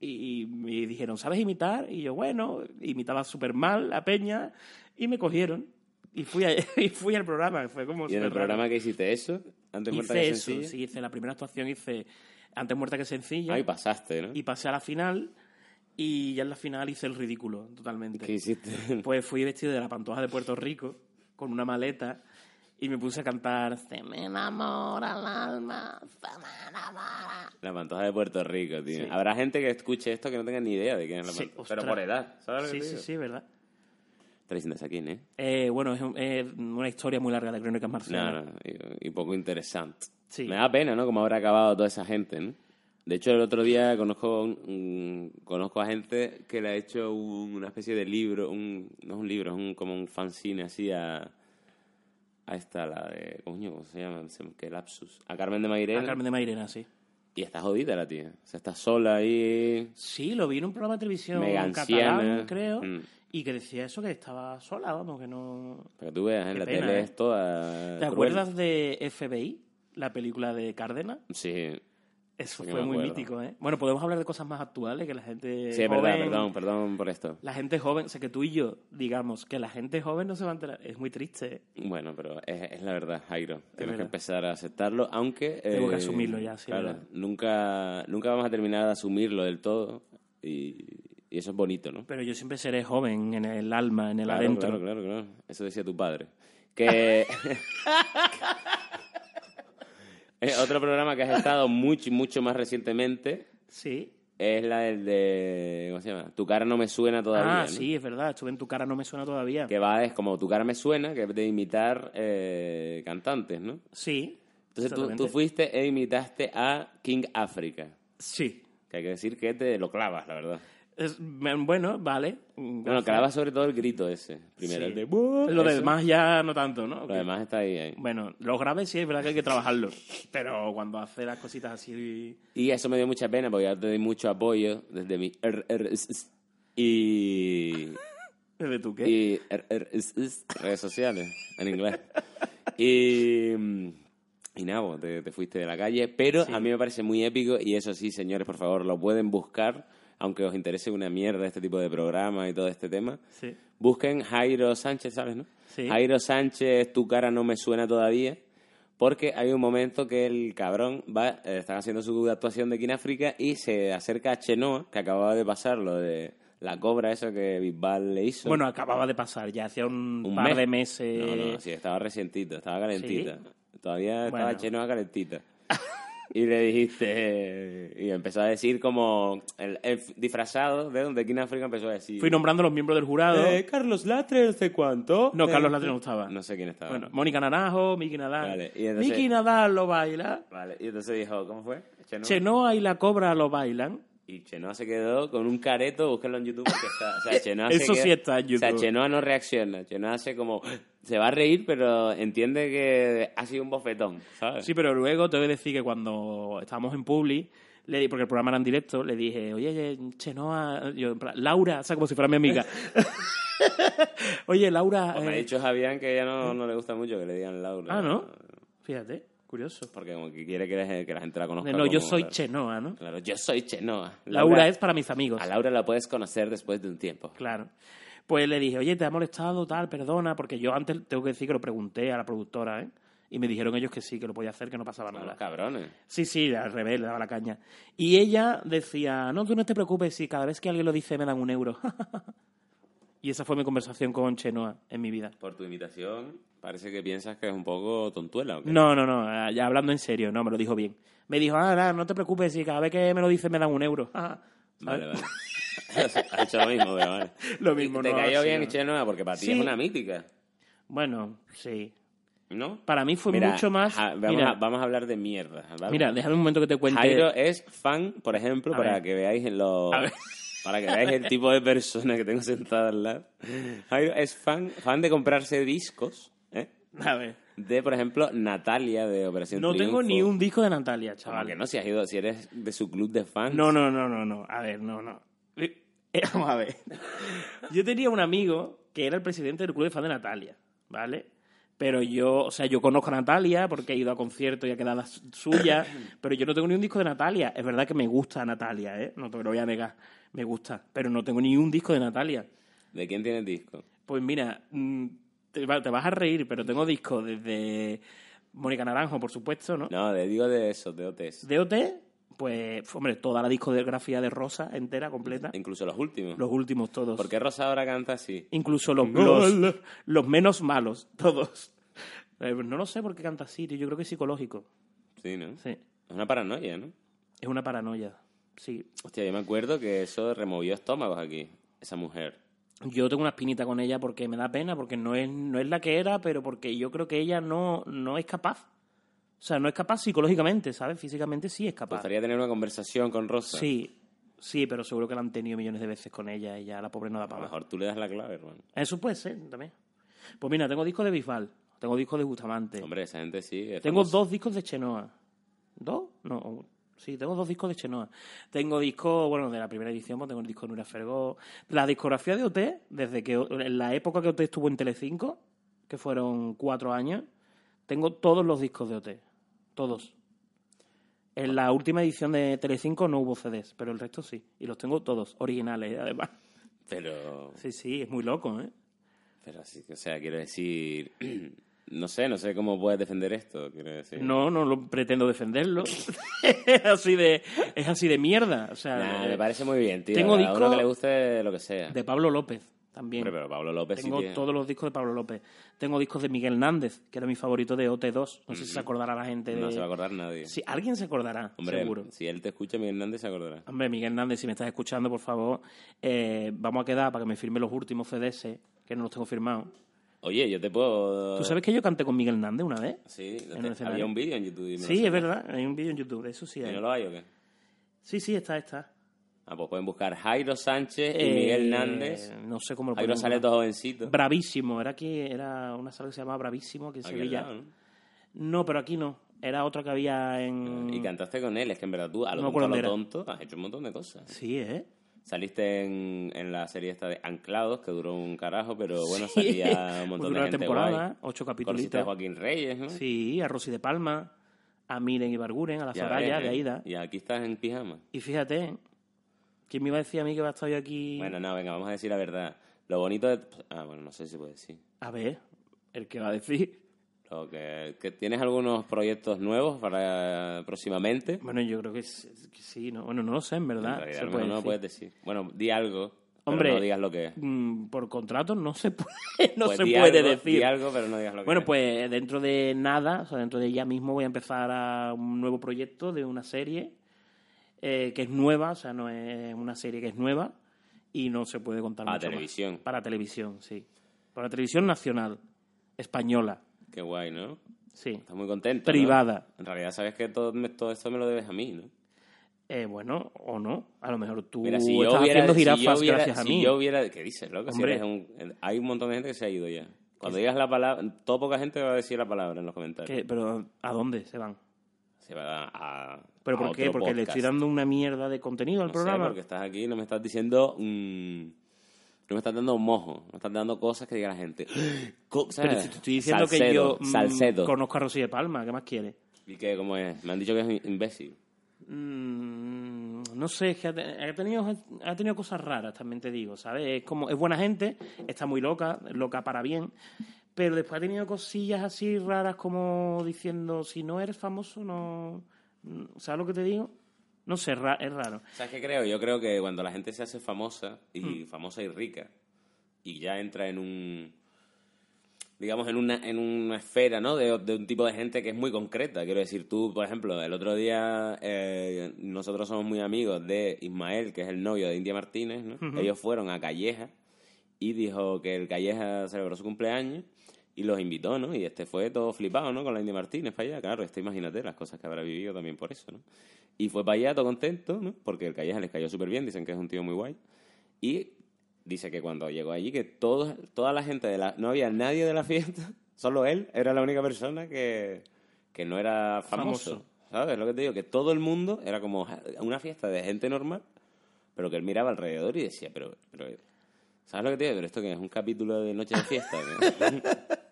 Speaker 2: Y, y me dijeron, ¿sabes imitar? Y yo, bueno, imitaba súper mal la peña. Y me cogieron. Y fui, a- y fui al programa, que fue como...
Speaker 1: Y en el
Speaker 2: súper Pues raro.
Speaker 1: programa que hiciste eso, antes muerta
Speaker 2: hice
Speaker 1: que
Speaker 2: eso,
Speaker 1: sencilla.
Speaker 2: sí, hice la primera actuación, hice Antes muerta que sencilla
Speaker 1: Ahí pasaste, ¿no?
Speaker 2: y pasé a la final y ya en la final hice el ridículo totalmente.
Speaker 1: ¿Qué hiciste?
Speaker 2: Pues fui vestido de la pantoja de Puerto Rico con una maleta y me puse a cantar Se me enamora el alma, se me enamora.
Speaker 1: La pantoja de Puerto Rico, tío.
Speaker 2: Sí.
Speaker 1: Habrá gente que escuche esto que no tenga ni idea de quién es la
Speaker 2: Sí,
Speaker 1: pantoja. Pero
Speaker 2: ostras.
Speaker 1: por edad, ¿sabes? lo que
Speaker 2: Sí,
Speaker 1: te
Speaker 2: sí,
Speaker 1: digo?
Speaker 2: sí, ¿verdad?
Speaker 1: Está diciendo eso aquí, ¿eh?
Speaker 2: Eh, bueno, es, un- es una historia muy larga de Crónicas
Speaker 1: No,
Speaker 2: Marcianas.
Speaker 1: no, y, y poco interesante.
Speaker 2: Sí.
Speaker 1: Me da pena, ¿no? Como habrá acabado toda esa gente, ¿no? De hecho, el otro día conozco, un- un- conozco a gente que le ha hecho un- una especie de libro, un, no es un libro, es un, como un fanzine así a, a esta, la de, coño, ¿cómo se llama? Se me- Qué lapsus. A Carmen de
Speaker 2: A
Speaker 1: Mairena.
Speaker 2: Carmen de Mairena, sí.
Speaker 1: Y está jodida la tía. O sea, está sola ahí.
Speaker 2: Sí, lo vi en un programa de televisión
Speaker 1: Mega anciana.
Speaker 2: catalán, creo,
Speaker 1: Mm. Ah,
Speaker 2: y que decía eso, que estaba sola, vamos, que no...
Speaker 1: Para que tú veas, en
Speaker 2: Qué
Speaker 1: la
Speaker 2: pena,
Speaker 1: tele
Speaker 2: ¿eh?
Speaker 1: es toda...
Speaker 2: ¿Te
Speaker 1: cruel.
Speaker 2: acuerdas de FBI, la película de Cárdenas?
Speaker 1: Sí.
Speaker 2: Eso
Speaker 1: Sí que
Speaker 2: fue
Speaker 1: me
Speaker 2: muy
Speaker 1: acuerdo.
Speaker 2: mítico, ¿eh? Bueno, podemos hablar de cosas más actuales que la gente
Speaker 1: Sí, es
Speaker 2: Eh, joven...
Speaker 1: verdad, perdón, perdón por esto.
Speaker 2: La gente joven, sé que tú y yo digamos que la gente joven no se va a enterar. Es muy triste, ¿eh?
Speaker 1: Bueno, pero es, es la verdad, Jairo. Tenemos que
Speaker 2: verdad.
Speaker 1: empezar a aceptarlo, aunque...
Speaker 2: Tengo que
Speaker 1: eh,
Speaker 2: asumirlo ya, sí,
Speaker 1: Claro,
Speaker 2: verdad.
Speaker 1: nunca, nunca vamos a terminar de asumirlo del todo y, y eso es bonito, ¿no?
Speaker 2: Pero yo siempre seré joven en el alma, en el
Speaker 1: Claro,
Speaker 2: adentro.
Speaker 1: claro, claro, claro. Eso decía tu padre. Que... Eh, Otro programa que has estado mucho, mucho más recientemente
Speaker 2: Sí.
Speaker 1: es la del de... ¿Cómo se llama? Tu cara no me suena todavía.
Speaker 2: ah,
Speaker 1: ¿no?
Speaker 2: sí, es verdad. Estuve en tu cara, no me suena todavía.
Speaker 1: Que va, es como tu cara me suena, que es de imitar eh, cantantes, ¿no?
Speaker 2: Sí.
Speaker 1: Entonces tú,
Speaker 2: exactamente.
Speaker 1: tú fuiste e imitaste a King Africa.
Speaker 2: Sí.
Speaker 1: Que hay que decir que te lo clavas, la verdad.
Speaker 2: Es- bueno, vale.
Speaker 1: Bueno, calaba sobre todo el grito ese. Primero
Speaker 2: Sí.
Speaker 1: el de... "Buah",
Speaker 2: Lo
Speaker 1: eso.
Speaker 2: demás ya no tanto, ¿no?
Speaker 1: Lo demás está ahí, ahí.
Speaker 2: Bueno, los graves sí es verdad que hay que trabajarlos. Pero cuando hace las cositas así.
Speaker 1: Y eso me dio mucha pena porque yo te di mucho apoyo desde mi... er, RRSS y...
Speaker 2: ¿De tú qué?
Speaker 1: y er, RRSS, redes sociales en inglés. Y, mm, y nada, vos, te, te fuiste de la calle, pero a mí me parece muy épico y eso sí, señores, por favor, lo pueden buscar, aunque os interese una mierda este tipo de programa y todo este tema.
Speaker 2: Sí.
Speaker 1: Busquen Jairo Sánchez, ¿sabes, no?
Speaker 2: Sí.
Speaker 1: Jairo Sánchez, tu cara no me suena todavía. Porque hay un momento que el cabrón va, eh, están haciendo su actuación de aquí en África y se acerca a Chenoa, que acababa de pasar lo de la cobra esa que Bisbal le hizo.
Speaker 2: Bueno, eh, acababa de pasar, ya hacía un,
Speaker 1: Un
Speaker 2: par
Speaker 1: mes.
Speaker 2: de meses.
Speaker 1: No, no, sí, estaba recientito, estaba calentita. Todavía estaba
Speaker 2: Bueno.
Speaker 1: Chenoa calentita. y le dijiste, y empezó a decir como, el, el disfrazado de donde aquí en África empezó a decir...
Speaker 2: Fui nombrando los miembros del jurado.
Speaker 1: Eh, Carlos Latre, no sé cuánto.
Speaker 2: No,
Speaker 1: Eh,
Speaker 2: Carlos Latre no estaba.
Speaker 1: No sé quién estaba.
Speaker 2: Bueno, Mónica Naranjo, Miki Nadal.
Speaker 1: Vale, y entonces-
Speaker 2: Miki Nadal lo baila.
Speaker 1: Vale, y entonces dijo, ¿cómo fue? Chenoa.
Speaker 2: Chenoa y la Cobra lo bailan.
Speaker 1: y Chenoa se quedó con un careto, búscalo en YouTube porque está... O sea, Chenoa
Speaker 2: Eso
Speaker 1: se queda-
Speaker 2: sí está en
Speaker 1: O sea,
Speaker 2: YouTube.
Speaker 1: Chenoa no reacciona, Chenoa hace como... Se va a reír, pero entiende que ha sido un bofetón, ¿sabes?
Speaker 2: Sí, pero luego te voy a decir que cuando estábamos en Publi, le di- porque el programa era en directo, le dije, oye, eh, Chenoa, yo, en plan, Laura, o sea, como si fuera mi amiga. oye, Laura.
Speaker 1: Pues me ha
Speaker 2: eh,
Speaker 1: dicho Javián que ya no, no le gusta mucho que le digan Laura.
Speaker 2: Ah, ¿no? Fíjate, curioso.
Speaker 1: Porque como que quiere que, la- que la gente la conozca.
Speaker 2: De, no, yo
Speaker 1: como-
Speaker 2: soy
Speaker 1: claro.
Speaker 2: Chenoa, ¿no?
Speaker 1: Claro, yo soy Chenoa.
Speaker 2: Laura, es para mis amigos.
Speaker 1: A Laura la puedes conocer después de un tiempo.
Speaker 2: Claro. Pues le dije, oye, te ha molestado, tal, perdona, porque yo antes tengo que decir que lo pregunté a la productora, ¿eh? Y me dijeron ellos que sí, que lo podía hacer, que no pasaba
Speaker 1: Son
Speaker 2: nada.
Speaker 1: los cabrones.
Speaker 2: Sí, sí, al revés, le daba la caña. Y ella decía, no, tú no te preocupes, si cada vez que alguien lo dice me dan un euro. y esa fue mi conversación con Chenoa en mi vida.
Speaker 1: Por tu imitación, parece que piensas que es un poco tontuela. ¿o qué?
Speaker 2: No, no, no, ya hablando en serio, no, me lo dijo bien. Me dijo, ah, nada, no te preocupes, si cada vez que me lo dice me dan un euro. ¿sabes?
Speaker 1: Vale, vale. ha hecho lo mismo, pero vale.
Speaker 2: Lo mismo,
Speaker 1: Te
Speaker 2: no,
Speaker 1: cayó
Speaker 2: sí,
Speaker 1: bien
Speaker 2: no.
Speaker 1: Chenoa porque para ti
Speaker 2: Sí.
Speaker 1: es una mítica,
Speaker 2: Bueno, sí.
Speaker 1: ¿no?
Speaker 2: Para mí fue
Speaker 1: Mira,
Speaker 2: mucho más...
Speaker 1: ja- vamos,
Speaker 2: mira,
Speaker 1: a, vamos a hablar de mierda. ¿vale?
Speaker 2: mira, déjame un momento que te cuente...
Speaker 1: Jairo es fan, por ejemplo,
Speaker 2: A
Speaker 1: para
Speaker 2: ver.
Speaker 1: que veáis en los.
Speaker 2: A ver.
Speaker 1: Para que veáis el tipo de persona que tengo sentada al lado. Jairo es fan, fan de comprarse discos, ¿eh?
Speaker 2: A ver,
Speaker 1: De, por ejemplo, Natalia de Operación
Speaker 2: no tengo ni
Speaker 1: Triunfo.
Speaker 2: un disco de Natalia,
Speaker 1: Como
Speaker 2: chaval.
Speaker 1: que no, si has ido, si eres de su club de fans.
Speaker 2: No, no, no, no, no. A ver, no, no. Eh, eh, Vamos a ver. Yo tenía un amigo que era el presidente del club de fans de Natalia, ¿vale? Pero yo, o sea, yo conozco a Natalia porque he ido a conciertos y a quedadas suyas, pero yo no tengo ni un disco de Natalia. Es verdad que me gusta Natalia, ¿eh? No te lo voy a negar. Me gusta, pero no tengo ni un disco de Natalia.
Speaker 1: ¿De quién tienes disco?
Speaker 2: Pues mira, mm, te, va- te vas a reír, pero tengo discos desde Mónica Naranjo, por supuesto, ¿no?
Speaker 1: No, de, digo de eso, de OTS.
Speaker 2: De OT, pues, hombre, toda la discografía de Rosa entera, completa.
Speaker 1: Incluso los últimos.
Speaker 2: Los últimos todos.
Speaker 1: ¿Por qué Rosa ahora canta así?
Speaker 2: Incluso los,
Speaker 1: Hola.
Speaker 2: los, los menos malos, todos. Eh, No lo sé por qué canta así, tío. Yo creo que es psicológico.
Speaker 1: Sí, ¿no?
Speaker 2: Sí.
Speaker 1: Es una paranoia, ¿no?
Speaker 2: Es una paranoia. Sí.
Speaker 1: Hostia, yo me acuerdo que eso removió estómagos aquí, esa mujer.
Speaker 2: Yo tengo una espinita con ella porque me da pena, porque no es, no es la que era, pero porque yo creo que ella no, no es capaz. O sea, no es capaz psicológicamente, ¿sabes? Físicamente sí es
Speaker 1: Me
Speaker 2: capaz.
Speaker 1: gustaría tener una conversación con Rosa.
Speaker 2: Sí, sí, pero seguro que la han tenido millones de veces con ella. Ella, la pobre, no da
Speaker 1: A lo
Speaker 2: para más.
Speaker 1: mejor tú le das la clave, hermano.
Speaker 2: Eso puede ser también. Pues mira, tengo discos de Bisbal, tengo discos de Bustamante.
Speaker 1: Hombre, esa gente sí. es
Speaker 2: Tengo
Speaker 1: famosa.
Speaker 2: dos discos de Chenoa. ¿Dos? No. o- Sí, tengo dos discos de Chenoa. Tengo discos, bueno, de la primera edición, pues tengo el disco de Nura Fergó. La discografía de OT, desde que en la época que OT estuvo en Telecinco, que fueron cuatro años, tengo todos los discos de OT. Todos. En la última edición de Telecinco no hubo CDs, pero el resto sí. Y los tengo todos, originales, además.
Speaker 1: Pero,
Speaker 2: Sí, sí, es muy loco, ¿eh?
Speaker 1: pero sí, o sea, quiero decir... No sé, no sé cómo puedes defender esto, quiero decir.
Speaker 2: No, no lo pretendo defenderlo. es así de es así de mierda, o sea,
Speaker 1: Nah,
Speaker 2: eh,
Speaker 1: me parece muy bien, tío.
Speaker 2: tengo
Speaker 1: Tengo a uno
Speaker 2: disco
Speaker 1: que le guste lo que sea.
Speaker 2: de Pablo López también.
Speaker 1: Hombre, pero Pablo López
Speaker 2: Tengo
Speaker 1: sí tiene-
Speaker 2: todos los discos de Pablo López. Tengo discos de Miguel Hernández, que era mi favorito de OT2. No sé si se acordará la gente de
Speaker 1: No se va a acordar nadie.
Speaker 2: Sí, alguien se acordará,
Speaker 1: Hombre,
Speaker 2: seguro.
Speaker 1: si él te escucha, Miguel Hernández se acordará.
Speaker 2: Hombre, Miguel Hernández, si me estás escuchando, por favor, eh, vamos a quedar para que me firme los últimos CDs, que no los tengo firmados.
Speaker 1: Oye, yo te puedo...
Speaker 2: ¿Tú sabes que yo canté con Miguel Hernández una vez?
Speaker 1: Sí, te-
Speaker 2: el escenario.
Speaker 1: había un vídeo en YouTube. y me lo
Speaker 2: Sí,
Speaker 1: sé.
Speaker 2: es verdad. Hay un vídeo en YouTube, de eso sí
Speaker 1: ¿Y
Speaker 2: hay.
Speaker 1: no lo hay o qué?
Speaker 2: Sí, sí, está, está.
Speaker 1: Ah, pues pueden buscar Jairo Sánchez y
Speaker 2: Eh,
Speaker 1: Miguel Nández.
Speaker 2: No sé cómo lo
Speaker 1: Jairo
Speaker 2: podemos
Speaker 1: sale
Speaker 2: llamar.
Speaker 1: todo jovencito.
Speaker 2: Bravísimo, era que era una sala que se llamaba Bravísimo aquí en
Speaker 1: Aquí al
Speaker 2: Sevilla.
Speaker 1: lado, Ah, ¿no?
Speaker 2: No, pero aquí no. Era otra que había en.
Speaker 1: Y cantaste con él, es que en verdad tú a lo,
Speaker 2: Mm.
Speaker 1: tonto,
Speaker 2: No me
Speaker 1: a
Speaker 2: acuerdo
Speaker 1: lo
Speaker 2: dónde
Speaker 1: tonto has hecho un montón de cosas.
Speaker 2: Sí, ¿eh?
Speaker 1: Saliste en, en la serie esta de Anclados, que duró un carajo, pero bueno, salía un montón de
Speaker 2: Duró una
Speaker 1: gente
Speaker 2: temporada,
Speaker 1: guay.
Speaker 2: ocho
Speaker 1: Conociste a
Speaker 2: capítulos.
Speaker 1: Joaquín Reyes, ¿no?
Speaker 2: Sí, a Rosy de Palma, a Miren Ibarguren, a la
Speaker 1: Ya
Speaker 2: Zoraya,
Speaker 1: ves,
Speaker 2: de
Speaker 1: ¿eh?
Speaker 2: Aida.
Speaker 1: Y aquí estás en pijama.
Speaker 2: Y fíjate, ¿quién me iba a decir a mí que va a estar yo aquí?
Speaker 1: Bueno, no, venga, vamos a decir la verdad. Lo bonito de... Ah, bueno, no sé si puedo decir.
Speaker 2: A ver, el que va a decir.
Speaker 1: Lo que, que ¿Tienes algunos proyectos nuevos para próximamente?
Speaker 2: Bueno, yo creo que, s- que sí, ¿no? Bueno, no lo sé, en
Speaker 1: En
Speaker 2: verdad.
Speaker 1: realidad,
Speaker 2: se
Speaker 1: no,
Speaker 2: puede
Speaker 1: no lo
Speaker 2: decir.
Speaker 1: puedes decir. Bueno, di algo, pero
Speaker 2: Hombre,
Speaker 1: no digas lo que es.
Speaker 2: Mm, por contrato no se puede, no
Speaker 1: Pues
Speaker 2: se
Speaker 1: di
Speaker 2: puede
Speaker 1: algo,
Speaker 2: decir.
Speaker 1: Di algo, pero no digas lo que
Speaker 2: Bueno,
Speaker 1: es.
Speaker 2: pues dentro de nada, o sea, dentro de ya mismo voy a empezar a un nuevo proyecto de una serie eh, que es nueva, o sea, no es una serie que es nueva y no se puede contar
Speaker 1: Para
Speaker 2: mucho más.
Speaker 1: televisión.
Speaker 2: Para televisión, sí. Para televisión nacional, española,
Speaker 1: Qué guay, ¿no?
Speaker 2: sí.
Speaker 1: Estás muy contento. ¿no?
Speaker 2: Privada.
Speaker 1: En realidad sabes que todo, me- todo esto me lo debes a mí, ¿no?
Speaker 2: Eh, bueno, o no, a lo mejor tú
Speaker 1: Mira, si yo
Speaker 2: Uh, estás
Speaker 1: hubiera,
Speaker 2: haciendo
Speaker 1: si yo
Speaker 2: jirafas
Speaker 1: hubiera-
Speaker 2: gracias a
Speaker 1: si
Speaker 2: mí.
Speaker 1: yo hubiera, ¿qué dices, loco? Si
Speaker 2: Hombre.
Speaker 1: eres un- hay un montón de gente que se ha ido ya. Cuando digas la palabra, todo poca gente va a decir la palabra en los comentarios.
Speaker 2: Que- Pero ¿a dónde se van?
Speaker 1: Se va a, a-
Speaker 2: ¿Pero
Speaker 1: a
Speaker 2: por qué?
Speaker 1: otro
Speaker 2: Porque le
Speaker 1: podcast.
Speaker 2: estoy dando una mierda de contenido al
Speaker 1: No sé,
Speaker 2: programa.
Speaker 1: porque estás aquí y no me estás diciendo... mm, no me estás dando mojo, no me estás dando cosas que diga la gente. Co-
Speaker 2: Pero
Speaker 1: ¿sabes?
Speaker 2: si te estoy diciendo que
Speaker 1: eh, Salcedo,
Speaker 2: yo mm,
Speaker 1: Salcedo.
Speaker 2: conozco a Rosy de Palma, ¿qué más quieres?
Speaker 1: ¿Y qué? ¿Cómo es? Me han dicho que es un imbécil.
Speaker 2: Mm, no sé, es que ha, te- ha tenido, ha tenido cosas raras, también te digo, ¿sabes? Es, como, es buena gente, está muy loca, loca para bien, pero después ha tenido cosillas así raras como diciendo, si no eres famoso, no... mm, ¿Sabes lo que te digo? No sé, ra- es raro.
Speaker 1: ¿Sabes qué creo? Yo creo que cuando la gente se hace famosa, y famosa y rica, y ya entra en un digamos en una en una esfera no de, de un tipo de gente que es muy concreta quiero decir tú por ejemplo el otro día eh, nosotros somos muy amigos de Ismael que es el novio de India Martínez ¿no? ellos fueron a Calleja y dijo que el Calleja celebró su cumpleaños y los invitó no y este fue todo flipado no con la India Martínez para allá claro este imagínate las cosas que habrá vivido también por eso no y fue para allá todo contento no porque el Calleja les cayó súper bien dicen que es un tío muy guay y dice que cuando llegó allí, que todo, toda la gente de la... No había nadie de la fiesta, solo él era la única persona que, que no era famoso.
Speaker 2: Famoso.
Speaker 1: ¿Sabes lo que te digo? Que todo el mundo era como una fiesta de gente normal, pero que él miraba alrededor y decía, pero... pero ¿Sabes lo que te digo? Pero esto que es un capítulo de Noche de Fiesta. ¿no?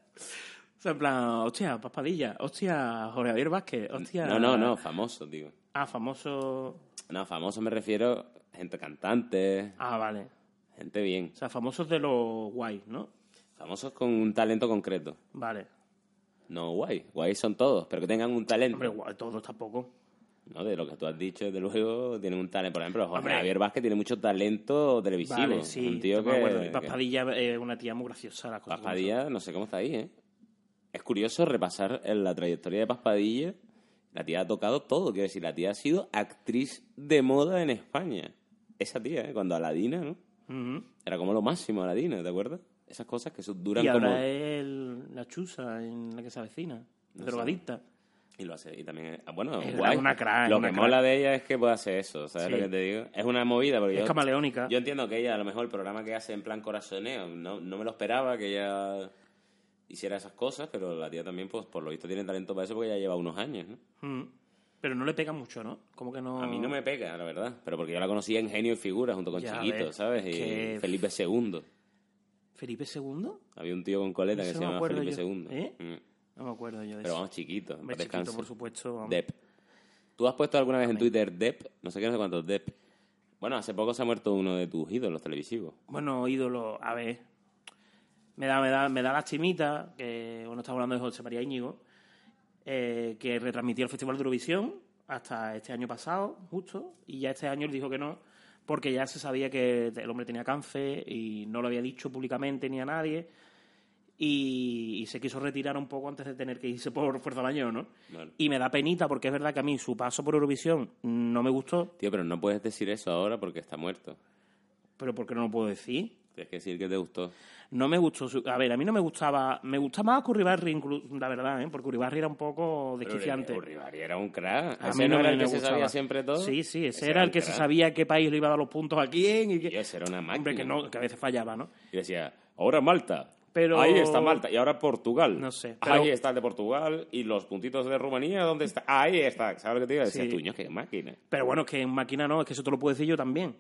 Speaker 2: O sea, en plan, hostia, Paspadilla, hostia, Jorge Javier Vázquez, hostia...
Speaker 1: no, no, no, famoso, digo.
Speaker 2: Ah, famoso...
Speaker 1: No, famoso me refiero a gente cantante,
Speaker 2: Ah, vale.
Speaker 1: gente bien.
Speaker 2: O sea, famosos de los guay, ¿no?
Speaker 1: Famosos con un talento concreto.
Speaker 2: Vale.
Speaker 1: No guay, guay son todos, pero que tengan un talento.
Speaker 2: Hombre, guay, todos tampoco.
Speaker 1: No, de lo que tú has dicho, desde luego, tiene un talento. Por ejemplo, Jorge
Speaker 2: Hombre.
Speaker 1: Javier Vázquez tiene mucho talento televisivo.
Speaker 2: Vale, sí,
Speaker 1: un tío
Speaker 2: estoy de acuerdo. Y
Speaker 1: que... que-
Speaker 2: Paspadilla es una tía muy graciosa. Las cosas como
Speaker 1: Paspadilla, no sé cómo está ahí, ¿eh? Es curioso repasar en la trayectoria de Paspadilla. La tía ha tocado todo, quiero decir, la tía ha sido actriz de moda en España. Esa tía, ¿eh? Cuando Aladina, ¿no?
Speaker 2: son. Ujú.
Speaker 1: Era como lo máximo Aladina, ¿te acuerdas? Esas cosas que eso duran
Speaker 2: Y ahora
Speaker 1: como...
Speaker 2: es el- la chusa en la que se avecina. drogadicta.
Speaker 1: Y lo hace, y también, es- bueno,
Speaker 2: Es
Speaker 1: guay.
Speaker 2: una crack,
Speaker 1: Lo
Speaker 2: una
Speaker 1: que
Speaker 2: crack.
Speaker 1: mola de ella es que puede hacer eso, ¿sabes
Speaker 2: Sí.
Speaker 1: lo que te digo? Es una movida, porque
Speaker 2: Es
Speaker 1: yo-
Speaker 2: camaleónica.
Speaker 1: Yo entiendo que ella, a lo mejor, el programa que hace en plan corazoneo, no, no me lo esperaba que ella hiciera esas cosas, pero la tía también, pues, por lo visto tiene talento para eso porque ya lleva unos años, ¿no?
Speaker 2: Ujú. Pero no le pega mucho, ¿no? Como que no...
Speaker 1: A mí no me pega, la verdad, pero porque yo la conocía en Genio y Figura junto con
Speaker 2: Ya
Speaker 1: Chiquito,
Speaker 2: ves,
Speaker 1: ¿sabes? Y
Speaker 2: que-
Speaker 1: Felipe II.
Speaker 2: ¿Felipe II?
Speaker 1: Había un tío con coleta
Speaker 2: Eso
Speaker 1: que se
Speaker 2: me
Speaker 1: llamaba
Speaker 2: acuerdo
Speaker 1: Felipe
Speaker 2: yo.
Speaker 1: II.
Speaker 2: ¿Eh?
Speaker 1: Mm.
Speaker 2: No me acuerdo yo de
Speaker 1: Pero
Speaker 2: eso.
Speaker 1: vamos, Chiquito.
Speaker 2: Hombre,
Speaker 1: para
Speaker 2: chiquito,
Speaker 1: descanso.
Speaker 2: por supuesto. vamos.
Speaker 1: Depp. ¿Tú has puesto alguna vez en Twitter Depp? No sé qué, no sé cuántos Depp. Bueno, hace poco se ha muerto uno de tus ídolos televisivos.
Speaker 2: Bueno, ídolo, a ver. Me da, me da, me da lastimita, que bueno, estamos hablando de José María Íñigo, eh, que retransmitió el Festival de Eurovisión hasta este año pasado, justo, y ya este año él dijo que no, porque ya se sabía que el hombre tenía cáncer y no lo había dicho públicamente ni a nadie, y, y se quiso retirar un poco antes de tener que irse por fuerza mayor, ¿no?
Speaker 1: Vale.
Speaker 2: Y me da penita, porque es verdad que a mí su paso por Eurovisión no me gustó,
Speaker 1: Tío, pero no puedes decir eso ahora porque está muerto.
Speaker 2: pero porque no lo puedo decir.
Speaker 1: Tienes que decir que te gustó.
Speaker 2: No me gustó. su- A ver, a mí no me gustaba. Me gustaba más Curribarri, inclu- la verdad, ¿eh? porque Curribarri era un poco desquiciante.
Speaker 1: Pero Uribarri era un crack.
Speaker 2: A
Speaker 1: Ese
Speaker 2: mí
Speaker 1: no, era
Speaker 2: me-
Speaker 1: el
Speaker 2: me
Speaker 1: que se sabía
Speaker 2: gustaba.
Speaker 1: siempre todo.
Speaker 2: Sí, sí, ese, era el que se
Speaker 1: crack.
Speaker 2: sabía qué país le iba a dar los puntos a quién. Y que...
Speaker 1: Y ese era una máquina.
Speaker 2: Hombre, que, no, que a veces fallaba, ¿no?
Speaker 1: Y decía, ahora Malta.
Speaker 2: Pero-
Speaker 1: Ahí está Malta. Y ahora Portugal.
Speaker 2: No sé,
Speaker 1: Ahí
Speaker 2: pero-
Speaker 1: está el de Portugal. Y los puntitos de Rumanía, ¿dónde está? Ahí está. ¿Sabes lo que te digo? Decía,
Speaker 2: Sí.
Speaker 1: tuño, qué máquina.
Speaker 2: Pero bueno, es que en máquina no, es que eso te lo puedo decir yo también.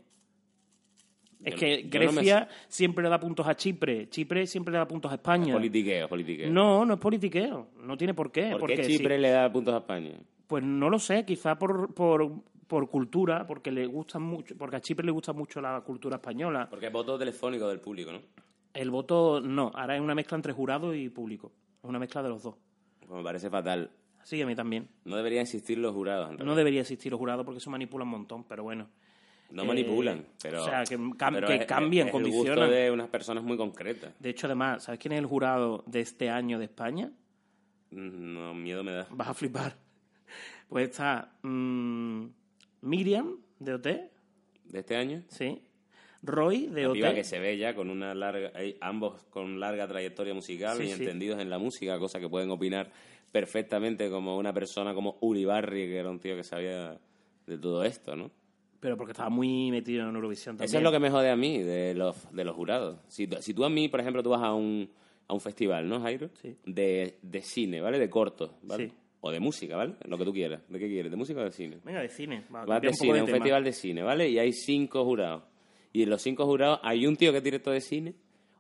Speaker 2: Es
Speaker 1: Yo- yo
Speaker 2: que
Speaker 1: no me-
Speaker 2: Grecia siempre le da puntos a Chipre, Chipre siempre le da puntos a España.
Speaker 1: Politiqueo, politiqueo.
Speaker 2: No, no es politiqueo, no tiene por qué.
Speaker 1: ¿Por
Speaker 2: Eh, porque
Speaker 1: qué
Speaker 2: si-
Speaker 1: Chipre le da puntos a España?
Speaker 2: pues no lo sé, quizá por, por, por cultura, porque le gusta mucho, porque a Chipre le gusta mucho la cultura española.
Speaker 1: Porque es voto telefónico del público, ¿no?
Speaker 2: El voto no, ahora es una mezcla entre jurado y público, una mezcla de los dos.
Speaker 1: Pues me parece fatal.
Speaker 2: Sí, a mí también.
Speaker 1: No deberían existir los jurados. en
Speaker 2: No
Speaker 1: realidad.
Speaker 2: debería existir los jurados porque eso manipula un montón, pero bueno.
Speaker 1: No,
Speaker 2: eh,
Speaker 1: manipulan, pero...
Speaker 2: o sea, que cam-
Speaker 1: pero
Speaker 2: que
Speaker 1: es-
Speaker 2: cambian,
Speaker 1: es el gusto
Speaker 2: condicionan.
Speaker 1: de unas personas muy concretas.
Speaker 2: De hecho, además, ¿sabes quién es el jurado de este año de España?
Speaker 1: Mm, No, miedo me da.
Speaker 2: Vas a flipar. Pues está mm, Miriam, de OT,
Speaker 1: ¿De este año?
Speaker 2: sí. Roy, de
Speaker 1: La piba que
Speaker 2: OT.
Speaker 1: se ve ya con una larga, eh, ambos con larga trayectoria musical
Speaker 2: Sí,
Speaker 1: y
Speaker 2: sí.
Speaker 1: entendidos en la música, cosa que pueden opinar perfectamente como una persona como Uribarri, que era un tío que sabía de todo esto, ¿no?
Speaker 2: Pero porque estaba muy metido en Eurovisión también.
Speaker 1: Eso es lo que me jode a mí de los, de los jurados. Si, tú- si tú a mí, por ejemplo, tú vas a un, a un festival, ¿no, Jairo?
Speaker 2: Sí.
Speaker 1: De, de cine, ¿vale? De cortos, ¿vale?
Speaker 2: Sí.
Speaker 1: O de música, ¿vale? Lo que tú quieras. ¿De qué quieres? ¿De música o de cine?
Speaker 2: Venga, de cine. Va,
Speaker 1: Va
Speaker 2: cambia
Speaker 1: de
Speaker 2: un poco
Speaker 1: cine,
Speaker 2: de
Speaker 1: un
Speaker 2: tema.
Speaker 1: festival de cine, ¿vale? Y hay cinco jurados. Y en los cinco jurados hay un tío que es director de cine,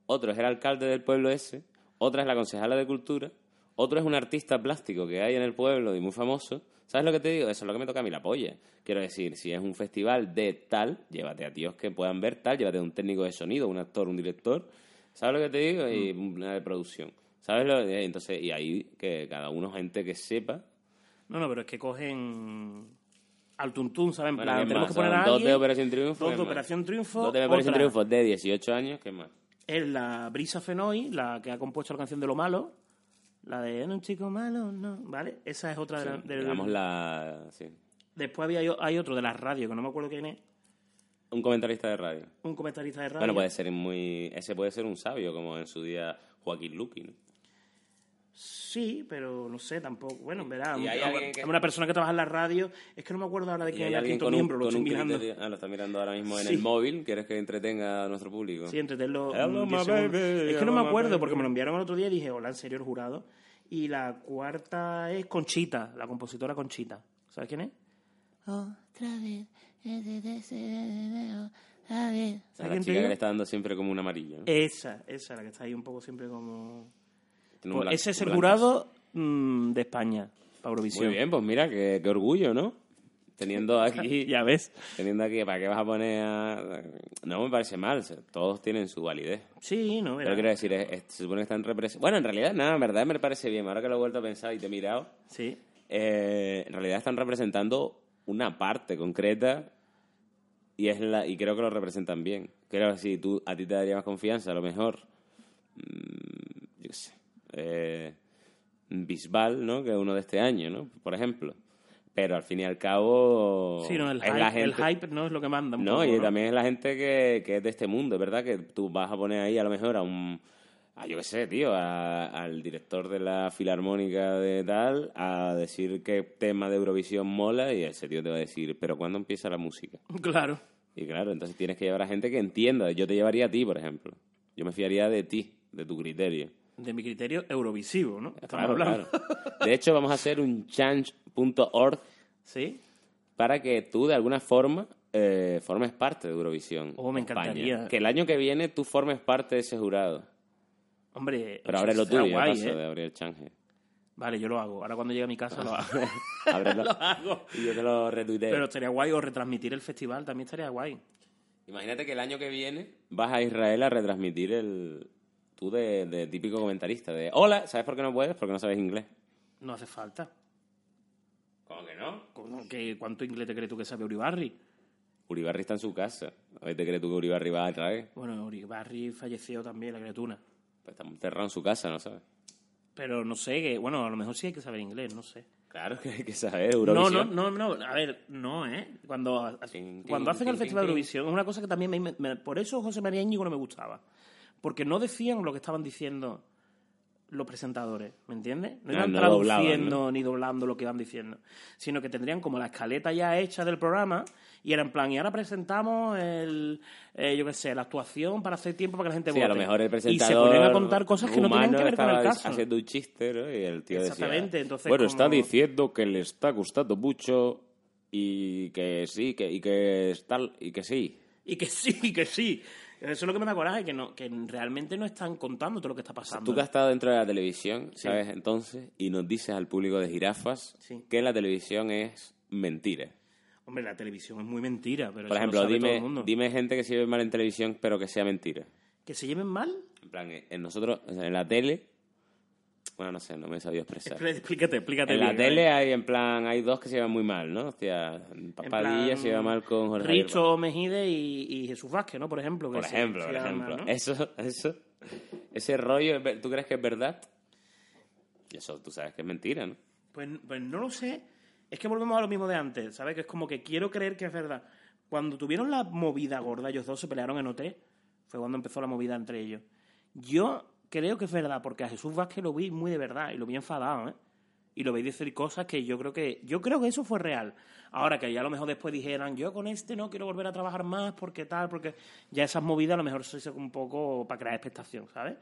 Speaker 1: otro es el alcalde del pueblo ese, otra es la concejala de cultura, otro es un artista plástico que hay en el pueblo y muy famoso. ¿Sabes lo que te digo? Eso es lo que me toca a mí, la polla. Quiero decir, si es un festival de tal, llévate a tíos que puedan ver tal, llévate a un técnico de sonido, un actor, un director. ¿Sabes lo que te digo? Y
Speaker 2: Mm.
Speaker 1: una de producción. ¿Sabes lo que- Entonces, y ahí que cada uno gente que sepa.
Speaker 2: No, no, pero es que cogen al tuntún, ¿sabes? En
Speaker 1: Bueno,
Speaker 2: plan,
Speaker 1: ¿qué
Speaker 2: tenemos
Speaker 1: más?
Speaker 2: que poner a
Speaker 1: Son dos
Speaker 2: alguien,
Speaker 1: de Operación Triunfo.
Speaker 2: Dos
Speaker 1: ¿qué
Speaker 2: de
Speaker 1: más?
Speaker 2: Operación Triunfo.
Speaker 1: Dos de Operación
Speaker 2: otra
Speaker 1: Triunfo de 18 años, ¿qué más?
Speaker 2: Es la Brisa Fenoy, la que ha compuesto la canción de Lo Malo. La de "En un chico malo, no. ¿Vale? Esa es otra de la- del-
Speaker 1: Digamos la... sí.
Speaker 2: Después había, hay otro de las radios, que no me acuerdo quién es,
Speaker 1: Un comentarista de radio.
Speaker 2: un comentarista de radio.
Speaker 1: Bueno, pues- puede ser muy... Ese puede ser un sabio, como en su día Joaquín Luqui, ¿no?
Speaker 2: Sí, pero no sé tampoco. Bueno, verá,
Speaker 1: Y hay alguien que-
Speaker 2: es una persona que trabaja en la radio. Es que no me acuerdo ahora de
Speaker 1: Y
Speaker 2: quién
Speaker 1: hay
Speaker 2: era el
Speaker 1: alguien
Speaker 2: quinto
Speaker 1: con un,
Speaker 2: miembro, lo
Speaker 1: con
Speaker 2: estoy
Speaker 1: un
Speaker 2: mirando.
Speaker 1: criterio- Ah, lo está mirando ahora mismo en
Speaker 2: Sí.
Speaker 1: el móvil. ¿Quieres que entretenga a nuestro público?
Speaker 2: Sí, entretenlo.
Speaker 1: Hello, my
Speaker 2: mm, 10 segundos.
Speaker 1: baby,
Speaker 2: es que no
Speaker 1: hello,
Speaker 2: me
Speaker 1: my
Speaker 2: acuerdo
Speaker 1: baby.
Speaker 2: porque me lo enviaron el otro día y dije, hola, en serio, el jurado. Y la cuarta es Conchita, la compositora Conchita. ¿Sabes quién es?
Speaker 5: Otra vez, Eh, ese deseo,
Speaker 1: O sea, la
Speaker 5: a ver.
Speaker 2: ¿Alguien te
Speaker 1: chica que
Speaker 2: diga? Eh,
Speaker 1: le está dando siempre como un amarillo. ¿no?
Speaker 2: Esa, esa, la que está ahí un poco siempre como...
Speaker 1: Tiene un
Speaker 2: Pues
Speaker 1: blan-
Speaker 2: ese es
Speaker 1: un
Speaker 2: el
Speaker 1: blanco.
Speaker 2: jurado mm, de España, para Eurovisión.
Speaker 1: Muy bien, pues mira, qué, qué orgullo, ¿no? Teniendo aquí...
Speaker 2: Ya ves.
Speaker 1: Teniendo aquí... ¿Para qué vas a poner a...? No me parece mal. o sea, Todos tienen su validez.
Speaker 2: Sí, no,
Speaker 1: Pero
Speaker 2: verá.
Speaker 1: quiero decir, es- es- se supone que están representados. Bueno, en realidad, nada, en verdad me parece bien. Ahora que lo he vuelto a pensar y te he mirado,
Speaker 2: Sí.
Speaker 1: eh, en realidad están representando una parte concreta y es la y creo que lo representan bien. Creo que si tú, a ti te daría más confianza, a lo mejor, mm, yo qué sé, eh, Bisbal, ¿no? Que es uno de este año, ¿no? Por ejemplo. Pero al fin y al cabo...
Speaker 2: Sí, no, el,
Speaker 1: es
Speaker 2: hype,
Speaker 1: la
Speaker 2: el
Speaker 1: gente-
Speaker 2: hype no es lo que manda. un
Speaker 1: no,
Speaker 2: poco,
Speaker 1: y también es la gente que, que es de este mundo, ¿verdad? Que tú vas a poner ahí a lo mejor a un... A, yo qué sé, tío, a- al director de la filarmónica de tal a decir qué tema de Eurovisión mola y ese tío te va a decir, pero ¿cuándo empieza la música?
Speaker 2: Claro.
Speaker 1: Y claro, entonces tienes que llevar a gente que entienda. Yo te llevaría a ti, por ejemplo. Yo me fiaría de ti, de tu criterio.
Speaker 2: De mi criterio, eurovisivo, ¿no? Estamos
Speaker 1: Claro,
Speaker 2: hablando.
Speaker 1: claro. De hecho, vamos a hacer un change.org
Speaker 2: Sí.
Speaker 1: para que tú de alguna forma eh, formes parte de Eurovisión.
Speaker 2: Oh, me
Speaker 1: España.
Speaker 2: encantaría.
Speaker 1: Que el año que viene tú formes parte de ese jurado.
Speaker 2: Hombre,
Speaker 1: Pero abre lo
Speaker 2: será
Speaker 1: tuyo,
Speaker 2: guay,
Speaker 1: paso
Speaker 2: ¿eh?
Speaker 1: de abrir el change.
Speaker 2: Vale, yo lo hago. Ahora cuando llegue a mi casa lo hago.
Speaker 1: Ábrelo.
Speaker 2: Lo hago.
Speaker 1: Y yo te lo retuiteé.
Speaker 2: Pero estaría guay o retransmitir el festival también estaría guay.
Speaker 1: Imagínate que el año que viene vas a Israel a retransmitir el... Tú de, de típico comentarista, de hola, ¿sabes por qué no puedes? Porque no sabes inglés.
Speaker 2: No hace falta.
Speaker 1: ¿Cómo que no?
Speaker 2: ¿Cómo que- ¿Cuánto inglés te crees tú que sabe Uribarri?
Speaker 1: Uribarri está en su casa. A ver, ¿te crees tú que Uribarri va a traer?
Speaker 2: Bueno, Uribarri falleció también, la criatura.
Speaker 1: Pues está encerrado en su casa, ¿no sabes?
Speaker 2: Pero no sé, que, bueno, a lo mejor sí hay que saber inglés, no sé.
Speaker 1: Claro que hay que saber
Speaker 2: No,
Speaker 1: Eurovisión.
Speaker 2: no, no, no, a ver, no, ¿eh? Cuando,
Speaker 1: Tin, tin,
Speaker 2: cuando hacen el
Speaker 1: tin,
Speaker 2: Festival
Speaker 1: tin,
Speaker 2: de Eurovisión, es una cosa que también me, me- Por eso José María Íñigo no me gustaba. Porque no decían lo que estaban diciendo los presentadores, ¿me entiendes? No
Speaker 1: Ah,
Speaker 2: iban
Speaker 1: no doblaban,
Speaker 2: traduciendo ni doblando lo que iban diciendo, sino que tendrían como la escaleta ya hecha del programa y era en plan, y ahora presentamos el, eh, yo qué sé, la actuación para hacer tiempo para que la gente
Speaker 1: Sí, a lo mejor el presentador
Speaker 2: Y se ponían a contar cosas que no tenían
Speaker 1: humano
Speaker 2: que ver con el
Speaker 1: estaba
Speaker 2: caso.
Speaker 1: haciendo un chiste, ¿no? Y el tío decía,
Speaker 2: Exactamente, entonces,
Speaker 1: bueno,
Speaker 2: como-
Speaker 1: está diciendo que le está gustando mucho y que sí, que, y que es tal, y que sí.
Speaker 2: Y que sí, que sí. Eso es lo que me da coraje, que, no, que realmente no están contando todo lo que está
Speaker 1: O sea,
Speaker 2: pasando.
Speaker 1: tú que has estado dentro de la televisión, ¿sabes? Entonces, y nos dices al público de jirafas
Speaker 2: Sí.
Speaker 1: que la televisión es mentira.
Speaker 2: Hombre, la televisión es muy mentira, pero
Speaker 1: Por
Speaker 2: eso lo
Speaker 1: ejemplo,
Speaker 2: sabe todo
Speaker 1: dime,
Speaker 2: el mundo.
Speaker 1: dime gente que se lleve mal en televisión, pero que sea mentira.
Speaker 2: ¿Que se lleven mal?
Speaker 1: En plan, eh, en nosotros, o sea, en la tele... Bueno, no sé, no me he sabido expresar.
Speaker 2: Espera, Explícate, explícate.
Speaker 1: En la
Speaker 2: bien, ¿eh?
Speaker 1: tele
Speaker 2: ¿vale?
Speaker 1: hay, en plan, hay dos que se llevan muy mal, ¿no? Hostia,
Speaker 2: En
Speaker 1: Papadilla
Speaker 2: plan,
Speaker 1: se lleva mal con Jorge Javier Bardem.
Speaker 2: Richo Mejide y, y Jesús Vázquez, ¿no? Por ejemplo. que
Speaker 1: Por
Speaker 2: se-
Speaker 1: ejemplo,
Speaker 2: se
Speaker 1: por
Speaker 2: llevan
Speaker 1: ejemplo.
Speaker 2: mal, ¿no?
Speaker 1: Eso, eso, ese rollo, es ver- ¿tú crees que es verdad? Y eso tú sabes que es mentira, ¿no?
Speaker 2: Pues, pues no lo sé. Es que volvemos a lo mismo de antes, ¿sabes? Que es como que quiero creer que es verdad. Cuando tuvieron la movida gorda, ellos dos se pelearon en OT. Fue cuando empezó la movida entre ellos. Yo creo que es verdad, porque a Jesús Vázquez lo vi muy de verdad y lo vi enfadado, ¿eh? Y lo veis decir cosas que yo creo que. Yo creo que eso fue real. Ahora que ya a lo mejor después dijeran, yo con este no quiero volver a trabajar más, porque tal, porque ya esas movidas a lo mejor se hizo un poco para crear expectación, ¿sabes?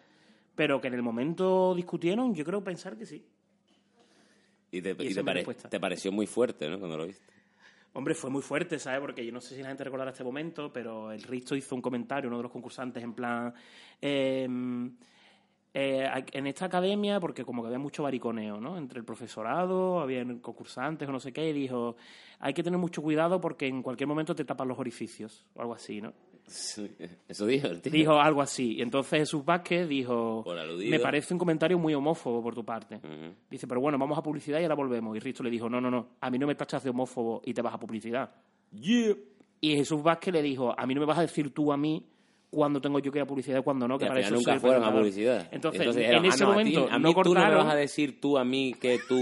Speaker 2: Pero que en el momento discutieron, yo creo pensar que sí.
Speaker 1: Y te,
Speaker 2: Y
Speaker 1: y
Speaker 2: esa
Speaker 1: te,
Speaker 2: es mi
Speaker 1: pare-
Speaker 2: respuesta.
Speaker 1: te pareció muy fuerte, ¿no? Cuando lo viste.
Speaker 2: Hombre, fue muy fuerte, ¿sabes? Porque yo no sé si la gente recordará este momento, pero el Risto hizo un comentario, uno de los concursantes, en plan. em, eh, a- en esta academia, porque como que había mucho bariconeo, ¿no? Entre el profesorado, habían concursantes o no sé qué, y dijo: hay que tener mucho cuidado porque en cualquier momento te tapan los orificios, o algo así, ¿no?
Speaker 1: Eso dijo el tío.
Speaker 2: Dijo algo así. Y entonces Jesús Vázquez dijo:
Speaker 1: Por aludido.
Speaker 2: Me parece un comentario muy homófobo por tu parte.
Speaker 1: Ujú.
Speaker 2: Dice, pero bueno, vamos a publicidad y ahora volvemos. Y Risto le dijo, no, no, no, a mí no me tachas de homófobo y te vas a publicidad. Y Jesús Vázquez le dijo, a mí no me vas a decir tú a mí cuándo tengo yo que ir a publicidad y cuándo no,
Speaker 1: Y
Speaker 2: que
Speaker 1: al
Speaker 2: para
Speaker 1: final
Speaker 2: eso soy
Speaker 1: nunca
Speaker 2: el
Speaker 1: fueron a
Speaker 2: presentador".
Speaker 1: publicidad.
Speaker 2: Entonces,
Speaker 1: dijeron,
Speaker 2: en
Speaker 1: "Ah, no,
Speaker 2: ese
Speaker 1: a ti-
Speaker 2: momento
Speaker 1: a mí, tú no
Speaker 2: no
Speaker 1: me
Speaker 2: cortaron
Speaker 1: vas a decir tú a mí que tú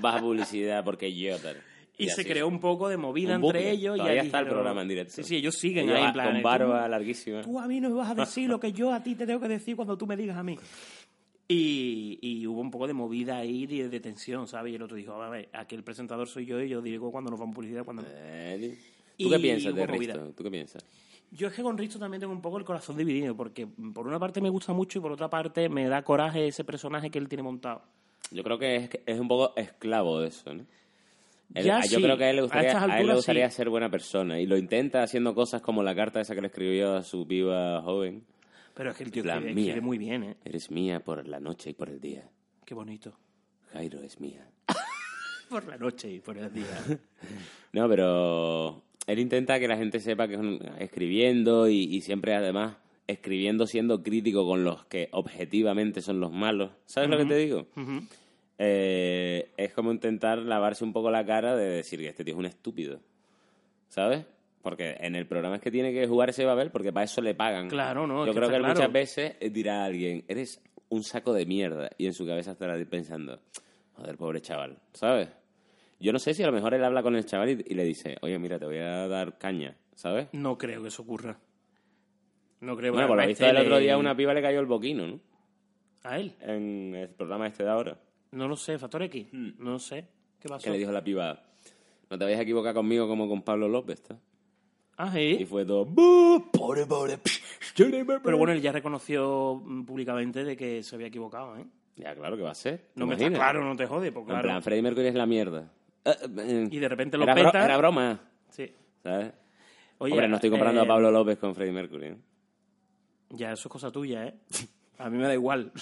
Speaker 1: vas a publicidad porque yo tal.
Speaker 2: y se
Speaker 1: así.
Speaker 2: creó un poco de movida
Speaker 1: Un
Speaker 2: entre
Speaker 1: bucle.
Speaker 2: ellos. y
Speaker 1: Todavía
Speaker 2: ahí
Speaker 1: está el
Speaker 2: dijeron-
Speaker 1: programa en directo.
Speaker 2: Sí, sí, ellos siguen
Speaker 1: Ella
Speaker 2: ahí
Speaker 1: va
Speaker 2: en plan...
Speaker 1: con
Speaker 2: "Tú-
Speaker 1: barba larguísima.
Speaker 2: Tú a mí no me vas a decir lo que yo a ti te tengo que decir cuando tú me digas a mí. Y, y hubo un poco de movida ahí, de, de tensión, ¿sabes? Y el otro dijo, a ver, aquí el presentador soy yo y yo digo cuando nos vamos a publicidad, cuando no.
Speaker 1: Eh,
Speaker 2: Y
Speaker 1: ¿Tú qué piensas de
Speaker 2: hubo movida.
Speaker 1: Risto? ¿Tú qué piensas?
Speaker 2: Yo es que con Risto también tengo un poco el corazón dividido, porque mm, por una parte me gusta mucho y por otra parte me da coraje ese personaje que él tiene montado.
Speaker 1: Yo creo que es, es un poco esclavo de eso, ¿no? Él-
Speaker 2: Ya
Speaker 1: a- Eh, ah, yo
Speaker 2: sí,
Speaker 1: creo que a él le
Speaker 2: a
Speaker 1: gustaría,
Speaker 2: estas
Speaker 1: a él le
Speaker 2: alturas
Speaker 1: gustaría
Speaker 2: sí.
Speaker 1: ser buena persona y lo intenta haciendo cosas como la carta esa que le escribió a su piba joven.
Speaker 2: Pero es que el tío
Speaker 1: La
Speaker 2: escribe,
Speaker 1: mía.
Speaker 2: escribe muy bien, ¿eh?
Speaker 1: Eres mía por la noche y por el día.
Speaker 2: Qué bonito.
Speaker 1: Jairo es mía.
Speaker 2: Por la noche y por el día.
Speaker 1: No, pero él intenta que la gente sepa que es un- escribiendo y, y siempre además escribiendo siendo crítico con los que objetivamente son los malos. ¿Sabes lo que te digo? Eh, es como intentar lavarse un poco la cara de decir que este tío es un estúpido. ¿Sabes? Porque en el programa es que tiene que jugar ese papel porque para eso le pagan.
Speaker 2: Claro, no, es
Speaker 1: Yo
Speaker 2: que
Speaker 1: creo
Speaker 2: está
Speaker 1: que él
Speaker 2: claro.
Speaker 1: muchas veces dirá a alguien, eres un saco de mierda. Y en su cabeza estará pensando, joder, pobre chaval, ¿sabes? Yo no sé si a lo mejor él habla con el chaval y, y le dice, oye, mira, te voy a dar caña, ¿sabes?
Speaker 2: No creo que eso ocurra. No creo.
Speaker 1: Bueno, por lo
Speaker 2: además,
Speaker 1: visto
Speaker 2: este
Speaker 1: el otro
Speaker 2: le-
Speaker 1: día a una piba le cayó el boquino, ¿no?
Speaker 2: ¿A él?
Speaker 1: En el programa este de ahora.
Speaker 2: No lo sé, Factor X. No lo sé. ¿Qué pasó?
Speaker 1: Hmm. Que le dijo la piba, no te vayas a equivocar conmigo como con Pablo López, ¿está?
Speaker 2: Ah, sí.
Speaker 1: Y fue todo, "Bú, pobre, pobre.
Speaker 2: Pero bueno, él ya reconoció mm, públicamente de que se había equivocado, ¿eh?
Speaker 1: Ya, claro que va a ser. ¿te
Speaker 2: No me está
Speaker 1: imaginas?
Speaker 2: claro, no te jode, pues
Speaker 1: En
Speaker 2: claro.
Speaker 1: plan, Freddie Mercury es la mierda. Eh, eh,
Speaker 2: Y de repente lo
Speaker 1: era
Speaker 2: peta.
Speaker 1: era broma,
Speaker 2: Sí.
Speaker 1: ¿sabes?
Speaker 2: Oye,
Speaker 1: Hombre, no estoy comparando
Speaker 2: eh,
Speaker 1: a Pablo López con Freddie Mercury. ¿eh?
Speaker 2: Ya, eso es cosa tuya, ¿eh? A mí me da igual.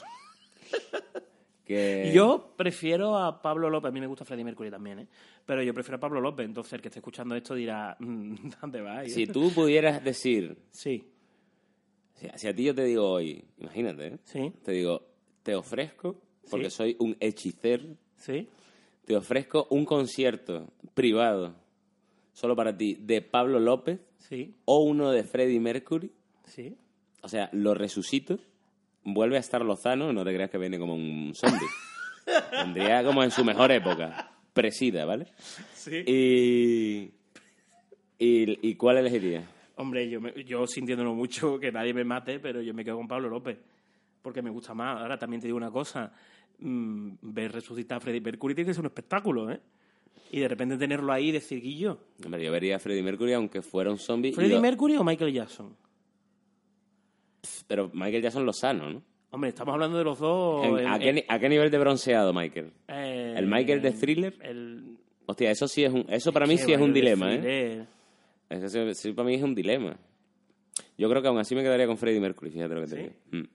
Speaker 1: Que...
Speaker 2: Yo prefiero a Pablo López. A mí me gusta Freddie Mercury también, ¿eh? Pero yo prefiero a Pablo López. Entonces, el que esté escuchando esto dirá, mm, ¿dónde vas?
Speaker 1: Si tú pudieras decir,
Speaker 2: Sí.
Speaker 1: si si a ti yo te digo hoy, imagínate, ¿eh?
Speaker 2: Sí.
Speaker 1: te digo, te ofrezco, porque
Speaker 2: Sí.
Speaker 1: soy un hechicero,
Speaker 2: ¿Sí?
Speaker 1: te ofrezco un concierto privado, solo para ti, de Pablo López
Speaker 2: Sí.
Speaker 1: o uno de Freddie Mercury,
Speaker 2: Sí.
Speaker 1: o sea, lo resucito, vuelve a estar lozano, no te creas que viene como un zombie. Vendría como en su mejor época. presida, ¿vale?
Speaker 2: Sí.
Speaker 1: Y, y, ¿Y cuál elegiría?
Speaker 2: Hombre, yo, me- yo sintiéndolo mucho, que nadie me mate, pero yo me quedo con Pablo López, porque me gusta más. Ahora también te digo una cosa, mm, ver resucitar a Freddie Mercury tiene que ser un espectáculo, ¿eh? Y de repente tenerlo ahí y decir, Guillo,
Speaker 1: Hombre, yo vería a Freddie Mercury aunque fuera un zombie. y
Speaker 2: ¿Freddie
Speaker 1: lo-
Speaker 2: Mercury o Michael Jackson?
Speaker 1: Pero Michael Jackson lo sano, ¿no?
Speaker 2: Hombre, estamos hablando de los dos...
Speaker 1: En-
Speaker 2: en-
Speaker 1: ¿a, qué, ni- a qué nivel de bronceado, Michael?
Speaker 2: eh,
Speaker 1: ¿El Michael de Thriller?
Speaker 2: el-
Speaker 1: Hostia, eso sí es un, eso para mí
Speaker 2: Qué
Speaker 1: sí es un
Speaker 2: Michael de
Speaker 1: dilema, ¿eh?
Speaker 2: Thriller.
Speaker 1: Eso sí, sí para mí es un dilema. Yo creo que aún así me quedaría con Freddie Mercury, fíjate lo que te
Speaker 2: ¿Sí?
Speaker 1: digo. Mm.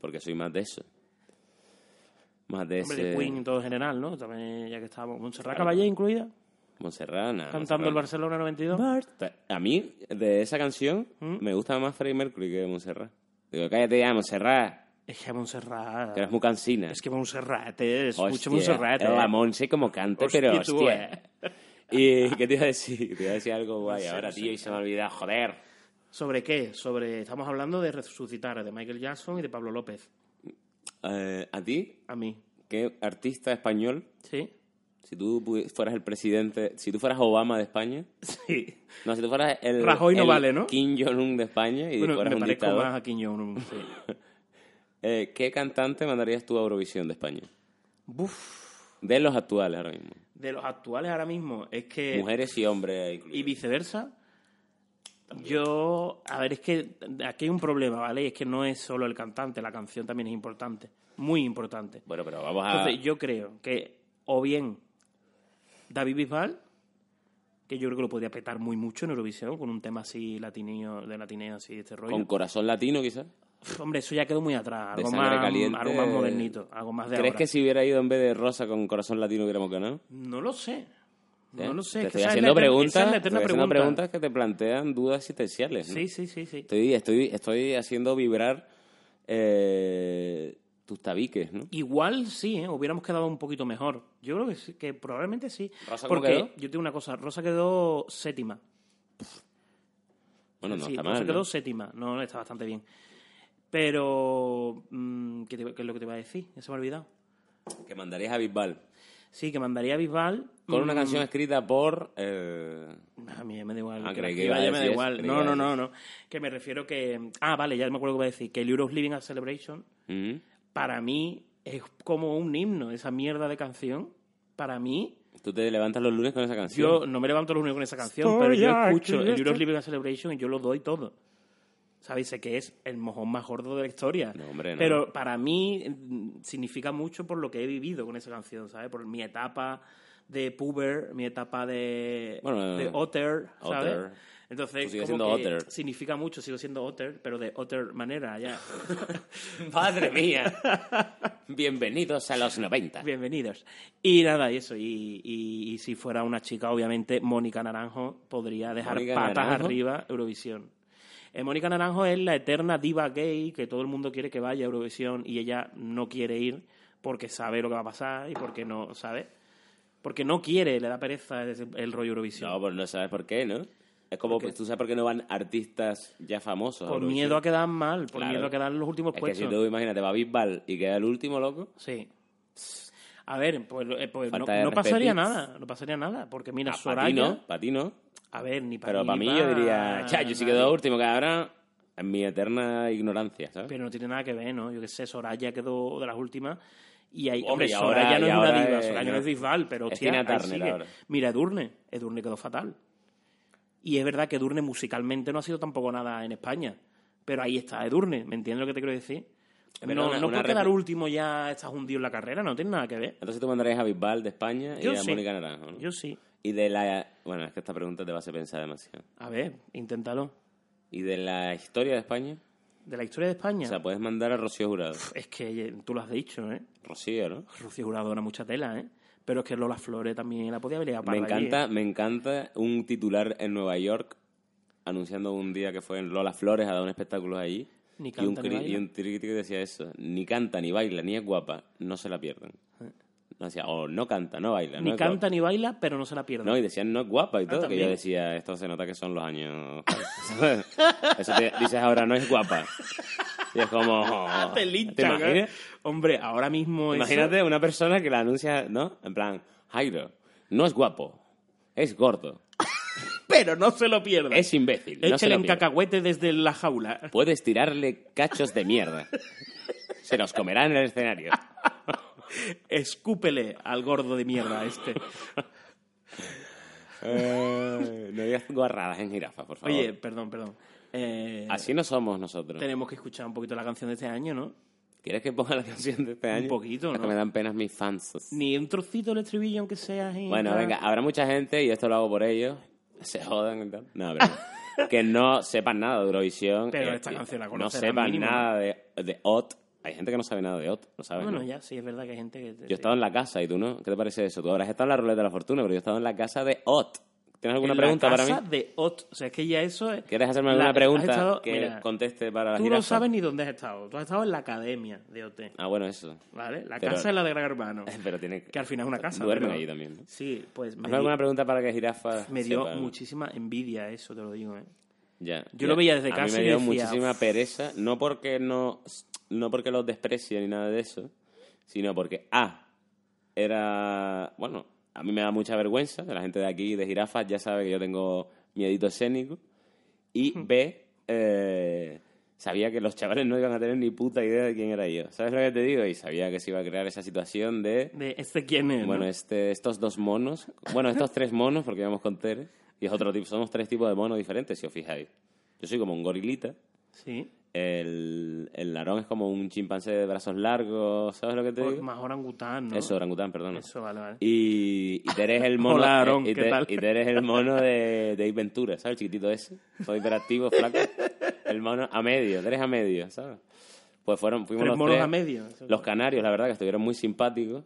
Speaker 1: Porque soy más de eso. Más de
Speaker 2: Hombre, de
Speaker 1: ese...
Speaker 2: Queen en todo general, ¿no? También, ya que estábamos... Montserrat Caballé incluida,
Speaker 1: Montserrat, nada,
Speaker 2: cantando el
Speaker 1: Montserrat.
Speaker 2: Barcelona Mm. 92.
Speaker 1: A mí, de esa canción, me gusta más Freddie Mercury que Montserrat. Digo, cállate ya, Montserrat,
Speaker 2: Es que Montserrat...
Speaker 1: que eres muy cansina.
Speaker 2: Es que Montserrat es mucho
Speaker 1: Hostia,
Speaker 2: Montserrat.
Speaker 1: La
Speaker 2: ¿eh?
Speaker 1: Monse como cante,
Speaker 2: Hostia,
Speaker 1: pero
Speaker 2: tú, eh.
Speaker 1: hostia. ¿Y qué te iba a decir? Te iba a decir algo guay
Speaker 2: sé,
Speaker 1: ahora,
Speaker 2: no sé.
Speaker 1: tío, y se me ha olvidado, joder.
Speaker 2: ¿Sobre qué? Sobre. Estamos hablando de resucitar, de Michael Jackson y de Pablo López.
Speaker 1: Eh, ¿A ti?
Speaker 2: A mí.
Speaker 1: ¿Qué artista español?
Speaker 2: ¿Sí?
Speaker 1: Si tú pu- fueras el presidente, si tú fueras Obama de España,
Speaker 2: Sí.
Speaker 1: no, si tú fueras el,
Speaker 2: Rajoy no
Speaker 1: el
Speaker 2: vale, ¿no?
Speaker 1: Kim Jong-un de España y
Speaker 2: Bueno,
Speaker 1: fueras
Speaker 2: me
Speaker 1: un
Speaker 2: parezco
Speaker 1: dictador,
Speaker 2: más a Kim Jong-un. sí.
Speaker 1: eh, ¿qué cantante mandarías tú a Eurovisión de España?
Speaker 2: Buf.
Speaker 1: De los actuales ahora mismo.
Speaker 2: De los actuales ahora mismo, es que.
Speaker 1: Mujeres y hombres
Speaker 2: Y
Speaker 1: incluidos.
Speaker 2: viceversa. Yo. A ver, es que aquí hay un problema, ¿vale? Y es que no es solo el cantante, la canción también es importante. Muy importante.
Speaker 1: Bueno, pero vamos a...
Speaker 2: Entonces, yo creo que o bien David Bisbal, que yo creo que lo podría petar muy mucho en Eurovisión, con un tema así latineo, de latineo, así, este rollo.
Speaker 1: Con corazón latino, quizás.
Speaker 2: Pf, hombre, eso ya quedó muy atrás.
Speaker 1: De
Speaker 2: Algo
Speaker 1: sangre
Speaker 2: más,
Speaker 1: caliente.
Speaker 2: algo más modernito, algo más de
Speaker 1: ¿Crees
Speaker 2: ahora.
Speaker 1: que si hubiera ido en vez de Rosa con corazón latino hubiéramos ganado?
Speaker 2: No lo sé.
Speaker 1: ¿Eh?
Speaker 2: No lo sé.
Speaker 1: Te
Speaker 2: es que
Speaker 1: estoy
Speaker 2: esa es
Speaker 1: haciendo
Speaker 2: la eter-
Speaker 1: preguntas,
Speaker 2: esa es la
Speaker 1: te estoy
Speaker 2: eterna
Speaker 1: haciendo
Speaker 2: pregunta.
Speaker 1: preguntas que te plantean dudas existenciales. ¿no?
Speaker 2: Sí, sí, sí, sí.
Speaker 1: Estoy, estoy, estoy haciendo vibrar eh, tus tabiques, ¿no?
Speaker 2: Igual sí, ¿eh? hubiéramos quedado un poquito mejor. Yo creo que, sí, que probablemente sí.
Speaker 1: ¿Rosa cómo
Speaker 2: porque
Speaker 1: quedó?
Speaker 2: yo te digo una cosa, Rosa quedó séptima.
Speaker 1: Bueno, no
Speaker 2: Sí,
Speaker 1: está
Speaker 2: no, se
Speaker 1: mal.
Speaker 2: quedó
Speaker 1: ¿no?
Speaker 2: séptima. No, no, está bastante bien. Pero. mm, ¿qué, te- qué es lo que te iba a decir? Ya se me ha olvidado.
Speaker 1: Que mandarías a Bisbal.
Speaker 2: Sí, que mandaría a Bisbal.
Speaker 1: Con una
Speaker 2: mm,
Speaker 1: canción escrita por... eh,
Speaker 2: A mí ya me da igual.
Speaker 1: Ah,
Speaker 2: que
Speaker 1: creí
Speaker 2: la
Speaker 1: que iba a
Speaker 2: escriba, ya me da
Speaker 1: decir eso,
Speaker 2: igual.
Speaker 1: creí
Speaker 2: No,
Speaker 1: que
Speaker 2: no,
Speaker 1: iba a
Speaker 2: no, no. Que me refiero que. Ah, vale, ya me acuerdo que iba a decir. Que el Euros Living a Celebration,
Speaker 1: ujú.
Speaker 2: para mí, es como un himno. Esa mierda de canción, para mí,
Speaker 1: Tú te levantas los lunes con esa canción.
Speaker 2: Yo no me levanto los lunes con esa canción, pero yo escucho
Speaker 1: este
Speaker 2: el Euros Living a Celebration y yo lo doy todo. ¿Sabéis? Sé que es el mojón más gordo de la historia.
Speaker 1: No, hombre, no.
Speaker 2: Pero para mí mm, significa mucho por lo que he vivido con esa canción, ¿sabes? Por mi etapa de puber, mi etapa de,
Speaker 1: Bueno,
Speaker 2: de otter, ¿sabes?
Speaker 1: otter. Tú
Speaker 2: Entonces,
Speaker 1: sigues
Speaker 2: como
Speaker 1: siendo
Speaker 2: que
Speaker 1: otter.
Speaker 2: significa mucho, sigo siendo otter, pero de otter manera, ya.
Speaker 1: ¡Madre mía! Bienvenidos a los 90.
Speaker 2: Bienvenidos. Y nada, y eso. Y, y- y si fuera una chica, obviamente, Mónica Naranjo podría dejar
Speaker 1: Mónica
Speaker 2: patas
Speaker 1: Naranjo.
Speaker 2: arriba Eurovisión. Eh, Mónica Naranjo es la eterna diva gay que todo el mundo quiere que vaya a Eurovisión y ella no quiere ir porque sabe lo que va a pasar y porque no, ¿sabe? Porque no quiere, le da pereza ese- el rollo Eurovisión.
Speaker 1: No, pues no sabes por qué, ¿no? Es como, pues
Speaker 2: ¿Por qué?
Speaker 1: tú sabes por qué no van artistas ya famosos. a
Speaker 2: por
Speaker 1: Eurovisión?
Speaker 2: miedo a quedar mal, por
Speaker 1: Claro.
Speaker 2: miedo a quedar en los últimos
Speaker 1: Es que
Speaker 2: puestos.
Speaker 1: si tú imagínate, va Bisbal y queda el último loco.
Speaker 2: Sí. A ver, pues, eh, pues no,
Speaker 1: Falta de
Speaker 2: no pasaría
Speaker 1: respetis.
Speaker 2: nada, no pasaría nada, porque mira,
Speaker 1: para Ah, ti
Speaker 2: Soraya...
Speaker 1: no, para ti no.
Speaker 2: A ver, ni para
Speaker 1: Pero para mí yo diría, ya, yo sí quedo último, que ahora es mi eterna ignorancia, ¿sabes?
Speaker 2: Pero no tiene nada que ver, ¿no? Yo qué sé, Soraya quedó de las últimas. Y hay,
Speaker 1: Hombre,
Speaker 2: hombre,
Speaker 1: y
Speaker 2: Soraya
Speaker 1: ahora-
Speaker 2: no
Speaker 1: y
Speaker 2: es una
Speaker 1: ahora
Speaker 2: diva,
Speaker 1: es-
Speaker 2: Soraya no es Bisbal, pero
Speaker 1: Es
Speaker 2: hostia,
Speaker 1: Tina
Speaker 2: ahí
Speaker 1: Turner
Speaker 2: sigue.
Speaker 1: ahora.
Speaker 2: Mira, Edurne, Edurne quedó fatal. Y es verdad que Edurne musicalmente no ha sido tampoco nada en España. Pero ahí está Edurne, ¿me entiendes lo que te quiero decir?
Speaker 1: Pero
Speaker 2: no
Speaker 1: una-
Speaker 2: no
Speaker 1: una
Speaker 2: por quedar
Speaker 1: refer-
Speaker 2: último ya estás hundido en la carrera, no tiene nada que ver.
Speaker 1: Entonces tú mandarías a Bisbal de España
Speaker 2: Yo
Speaker 1: y a
Speaker 2: sí.
Speaker 1: Mónica Naranjo, ¿no?
Speaker 2: Yo sí.
Speaker 1: Y de la... Bueno, es que esta pregunta te va a hacer pensar demasiado.
Speaker 2: A ver, inténtalo.
Speaker 1: ¿Y de la historia de España?
Speaker 2: De la historia de España.
Speaker 1: O sea, puedes mandar a Rocío Jurado.
Speaker 2: es que eh, tú lo has dicho, ¿eh?
Speaker 1: Rocío, ¿no?
Speaker 2: Rocío Jurado era mucha tela, ¿eh? Pero es que Lola Flores también la podía haber liado
Speaker 1: Me
Speaker 2: parda allí, ¿eh?
Speaker 1: encanta, me encanta un titular en Nueva York anunciando un día que fue en Lola Flores a dar un espectáculo allí.
Speaker 2: Ni
Speaker 1: y un,
Speaker 2: canta ni
Speaker 1: cri-
Speaker 2: baila.
Speaker 1: y un crítico que decía eso, ni canta, ni baila, ni es guapa, no se la pierdan. No, decía, o no canta, no baila.
Speaker 2: Eh. Ni
Speaker 1: no es
Speaker 2: canta ni baila, pero no se la pierde.
Speaker 1: guapa. No, y decían no es guapa y todo, que yo
Speaker 2: también.
Speaker 1: decía, esto se nota que son los años... eso te dices ahora, no es guapa. Y es como...
Speaker 2: Ah, te linchan,
Speaker 1: imaginas?
Speaker 2: ¿eh? Hombre, ahora mismo eso-
Speaker 1: Imagínate una persona que la anuncia, ¿no? En plan, Jairo no es guapo, es gordo,
Speaker 2: Pero no se lo pierda.
Speaker 1: es imbécil. no se
Speaker 2: Échale
Speaker 1: lo
Speaker 2: un
Speaker 1: pierda.
Speaker 2: cacahuete desde la jaula.
Speaker 1: Puedes tirarle cachos de mierda. Se los comerá en el escenario.
Speaker 2: Escúpele al gordo de mierda este.
Speaker 1: Eh, no digas guarradas en jirafa, por favor.
Speaker 2: Oye, perdón, perdón. Eh,
Speaker 1: Así no somos nosotros.
Speaker 2: tenemos que escuchar un poquito la canción de este año, ¿no?
Speaker 1: ¿Quieres que ponga la canción de este
Speaker 2: Un
Speaker 1: año?
Speaker 2: poquito,
Speaker 1: Hasta
Speaker 2: ¿no?
Speaker 1: me dan penas mis fans.
Speaker 2: Ni un trocito del estribillo, aunque sea. así,
Speaker 1: Bueno,
Speaker 2: tal.
Speaker 1: venga, habrá mucha gente, y esto lo hago por ellos, se jodan y tal. No, broma. que no sepan nada de Eurovisión.
Speaker 2: Pero
Speaker 1: eh,
Speaker 2: esta
Speaker 1: que
Speaker 2: canción la
Speaker 1: No
Speaker 2: conocerán
Speaker 1: sepan
Speaker 2: mínimo,
Speaker 1: nada de, de OT. Hay gente que no sabe nada de OT, lo sabes.
Speaker 2: Bueno,
Speaker 1: ¿no?
Speaker 2: ya, sí, es verdad que hay gente que.
Speaker 1: Yo he estado en la casa y tú no. ¿Qué te parece eso? Tú habrás estado en la ruleta de la fortuna, pero yo he estado en la casa de OT. ¿Tienes alguna
Speaker 2: En la
Speaker 1: pregunta
Speaker 2: casa
Speaker 1: para mí?
Speaker 2: de Ot. O sea, es que ya eso es.
Speaker 1: ¿Quieres hacerme
Speaker 2: La-
Speaker 1: alguna
Speaker 2: has
Speaker 1: pregunta
Speaker 2: estado-
Speaker 1: que
Speaker 2: mira,
Speaker 1: conteste para la
Speaker 2: Tú no
Speaker 1: jirafa?
Speaker 2: sabes ni dónde has estado. Tú has estado en la academia de OT.
Speaker 1: Ah, bueno, eso.
Speaker 2: ¿Vale? La
Speaker 1: Pero-
Speaker 2: casa es la de Gran Hermano.
Speaker 1: Pero tiene
Speaker 2: Que al final es una casa.
Speaker 1: Duermen
Speaker 2: pero-
Speaker 1: allí también. ¿no?
Speaker 2: Sí, pues me,
Speaker 1: Hazme
Speaker 2: di-
Speaker 1: alguna pregunta para que jirafa.
Speaker 2: me dio
Speaker 1: sepa, ¿no?
Speaker 2: muchísima envidia eso, te lo digo, ¿eh?
Speaker 1: Ya,
Speaker 2: Yo
Speaker 1: ya.
Speaker 2: lo veía desde
Speaker 1: a
Speaker 2: casa
Speaker 1: mí
Speaker 2: y
Speaker 1: me dio
Speaker 2: decía,
Speaker 1: muchísima
Speaker 2: "Uf".
Speaker 1: pereza, no porque no, no porque los desprecie ni nada de eso, sino porque A era bueno, a mí me da mucha vergüenza, la gente de aquí de jirafas ya sabe que yo tengo miedito escénico y B eh, sabía que los chavales no iban a tener ni puta idea de quién era yo. ¿Sabes lo que te digo? Y sabía que se iba a crear esa situación de
Speaker 2: De este quién es.
Speaker 1: bueno,
Speaker 2: ¿no?
Speaker 1: este, estos dos monos, bueno, estos tres monos, porque vamos con Tere, y es otro tipo, somos tres tipos de monos diferentes, si os fijáis. Yo soy como un gorilita,
Speaker 2: Sí.
Speaker 1: el, el larón es como un chimpancé de brazos largos, ¿sabes lo que te
Speaker 2: O-
Speaker 1: digo?
Speaker 2: Más orangután, ¿no?
Speaker 1: Eso, orangután, perdón.
Speaker 2: Eso, vale, vale.
Speaker 1: Y, y Tere es el mono, eh,
Speaker 2: Hola, Aarón,
Speaker 1: y,
Speaker 2: ¿qué
Speaker 1: Tere-
Speaker 2: tal?
Speaker 1: y Tere es el mono de, de Ventura, ¿sabes? El chiquitito ese, todo hiperactivo, flaco, el mono a medio, Tere es a medio, ¿sabes? Pues fueron, fuimos
Speaker 2: Tres
Speaker 1: los
Speaker 2: monos
Speaker 1: tres,
Speaker 2: a medio. Eso-
Speaker 1: los canarios, la verdad, que estuvieron muy simpáticos.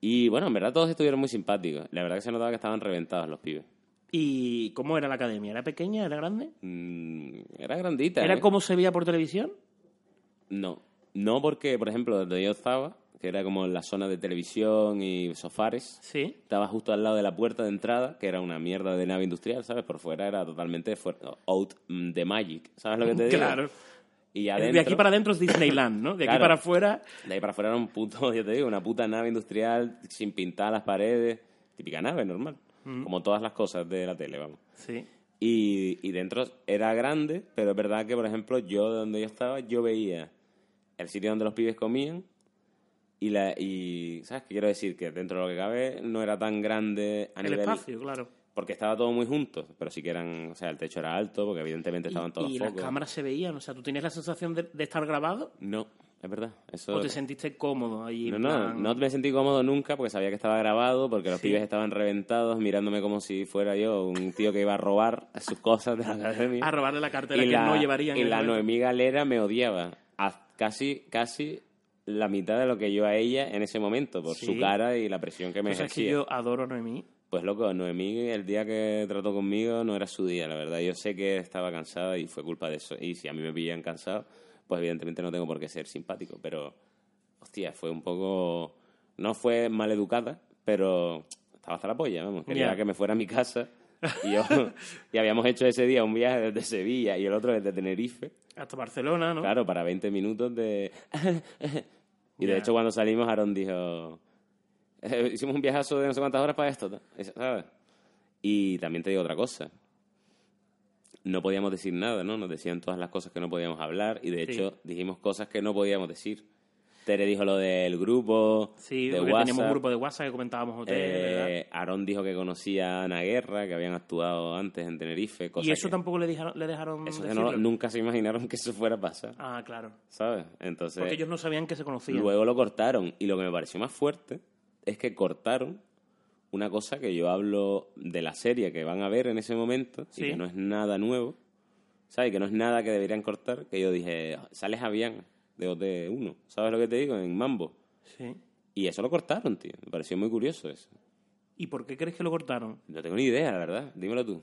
Speaker 1: Y bueno, en verdad todos estuvieron muy simpáticos. La verdad que se notaba que estaban reventados los pibes.
Speaker 2: ¿Y cómo era la academia? ¿Era pequeña? ¿Era grande?
Speaker 1: Mm, era grandita.
Speaker 2: ¿Era
Speaker 1: ¿eh?
Speaker 2: como se veía por televisión?
Speaker 1: No. No porque, por ejemplo, donde yo estaba, que era como la zona de televisión y sofares,
Speaker 2: Sí.
Speaker 1: estaba justo al lado de la puerta de entrada, que era una mierda de nave industrial, ¿sabes? Por fuera era totalmente fuer- out mm, de magic, ¿sabes lo que te digo?
Speaker 2: Claro.
Speaker 1: Y adentro,
Speaker 2: De aquí para adentro es Disneyland, ¿no? De aquí
Speaker 1: Claro.
Speaker 2: para afuera.
Speaker 1: De ahí para afuera era un puto, yo te digo, una puta nave industrial sin pintar las paredes. Típica nave, normal. Como todas las cosas de la tele, vamos.
Speaker 2: Sí.
Speaker 1: Y, y dentro era grande, pero es verdad que, por ejemplo, yo donde yo estaba, yo veía el sitio donde los pibes comían y, la, y ¿sabes qué quiero decir? Que dentro de lo que cabe no era tan grande a
Speaker 2: El
Speaker 1: nivel...
Speaker 2: espacio, claro.
Speaker 1: Porque estaba todo muy junto, pero sí que eran... O sea, el techo era alto porque evidentemente estaban
Speaker 2: Y-
Speaker 1: todos
Speaker 2: y
Speaker 1: los
Speaker 2: las
Speaker 1: focos.
Speaker 2: cámaras se veían, o sea, tú tenías la sensación de, de estar grabado
Speaker 1: No, es verdad. Eso...
Speaker 2: o te sentiste cómodo ahí.
Speaker 1: No,
Speaker 2: en
Speaker 1: no,
Speaker 2: plan-
Speaker 1: no me sentí cómodo nunca porque sabía que estaba grabado, porque los
Speaker 2: Sí.
Speaker 1: pibes estaban reventados mirándome como si fuera yo un tío que iba a robar sus cosas de la academia.
Speaker 2: a robarle la cartera
Speaker 1: y
Speaker 2: que
Speaker 1: la,
Speaker 2: no llevarían.
Speaker 1: y
Speaker 2: en
Speaker 1: la
Speaker 2: el momento.
Speaker 1: Noemí Galera me odiaba. A- casi, casi la mitad de lo que yo a ella en ese momento, por
Speaker 2: Sí.
Speaker 1: su cara y la presión que me
Speaker 2: Tú sabes que
Speaker 1: ejercía.
Speaker 2: yo adoro a Noemí.
Speaker 1: Pues loco, Noemí el día que trató conmigo no era su día, la verdad. Yo sé que estaba cansada y fue culpa de eso. Y si a mí me pillan cansado, pues evidentemente no tengo por qué ser simpático. Pero, hostia, fue un poco... No fue maleducada, pero estaba hasta la polla, vamos. Quería
Speaker 2: Ya.
Speaker 1: que me fuera a mi casa. Y, yo, y habíamos hecho ese día un viaje desde Sevilla y el otro desde Tenerife.
Speaker 2: Hasta Barcelona, ¿no?
Speaker 1: Claro, para 20 minutos de... y de
Speaker 2: Ya.
Speaker 1: hecho cuando salimos, Aaron dijo... "Eh, hicimos un viajazo de no sé cuántas horas para esto, ¿no? Eso, ¿sabes? Y también te digo otra cosa. No podíamos decir nada, ¿no? Nos decían todas las cosas que no podíamos hablar y de
Speaker 2: Sí.
Speaker 1: hecho dijimos cosas que no podíamos decir. Tere dijo lo del grupo,
Speaker 2: Sí,
Speaker 1: de
Speaker 2: porque
Speaker 1: WhatsApp.
Speaker 2: teníamos un grupo de WhatsApp que comentábamos hoteles, ¿verdad?
Speaker 1: Eh, Aarón dijo que conocía a Ana Guerra, que habían actuado antes en Tenerife, cosa
Speaker 2: Y eso
Speaker 1: que-
Speaker 2: tampoco le dejaron, le dejaron
Speaker 1: eso que no-
Speaker 2: decirlo.
Speaker 1: nunca se imaginaron que eso fuera a pasar.
Speaker 2: Ah, claro.
Speaker 1: ¿sabes? Entonces,
Speaker 2: Porque ellos no sabían que se conocían.
Speaker 1: luego lo cortaron. Y lo que me pareció más fuerte es que cortaron una cosa que yo hablo de la serie que van a ver en ese momento
Speaker 2: Sí.
Speaker 1: y que no es nada nuevo, ¿sabes? Que no es nada que deberían cortar. Que yo dije, sales Javián de OT1, ¿sabes lo que te digo? En Mambo.
Speaker 2: Sí.
Speaker 1: Y eso lo cortaron, tío. Me pareció muy curioso eso.
Speaker 2: ¿Y por qué crees que lo cortaron?
Speaker 1: No tengo ni idea, la verdad. Dímelo tú.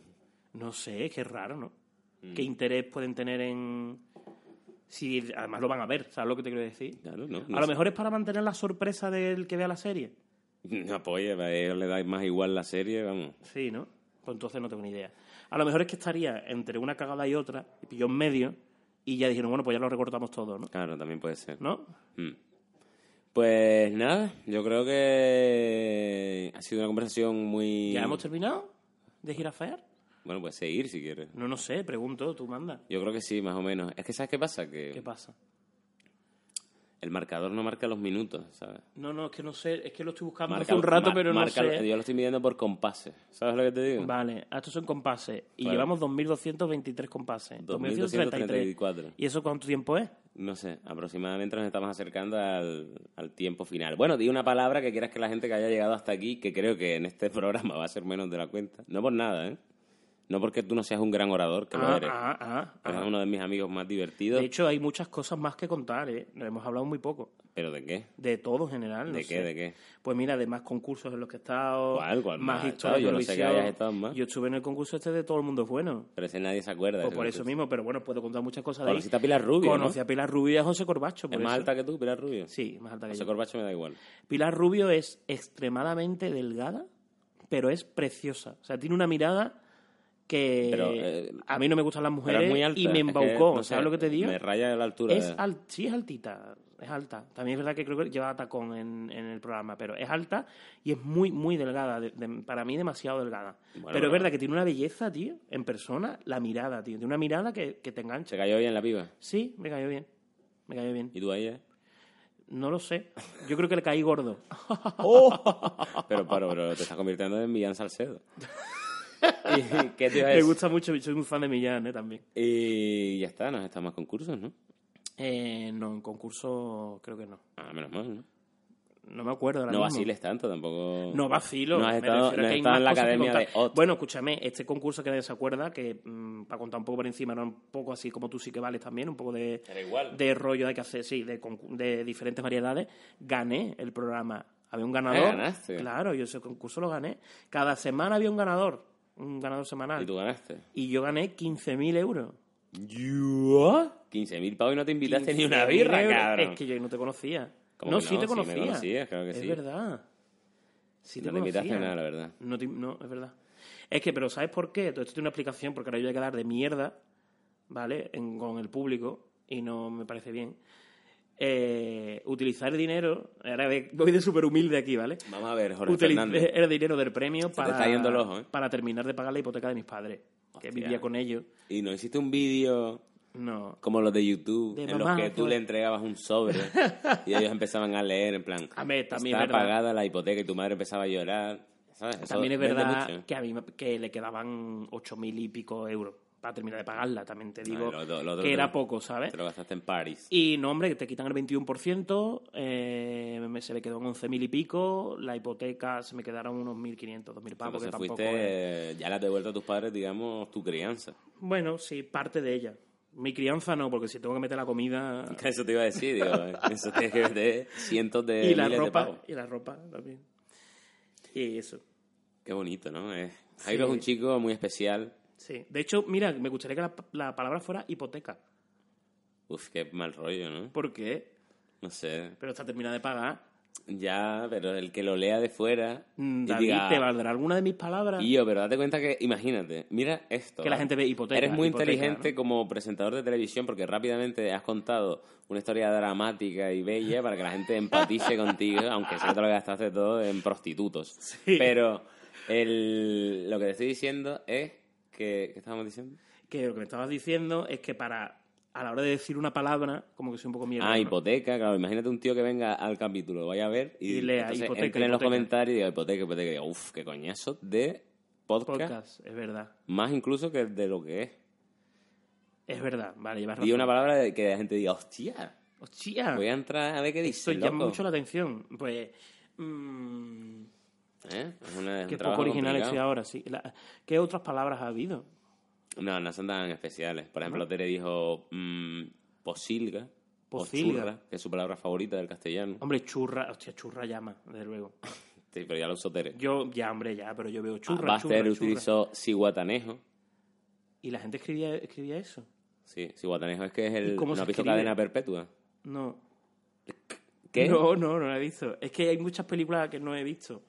Speaker 2: No sé, es que es raro, ¿no? ¿Qué
Speaker 1: Mm.
Speaker 2: interés pueden tener en...? Si además lo van a ver, ¿sabes lo que te quiero decir?
Speaker 1: Claro, no, no
Speaker 2: A lo
Speaker 1: sé.
Speaker 2: mejor es para mantener la sorpresa del que vea la serie.
Speaker 1: No, pues, oye, a ellos le da más igual la serie, vamos.
Speaker 2: Sí, ¿no? Pues entonces no tengo ni idea. A lo mejor es que estaría entre una cagada y otra, y pilló en medio, y ya dijeron, bueno, pues ya lo recortamos todo, ¿no?
Speaker 1: Claro, también puede ser.
Speaker 2: ¿No?
Speaker 1: Mm. Pues nada, yo creo que ha sido una conversación muy...
Speaker 2: ¿Ya hemos terminado de girafear?
Speaker 1: Bueno, pues seguir si quieres.
Speaker 2: No, no sé, pregunto, tú manda.
Speaker 1: Yo creo que sí, más o menos. Es que ¿sabes qué pasa? Que
Speaker 2: ¿Qué pasa?
Speaker 1: el marcador no marca los minutos, ¿sabes?
Speaker 2: No, no, es que no sé, es que lo estoy buscando
Speaker 1: Marca-
Speaker 2: hace un rato,
Speaker 1: ma-
Speaker 2: pero no
Speaker 1: marca-
Speaker 2: sé.
Speaker 1: Yo lo estoy midiendo por compases, ¿sabes lo que te digo?
Speaker 2: Vale, ah, estos son compases. Y
Speaker 1: Vale.
Speaker 2: llevamos 2.223 compases.
Speaker 1: 2.234.
Speaker 2: ¿Y eso cuánto tiempo es?
Speaker 1: No sé, aproximadamente nos estamos acercando al, al tiempo final. Bueno, di una palabra que quieras que la gente que haya llegado hasta aquí, que creo que en este programa va a ser menos de la cuenta. No por nada, ¿eh? No porque tú no seas un gran orador, que lo
Speaker 2: Ah,
Speaker 1: eres.
Speaker 2: ah, ah,
Speaker 1: Eres
Speaker 2: ah.
Speaker 1: uno de mis amigos más divertidos.
Speaker 2: De hecho, hay muchas cosas más que contar, ¿eh? Nos hemos hablado muy poco.
Speaker 1: ¿Pero de qué?
Speaker 2: De todo en general. no
Speaker 1: ¿De qué?
Speaker 2: sé.
Speaker 1: ¿De qué?
Speaker 2: Pues mira, de más concursos en los que he estado.
Speaker 1: ¿Cuál? ¿Cuál
Speaker 2: más
Speaker 1: más has
Speaker 2: historias
Speaker 1: estado? Yo
Speaker 2: de
Speaker 1: no sé que
Speaker 2: Eurovisión.
Speaker 1: hayas estado más.
Speaker 2: Yo estuve en el concurso este de Todo el Mundo es Bueno.
Speaker 1: Pero ese nadie se acuerda.
Speaker 2: Pues
Speaker 1: ese
Speaker 2: por
Speaker 1: no sé.
Speaker 2: eso mismo, pero bueno, puedo contar muchas cosas de ahí.
Speaker 1: Conociste a Pilar Rubio, ¿no?
Speaker 2: Conocí a Pilar Rubio y a José Corbacho.
Speaker 1: ¿Es
Speaker 2: por
Speaker 1: más
Speaker 2: eso.
Speaker 1: alta que tú, Pilar Rubio?
Speaker 2: Sí, más alta que
Speaker 1: José
Speaker 2: yo.
Speaker 1: Corbacho me da igual.
Speaker 2: Pilar Rubio es extremadamente delgada, pero es preciosa. O sea, tiene una mirada que
Speaker 1: Pero, eh,
Speaker 2: a mí no me gustan las
Speaker 1: Pero
Speaker 2: mujeres
Speaker 1: es muy alta.
Speaker 2: y me
Speaker 1: es que,
Speaker 2: embaucó.
Speaker 1: no sé,
Speaker 2: ¿Sabes lo que te digo?
Speaker 1: Me raya la altura.
Speaker 2: Es al- sí, es altita. Es alta. También es verdad que creo que lleva tacón en, en el programa, pero es alta y es muy, muy delgada. de- de- para mí, demasiado delgada.
Speaker 1: Bueno,
Speaker 2: pero
Speaker 1: pero-
Speaker 2: es verdad que tiene una belleza, tío, en persona, la mirada, tío. Tiene una mirada que, que te engancha.
Speaker 1: Se cayó bien la piba.
Speaker 2: Sí, me cayó bien. Me cayó bien.
Speaker 1: ¿Y tú ahí, eh?
Speaker 2: No lo sé. Yo creo que le caí gordo.
Speaker 1: Pero, pero, pero te estás convirtiendo en Millán Salcedo. ¿Y qué te iba a
Speaker 2: Me
Speaker 1: decir?
Speaker 2: gusta mucho, soy muy fan de Millán, ¿eh? También.
Speaker 1: Y ya está, nos están más concursos, ¿no?
Speaker 2: Eh, no, en concurso creo que no.
Speaker 1: Ah, menos mal, ¿no?
Speaker 2: No me acuerdo ahora
Speaker 1: No
Speaker 2: mismo.
Speaker 1: vaciles tanto tampoco.
Speaker 2: No vacilo.
Speaker 1: No has
Speaker 2: me
Speaker 1: estado, no
Speaker 2: refiero a
Speaker 1: has
Speaker 2: que hay
Speaker 1: estado
Speaker 2: más
Speaker 1: en la
Speaker 2: cosas que
Speaker 1: academia de
Speaker 2: contar.
Speaker 1: Ott.
Speaker 2: Bueno, escúchame, este concurso que nadie se acuerda, que mm, para contar un poco por encima, era un poco así como tú sí que vales también, un poco de,
Speaker 1: Era igual.
Speaker 2: de rollo de que hacer, sí, de, concu- de diferentes variedades, gané el programa. Había un ganador.
Speaker 1: Ah, ganaste.
Speaker 2: Claro, yo ese concurso lo gané. Cada semana había un ganador, un ganador semanal.
Speaker 1: Y tú ganaste.
Speaker 2: Y yo gané 15.000 euros.
Speaker 1: ¿Yo? 15.000 pavos y no te invitaste ni una
Speaker 2: 15.000
Speaker 1: birra,
Speaker 2: euros.
Speaker 1: cabrón.
Speaker 2: Es que yo no te conocía.
Speaker 1: ¿Cómo
Speaker 2: no,
Speaker 1: que
Speaker 2: sí
Speaker 1: no?
Speaker 2: te
Speaker 1: Sí me
Speaker 2: conocía.
Speaker 1: conocías, claro que
Speaker 2: es
Speaker 1: sí.
Speaker 2: verdad. Sí
Speaker 1: No te invitaste
Speaker 2: conocía.
Speaker 1: nada, la verdad.
Speaker 2: No, te- no, es verdad. Es que, pero ¿sabes por qué? Todo esto tiene una explicación, porque ahora yo voy a quedar de mierda, ¿vale? En- con el público, y no me parece bien. Eh, utilizar el dinero, ahora de- voy de súper humilde aquí, ¿vale?
Speaker 1: Vamos a ver, Jorge
Speaker 2: Utilicé
Speaker 1: Fernández.
Speaker 2: el dinero del premio
Speaker 1: te
Speaker 2: para,
Speaker 1: está yendo el ojo, ¿eh?
Speaker 2: para terminar de pagar la hipoteca de mis padres, que
Speaker 1: Hostia.
Speaker 2: vivía con ellos.
Speaker 1: Y no hiciste un vídeo
Speaker 2: No,
Speaker 1: como los de YouTube,
Speaker 2: De
Speaker 1: en
Speaker 2: mamá,
Speaker 1: los que tú
Speaker 2: pues.
Speaker 1: le entregabas un sobre y ellos empezaban a leer en plan,
Speaker 2: A ver, también
Speaker 1: está
Speaker 2: es verdad.
Speaker 1: pagada la hipoteca y tu madre empezaba a llorar. ¿sabes? Eso
Speaker 2: También es
Speaker 1: vende
Speaker 2: verdad
Speaker 1: mucho. ¿eh?
Speaker 2: que a mí me- que le quedaban ocho mil y pico euros para terminar de pagarla. También te digo
Speaker 1: No, lo otro- lo otro
Speaker 2: que
Speaker 1: te-
Speaker 2: era poco, ¿sabes?
Speaker 1: Te lo gastaste en París.
Speaker 2: Y no, hombre, que te quitan el 21%, eh, me- se le quedó en 11.000 y pico, la hipoteca se me quedaron unos 1.500, 2.000 pavos, que
Speaker 1: Entonces
Speaker 2: tampoco... es-
Speaker 1: fuiste, ya le has devuelto a tus padres, digamos, tu crianza.
Speaker 2: Bueno, sí, parte de ella. Mi crianza no, porque si tengo que meter la comida
Speaker 1: Eso te iba a decir, digo, eh, eso tienes que vender cientos de
Speaker 2: y la
Speaker 1: Eh, miles de
Speaker 2: ropa,
Speaker 1: pavos.
Speaker 2: y la ropa también. Y eso,
Speaker 1: Qué bonito, ¿no? Eh, Jairo es un chico muy especial.
Speaker 2: sí. De hecho, mira, me gustaría que la, la palabra fuera hipoteca.
Speaker 1: Uf, qué mal rollo, ¿no?
Speaker 2: ¿Por qué?
Speaker 1: No sé.
Speaker 2: Pero está terminada de pagar.
Speaker 1: Ya, pero el que lo lea de fuera
Speaker 2: Mm,
Speaker 1: y
Speaker 2: David,
Speaker 1: diga,
Speaker 2: ¿te valdrá alguna de mis palabras?
Speaker 1: Y yo, pero date cuenta que, imagínate, mira esto.
Speaker 2: Que la
Speaker 1: ¿vale?
Speaker 2: gente ve hipoteca,
Speaker 1: Eres muy
Speaker 2: hipoteca,
Speaker 1: inteligente
Speaker 2: ¿no?
Speaker 1: como presentador de televisión porque rápidamente has contado una historia dramática y bella para que la gente empatice contigo, aunque sé que te lo gastaste todo en prostitutos. Pero el- lo que te estoy diciendo es que... ¿Qué estábamos diciendo?
Speaker 2: Que lo que me estabas diciendo es que para a la hora de decir una palabra, como que soy un poco mierda.
Speaker 1: Ah,
Speaker 2: ¿no?
Speaker 1: hipoteca, claro. Imagínate un tío que venga al capítulo, vaya a ver y,
Speaker 2: Y lea,
Speaker 1: entonces
Speaker 2: hipoteca,
Speaker 1: entre en los
Speaker 2: hipoteca.
Speaker 1: comentarios y diga hipoteca, hipoteca. Y diga, Uf, qué coñazo de podcast.
Speaker 2: Podcast, es verdad.
Speaker 1: Más incluso que de lo que es.
Speaker 2: Es verdad, vale, llevas razón.
Speaker 1: Y una palabra de que la gente diga, hostia,
Speaker 2: ¡Hostia!
Speaker 1: voy a entrar a ver qué dice.
Speaker 2: Esto Ah. llama
Speaker 1: loco".
Speaker 2: mucho la atención. Pues. mm,
Speaker 1: ¿Eh? Es una- es un
Speaker 2: qué poco
Speaker 1: trabajo
Speaker 2: original estoy
Speaker 1: complicado.
Speaker 2: ahora, sí. La- ¿Qué otras palabras ha habido?
Speaker 1: No, no son tan especiales. Por ejemplo, Tere dijo mm, posilga. o
Speaker 2: Posilga.
Speaker 1: churra, que es su palabra favorita del castellano.
Speaker 2: Hombre, churra. Hostia, churra llama, desde luego.
Speaker 1: Sí, pero ya lo usó Tere.
Speaker 2: Yo, ya, hombre, ya, pero yo veo
Speaker 1: Ah,
Speaker 2: churra,
Speaker 1: Baster
Speaker 2: churra, churra.
Speaker 1: utilizó ciguatanejo.
Speaker 2: Y la gente escribía, escribía eso.
Speaker 1: Sí, ciguatanejo es que es
Speaker 2: ¿Y
Speaker 1: el,
Speaker 2: cómo
Speaker 1: no
Speaker 2: se
Speaker 1: ha visto
Speaker 2: escribe?
Speaker 1: cadena perpetua.
Speaker 2: No.
Speaker 1: ¿Qué?
Speaker 2: No, no, no la he visto. Es que hay muchas películas que no he visto.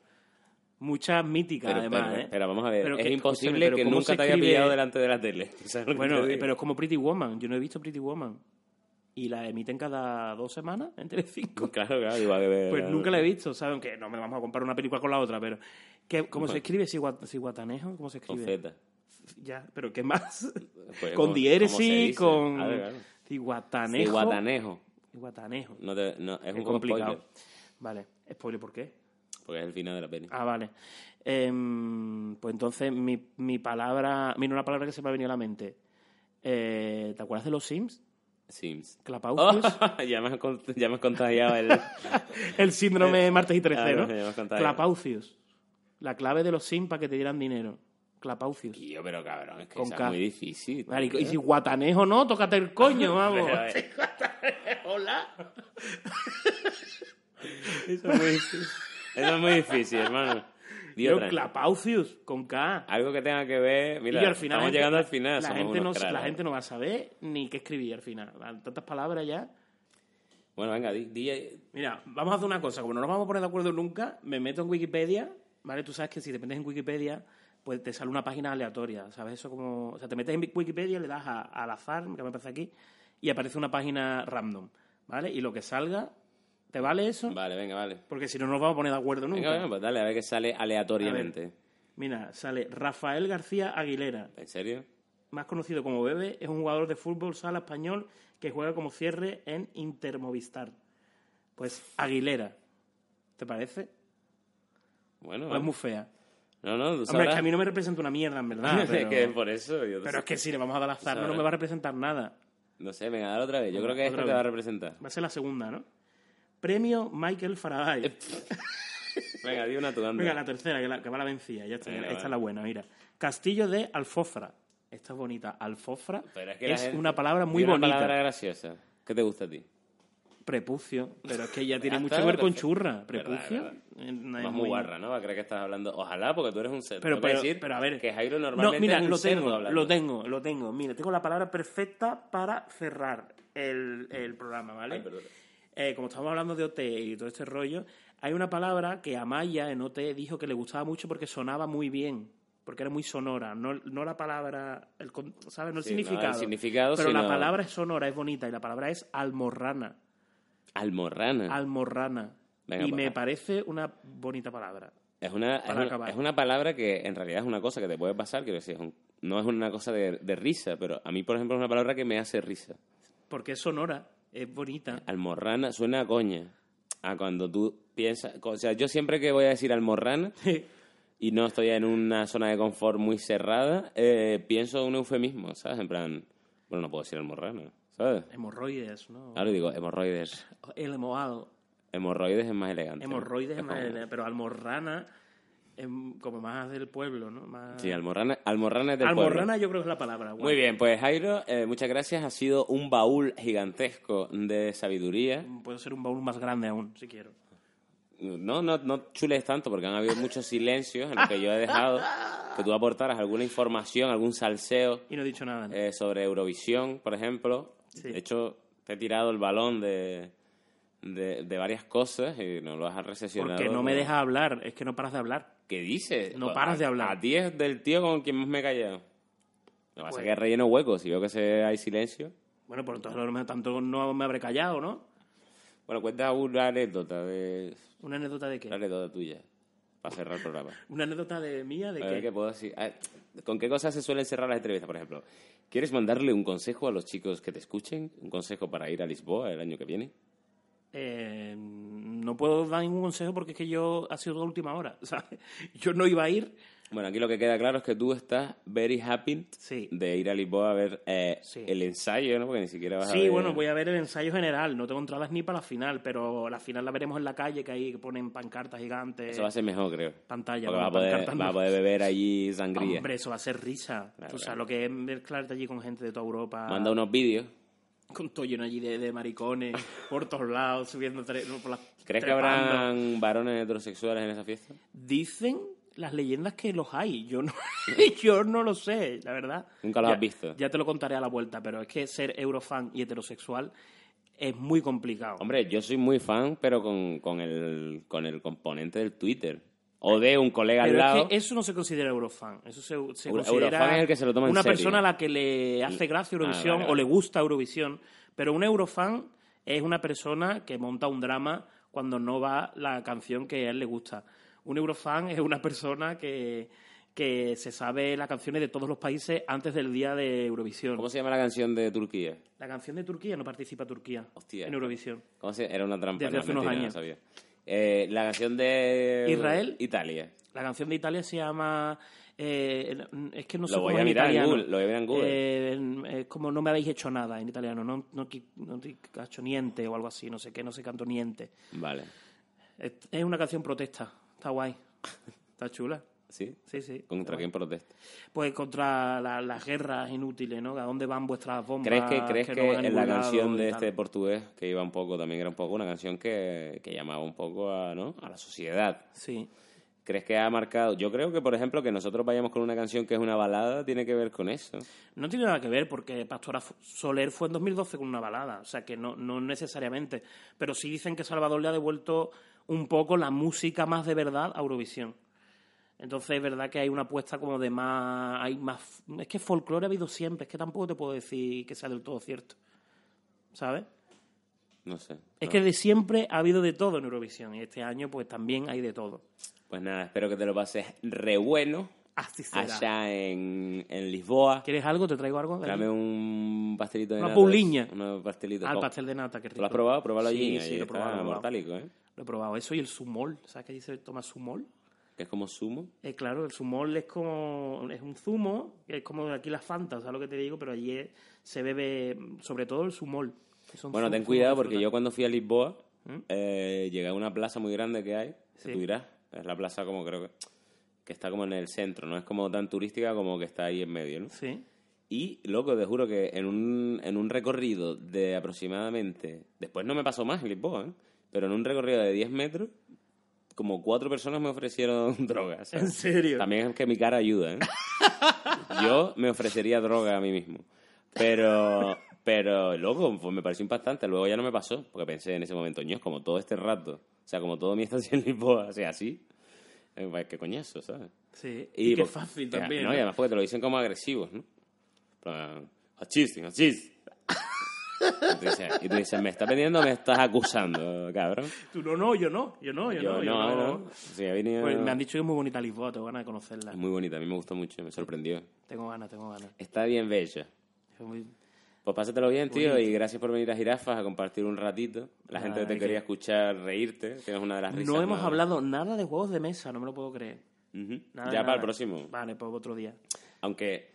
Speaker 2: Muchas míticas,
Speaker 1: Pero,
Speaker 2: además.
Speaker 1: pero,
Speaker 2: ¿eh?
Speaker 1: pero vamos a ver,
Speaker 2: Pero
Speaker 1: es
Speaker 2: que-
Speaker 1: imposible
Speaker 2: pero
Speaker 1: que
Speaker 2: ¿cómo
Speaker 1: nunca
Speaker 2: se
Speaker 1: te haya
Speaker 2: escribe?
Speaker 1: pillado delante de la tele. ¿Sabes lo que
Speaker 2: Bueno,
Speaker 1: te
Speaker 2: eh,
Speaker 1: digo?
Speaker 2: pero es como Pretty Woman. Yo no he visto Pretty Woman. y la emiten cada dos semanas en Telecinco.
Speaker 1: Claro, claro, igual que de-
Speaker 2: Pues nunca la he visto, ¿saben? Que no me vamos a comparar una película con la otra, pero... ¿qué- ¿Cómo se escribe? ¿Cigua- ¿Ciguatanejo? ¿Cómo se
Speaker 1: Con
Speaker 2: escribe?
Speaker 1: Z.
Speaker 2: Ya, pero ¿qué más?
Speaker 1: Pues,
Speaker 2: con
Speaker 1: ¿cómo- cómo se
Speaker 2: diéresis,
Speaker 1: dice?
Speaker 2: con...
Speaker 1: Ah, claro.
Speaker 2: Ciguatanejo.
Speaker 1: Ciguatanejo.
Speaker 2: Ciguatanejo.
Speaker 1: No te- no, es
Speaker 2: Qué
Speaker 1: un
Speaker 2: complicado.
Speaker 1: complicado.
Speaker 2: Vale. ¿Spoiler por qué?
Speaker 1: Porque es el final de la peli.
Speaker 2: Ah, vale. Em, pues entonces mi, mi palabra... Mira, una palabra que se me ha venido a la mente. Eh, ¿Te acuerdas de los Sims?
Speaker 1: Sims.
Speaker 2: Clapaucios.
Speaker 1: ya, me has, con- ya me has contagiado el...
Speaker 2: El síndrome de martes y
Speaker 1: Ah,
Speaker 2: 13,
Speaker 1: no,
Speaker 2: ¿no?
Speaker 1: ya me has contado.
Speaker 2: Clapaucios. La clave de los Sims para que te dieran dinero. Clapaucios.
Speaker 1: Tío, pero cabrón, es que
Speaker 2: Con
Speaker 1: esa
Speaker 2: K.
Speaker 1: es muy difícil.
Speaker 2: Vale,
Speaker 1: tío.
Speaker 2: y si guatanejo no, tócate el coño, vamos.
Speaker 1: Pero, eh,
Speaker 2: Hola.
Speaker 1: Eso es muy difícil. Eso es muy difícil, hermano. Di
Speaker 2: Yo,
Speaker 1: otra.
Speaker 2: Clapaucius, con K.
Speaker 1: Algo que tenga que ver... Mira,
Speaker 2: y yo al final.
Speaker 1: estamos
Speaker 2: la gente-
Speaker 1: llegando al final.
Speaker 2: La,
Speaker 1: somos
Speaker 2: gente no,
Speaker 1: unos
Speaker 2: la
Speaker 1: crack.
Speaker 2: gente no va a saber ni qué escribir al final. Tantas palabras ya.
Speaker 1: Bueno, venga, di... di-
Speaker 2: Mira, vamos a hacer una cosa. Como no nos vamos a poner de acuerdo nunca, me meto en Wikipedia, ¿vale? Tú sabes que si te metes en Wikipedia, pues te sale una página aleatoria, ¿sabes? Eso como... O sea, te metes en Wikipedia, le das a, al azar, que me aparece aquí, y aparece una página random, ¿vale? Y lo que salga, ¿te vale eso?
Speaker 1: Vale, venga, vale.
Speaker 2: Porque si no nos vamos a poner de acuerdo nunca.
Speaker 1: Venga, venga, pues dale, a ver qué sale
Speaker 2: A
Speaker 1: aleatoriamente.
Speaker 2: Mira, sale Rafael García Aguilera,
Speaker 1: ¿En serio?
Speaker 2: más conocido como Bebe, es un jugador de fútbol sala español que juega como cierre en Intermovistar. Pues Aguilera, ¿te parece?
Speaker 1: Bueno,
Speaker 2: O es
Speaker 1: vamos.
Speaker 2: muy fea.
Speaker 1: no, no, tú
Speaker 2: Pues Hombre, es
Speaker 1: sabrás.
Speaker 2: que a mí no me representa una mierda, en verdad.
Speaker 1: Es
Speaker 2: Pero,
Speaker 1: Pues que por eso. Yo
Speaker 2: pero es que si le vamos a dar al azar, no,
Speaker 1: Sabrá.
Speaker 2: me va a representar nada.
Speaker 1: No sé, venga, dale otra vez. Yo creo que esta
Speaker 2: Otra
Speaker 1: te va a
Speaker 2: vez.
Speaker 1: representar.
Speaker 2: Va a ser la segunda, ¿no? Premio Michael
Speaker 1: Eh,
Speaker 2: Faraday.
Speaker 1: Venga, di una tu anda.
Speaker 2: Venga, la tercera, que, la- que va la vencida. Ya está,
Speaker 1: Venga,
Speaker 2: esta
Speaker 1: vale.
Speaker 2: es la buena, mira. Castillo de Alfofra. Esta es bonita. Alfofra
Speaker 1: Pero
Speaker 2: es,
Speaker 1: que la gente-
Speaker 2: una palabra muy
Speaker 1: di una
Speaker 2: bonita.
Speaker 1: palabra graciosa. ¿Qué te gusta a ti?
Speaker 2: Prepucio. Pero es que ya tiene
Speaker 1: Ya
Speaker 2: mucho
Speaker 1: está,
Speaker 2: que ver con
Speaker 1: perfecto.
Speaker 2: churra.
Speaker 1: Verdad,
Speaker 2: Prepucio.
Speaker 1: verdad.
Speaker 2: eh, no es
Speaker 1: Más muy guarra, ¿no? Va a creer que estás hablando. Ojalá, porque tú eres un cerdo.
Speaker 2: Pero,
Speaker 1: Tengo que
Speaker 2: pero,
Speaker 1: decir
Speaker 2: pero a ver.
Speaker 1: Que Jairo normalmente
Speaker 2: No, mira,
Speaker 1: es un
Speaker 2: lo
Speaker 1: cerdo
Speaker 2: tengo,
Speaker 1: hablando.
Speaker 2: lo tengo, lo tengo. Mira, tengo la palabra perfecta para cerrar el, el programa, ¿vale?
Speaker 1: Ay, perdón.
Speaker 2: Eh, como estamos hablando de OT y todo este rollo, hay una palabra que Amaya en OT dijo que le gustaba mucho porque sonaba muy bien, porque era muy sonora, no, no la palabra, el, con- ¿sabes? No el
Speaker 1: Sí, no, el
Speaker 2: significado.
Speaker 1: significado,
Speaker 2: pero la
Speaker 1: sino-
Speaker 2: palabra es sonora, es bonita, y la palabra es almorrana.
Speaker 1: Almorrana.
Speaker 2: Almorrana.
Speaker 1: Venga,
Speaker 2: y
Speaker 1: pues,
Speaker 2: me
Speaker 1: ah.
Speaker 2: parece una bonita palabra.
Speaker 1: Es una, es,
Speaker 2: Para
Speaker 1: una,
Speaker 2: acabar.
Speaker 1: es una palabra que en realidad es una cosa que te puede pasar, quiero decir, es un- no es una cosa de, de risa, pero a mí, por ejemplo, es una palabra que me hace risa.
Speaker 2: Porque es sonora, es bonita.
Speaker 1: Ah. Almorrana suena a coña. A cuando tú piensas... O sea, yo siempre que voy a decir almorrana y no estoy en una zona de confort muy cerrada, eh, pienso un eufemismo, ¿sabes? En plan, bueno, no puedo decir almorrana, ¿sabes?
Speaker 2: Hemorroides, ¿no?
Speaker 1: Ahora digo hemorroides.
Speaker 2: El hemoado.
Speaker 1: Hemorroides es más elegante.
Speaker 2: Hemorroides,
Speaker 1: Es
Speaker 2: más-
Speaker 1: como-
Speaker 2: pero almorrana, em, como más del pueblo, ¿no? Más...
Speaker 1: Sí, almorrana, almorrana es del pueblo.
Speaker 2: almorrana yo creo que es la palabra. guau.
Speaker 1: Muy bien, pues Jairo, eh, muchas gracias. Ha sido un baúl gigantesco de sabiduría.
Speaker 2: Puedo ser un baúl más grande aún, si quiero.
Speaker 1: No, no, no chules tanto porque han habido muchos silencios en los que yo he dejado que tú aportaras alguna información, algún salseo
Speaker 2: Y no he dicho nada. ¿no?
Speaker 1: eh, sobre Eurovisión, por ejemplo.
Speaker 2: Sí.
Speaker 1: De hecho, te he tirado el balón de, de, de varias cosas y no lo has recesionado.
Speaker 2: Porque no me dejas hablar, es que no paras de hablar.
Speaker 1: ¿Qué dices?
Speaker 2: No paras de
Speaker 1: A
Speaker 2: hablar.
Speaker 1: 10 del tío con quien más me he callado. Lo que pasa es
Speaker 2: Pues-
Speaker 1: que relleno huecos. Si veo que se, hay silencio...
Speaker 2: Bueno, por entonces a lo mejor tanto no me habré callado, ¿no?
Speaker 1: Bueno, cuenta una anécdota de...
Speaker 2: ¿Una anécdota de qué?
Speaker 1: Una anécdota tuya, para cerrar el programa.
Speaker 2: ¿Una anécdota de mía de
Speaker 1: A ver
Speaker 2: qué?
Speaker 1: qué puedo decir. Ah, ¿Con qué cosas se suelen cerrar las entrevistas, por ejemplo? ¿Quieres mandarle un consejo a los chicos que te escuchen? ¿Un consejo para ir a Lisboa el año que viene?
Speaker 2: Eh, no puedo dar ningún consejo porque es que yo ha sido toda última hora, ¿sabes? Yo no iba a ir.
Speaker 1: Bueno, aquí lo que queda claro es que tú estás very happy
Speaker 2: Sí.
Speaker 1: de ir a Lisboa a ver eh,
Speaker 2: Sí.
Speaker 1: el ensayo, ¿no? Porque ni siquiera vas a
Speaker 2: Sí,
Speaker 1: ver-
Speaker 2: bueno, voy a ver el ensayo general. No tengo entradas ni para la final, pero la final la veremos en la calle, que ahí que ponen pancartas gigantes.
Speaker 1: Eso va a ser mejor, creo.
Speaker 2: Pantalla,
Speaker 1: Porque
Speaker 2: bueno,
Speaker 1: vas a, poder,
Speaker 2: pancartas no.
Speaker 1: vas a poder beber allí sangría.
Speaker 2: Hombre, eso va a ser risa.
Speaker 1: Claro,
Speaker 2: Tú sabes
Speaker 1: claro.
Speaker 2: lo que es mezclarte allí con gente de toda Europa.
Speaker 1: Manda unos vídeos.
Speaker 2: Con todo lleno allí de, de maricones, por todos lados, subiendo tre- no, por las-
Speaker 1: ¿Crees que
Speaker 2: trepando.
Speaker 1: habrán varones heterosexuales en esa fiesta?
Speaker 2: Dicen las leyendas que los hay. Yo no, yo no lo sé, la verdad.
Speaker 1: Nunca los
Speaker 2: Ya-
Speaker 1: has visto.
Speaker 2: Ya te lo contaré a la vuelta, pero es que ser eurofan y heterosexual es muy complicado.
Speaker 1: Hombre, yo soy muy fan, pero con, con, el, con el componente del Twitter. O de un colega al
Speaker 2: Pero
Speaker 1: lado.
Speaker 2: es que eso no se considera Eurofan. Eso se, se
Speaker 1: Euro-
Speaker 2: considera
Speaker 1: Eurofan es el que se lo toma en
Speaker 2: una
Speaker 1: serio.
Speaker 2: persona a la que le hace gracia Eurovisión
Speaker 1: Ah, vale, vale.
Speaker 2: o le gusta Eurovisión. Pero un eurofan es una persona que monta un drama cuando no va la canción que a él le gusta. Un eurofan es una persona que, que se sabe las canciones de todos los países antes del día de Eurovisión.
Speaker 1: ¿Cómo se llama la canción de Turquía?
Speaker 2: La canción de Turquía no participa Turquía
Speaker 1: Hostia.
Speaker 2: en Eurovisión.
Speaker 1: ¿Cómo se Era una trampa.
Speaker 2: Desde
Speaker 1: no,
Speaker 2: hace unos
Speaker 1: mentira,
Speaker 2: años.
Speaker 1: No sabía. Eh, la canción de...
Speaker 2: Israel.
Speaker 1: Italia.
Speaker 2: La canción de Italia se llama. eh, es que no sé
Speaker 1: Lo voy
Speaker 2: cómo
Speaker 1: a
Speaker 2: en
Speaker 1: mirar en
Speaker 2: italiano.
Speaker 1: Google. Lo voy a mirar en Google.
Speaker 2: Eh, en- es como no me habéis hecho nada en italiano, no, no, qui- no ti cacho niente o algo así, no sé qué, no sé canto niente.
Speaker 1: Vale.
Speaker 2: Es, es una canción protesta, está guay, está chula.
Speaker 1: ¿Sí?
Speaker 2: Sí, sí.
Speaker 1: ¿Contra quién protesta?
Speaker 2: Pues contra la- las guerras inútiles, ¿no? ¿A dónde van vuestras bombas?
Speaker 1: ¿Crees que, crees que,
Speaker 2: no van a
Speaker 1: en la
Speaker 2: ningún lado
Speaker 1: canción de
Speaker 2: y tal?
Speaker 1: este portugués, que iba un poco, también era un poco una canción que, que llamaba un poco a, ¿no? a la sociedad?
Speaker 2: Sí.
Speaker 1: ¿Crees que ha marcado? Yo creo que, por ejemplo, que nosotros vayamos con una canción que es una balada tiene que ver con eso.
Speaker 2: No tiene nada que ver, porque Pastora Fu- Soler fue en 2012 con una balada, o sea que no, no necesariamente. Pero sí dicen que Salvador le ha devuelto un poco la música más de verdad a Eurovisión. Entonces es verdad que hay una apuesta como de más. hay más Es que folclore ha habido siempre, es que tampoco te puedo decir que sea del todo cierto. ¿Sabes?
Speaker 1: No sé.
Speaker 2: Es
Speaker 1: No.
Speaker 2: que de siempre ha habido de todo en Eurovisión y este año pues también hay de todo.
Speaker 1: Pues nada, espero que te lo pases re bueno
Speaker 2: Así será.
Speaker 1: allá en, en Lisboa.
Speaker 2: ¿Quieres algo? ¿Te traigo algo? de allí?
Speaker 1: Dame un pastelito de
Speaker 2: Una
Speaker 1: natas.
Speaker 2: puliña.
Speaker 1: Un pastelito.
Speaker 2: Ah, el
Speaker 1: ¿Cómo?
Speaker 2: pastel de nata, que rico.
Speaker 1: ¿Lo has probado? Pruébalo
Speaker 2: Sí,
Speaker 1: allí.
Speaker 2: sí,
Speaker 1: allí
Speaker 2: lo he probado,
Speaker 1: está
Speaker 2: lo he probado.
Speaker 1: mortálico, ¿eh?
Speaker 2: Lo he probado. Eso y el sumol. ¿Sabes que allí se toma sumol?
Speaker 1: Que es como zumo.
Speaker 2: Eh, claro, el sumol es como. Es un zumo, que es como aquí las fantas, ¿sabes lo que te digo? Pero allí es- se bebe, mm, sobre todo el sumol. que son
Speaker 1: Bueno,
Speaker 2: zumos,
Speaker 1: ten
Speaker 2: zumos
Speaker 1: cuidado
Speaker 2: de
Speaker 1: porque
Speaker 2: fruta.
Speaker 1: yo cuando fui a Lisboa eh, llegué a una plaza muy grande que hay, que
Speaker 2: ¿Mm? Sí.
Speaker 1: tú dirás, es la plaza como creo que, que está como en el centro, no es como tan turística como que está ahí en medio, ¿no?
Speaker 2: Sí.
Speaker 1: Y, loco, te juro que en un, en un recorrido de aproximadamente, después no me pasó más en Lisboa, ¿eh? pero en un recorrido de 10 metros, como cuatro personas me ofrecieron drogas.
Speaker 2: ¿En serio?
Speaker 1: También es que mi cara ayuda, ¿eh? Yo me ofrecería droga a mí mismo. Pero, pero loco, pues me pareció impactante. Luego ya no me pasó, porque pensé en ese momento, ño, como todo este rato, o sea, como todo mi estancia en Lisboa, o sea, así, eh, pues, qué coñazo, ¿sabes?
Speaker 2: Sí. Y, qué
Speaker 1: pues,
Speaker 2: fácil
Speaker 1: ya,
Speaker 2: también. ¿eh?
Speaker 1: No,
Speaker 2: ¿no?
Speaker 1: y además porque te lo dicen como agresivos, ¿no? En plan, "Hachis, hachis". Y tú dices- Y tú dices, me estás vendiendo o me estás acusando, cabrón.
Speaker 2: Tú no, no, yo no. Yo no, yo, no. yo no.
Speaker 1: Sí, ha venido-
Speaker 2: Pues me han dicho que es muy bonita Lisboa, tengo ganas de conocerla.
Speaker 1: Es muy bonita, a mí me gustó mucho, me sorprendió.
Speaker 2: Tengo ganas, tengo ganas.
Speaker 1: Está bien bella.
Speaker 2: Es muy-
Speaker 1: Pues pásatelo bien, tío,
Speaker 2: Bonito.
Speaker 1: y gracias por venir a Jirafas a compartir un ratito. La gente
Speaker 2: Nada,
Speaker 1: te
Speaker 2: hay
Speaker 1: quería
Speaker 2: que-
Speaker 1: escuchar reírte, tienes una de las risas.
Speaker 2: No hemos
Speaker 1: más-
Speaker 2: hablado nada de juegos de mesa, no me lo puedo creer.
Speaker 1: Ujú.
Speaker 2: Nada,
Speaker 1: ya para
Speaker 2: nada.
Speaker 1: el próximo.
Speaker 2: Vale, pues otro día.
Speaker 1: Aunque,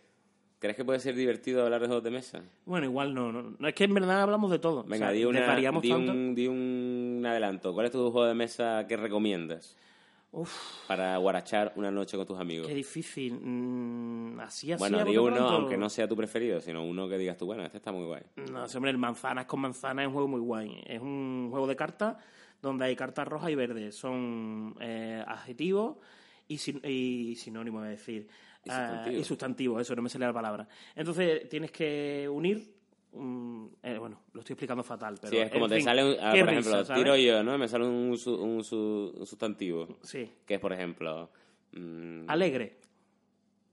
Speaker 1: ¿crees que puede ser divertido hablar de juegos de mesa?
Speaker 2: Bueno, igual no, no, no. Es que en verdad hablamos de todo.
Speaker 1: Venga,
Speaker 2: O sea,
Speaker 1: di, una-
Speaker 2: desvariamos
Speaker 1: di
Speaker 2: tanto.
Speaker 1: un, di un adelanto. ¿Cuál es tu juego de mesa que recomiendas
Speaker 2: Uf,
Speaker 1: para guarachar una noche con tus amigos?
Speaker 2: qué difícil. Mm, así, así. a
Speaker 1: bueno, di
Speaker 2: bote
Speaker 1: uno,
Speaker 2: pronto.
Speaker 1: aunque no sea tu preferido, sino uno que digas tú, bueno, este está muy guay.
Speaker 2: No, sí, hombre, el manzanas con manzanas es un juego muy guay. Es un juego de cartas donde hay cartas rojas y verdes. Son eh, adjetivos y, sin- y sinónimos, es decir.
Speaker 1: Y
Speaker 2: ah,
Speaker 1: sustantivos.
Speaker 2: y sustantivos, eso, no me sale la palabra. Entonces tienes que unir. mm, eh, bueno, lo estoy explicando fatal, pero.
Speaker 1: sí, es como
Speaker 2: en
Speaker 1: te
Speaker 2: fin,
Speaker 1: sale, un- ah,
Speaker 2: qué
Speaker 1: por ejemplo,
Speaker 2: risa, ¿sabes?
Speaker 1: tiro yo, ¿no? Y Me sale un, su- un su- un sustantivo,
Speaker 2: Sí,
Speaker 1: que es, por ejemplo... mm,
Speaker 2: alegre,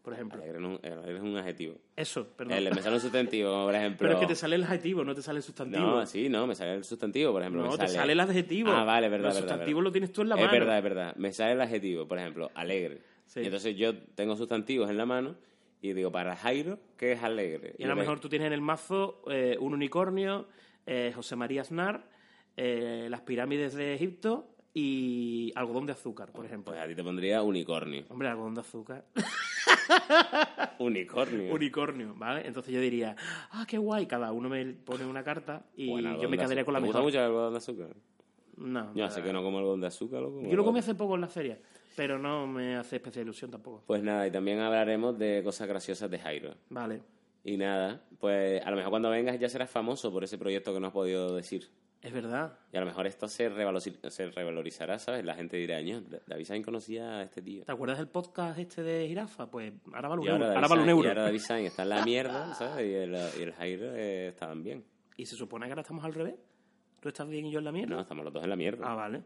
Speaker 2: por ejemplo.
Speaker 1: alegre no- alegre es un adjetivo.
Speaker 2: Eso, perdón.
Speaker 1: Eh, me sale un sustantivo, como por ejemplo...
Speaker 2: Pero es que te sale el adjetivo, no te sale el sustantivo.
Speaker 1: No, sí, no, me sale el sustantivo, por ejemplo.
Speaker 2: No,
Speaker 1: me
Speaker 2: te sale el adjetivo.
Speaker 1: Ah, vale, verdad,
Speaker 2: El
Speaker 1: verdad,
Speaker 2: sustantivo
Speaker 1: verdad.
Speaker 2: lo tienes tú en la
Speaker 1: es
Speaker 2: mano.
Speaker 1: verdad, es verdad. Me sale el adjetivo, por ejemplo, alegre.
Speaker 2: Sí.
Speaker 1: Y entonces yo tengo sustantivos en la mano y digo, para Jairo, ¿qué es alegre?
Speaker 2: Y a lo
Speaker 1: me-
Speaker 2: mejor tú tienes en el mazo eh, un unicornio, eh, José María Aznar, eh, las pirámides de Egipto y algodón de azúcar, por ejemplo.
Speaker 1: Pues a ti te pondría unicornio.
Speaker 2: Hombre, algodón de azúcar.
Speaker 1: Unicornio.
Speaker 2: unicornio, ¿vale? Entonces yo diría, ah, qué guay, cada uno me pone una carta y
Speaker 1: Bueno,
Speaker 2: yo
Speaker 1: algodón
Speaker 2: me
Speaker 1: de
Speaker 2: quedaría
Speaker 1: azúcar.
Speaker 2: con la
Speaker 1: ¿Te
Speaker 2: mejor.
Speaker 1: gusta mucho el algodón de azúcar?
Speaker 2: No,
Speaker 1: Yo
Speaker 2: nada.
Speaker 1: hace que no como algodón de azúcar, loco.
Speaker 2: Yo lo comí hace poco en la feria, pero no me hace especial ilusión tampoco.
Speaker 1: Pues nada, y también hablaremos de cosas graciosas de Jairo.
Speaker 2: Vale.
Speaker 1: Y nada, pues a lo mejor cuando vengas ya serás famoso por ese proyecto que no has podido decir.
Speaker 2: Es verdad.
Speaker 1: Y a lo mejor esto se, revalori- se revalorizará, ¿sabes? La gente dirá, ño, David Sainz conocía a este tío.
Speaker 2: ¿Te acuerdas del podcast este de Jirafa? Pues ahora vale un
Speaker 1: Y ahora
Speaker 2: euro.
Speaker 1: David
Speaker 2: Ahora vale un
Speaker 1: Sainz-
Speaker 2: euro.
Speaker 1: Y ahora David Sainz está en la mierda, ¿sabes? Y el, y el Jairo eh, estaban bien.
Speaker 2: ¿Y se supone que ahora estamos al revés? ¿Tú estás bien y yo en la mierda?
Speaker 1: No, estamos los dos en la mierda.
Speaker 2: Ah, vale.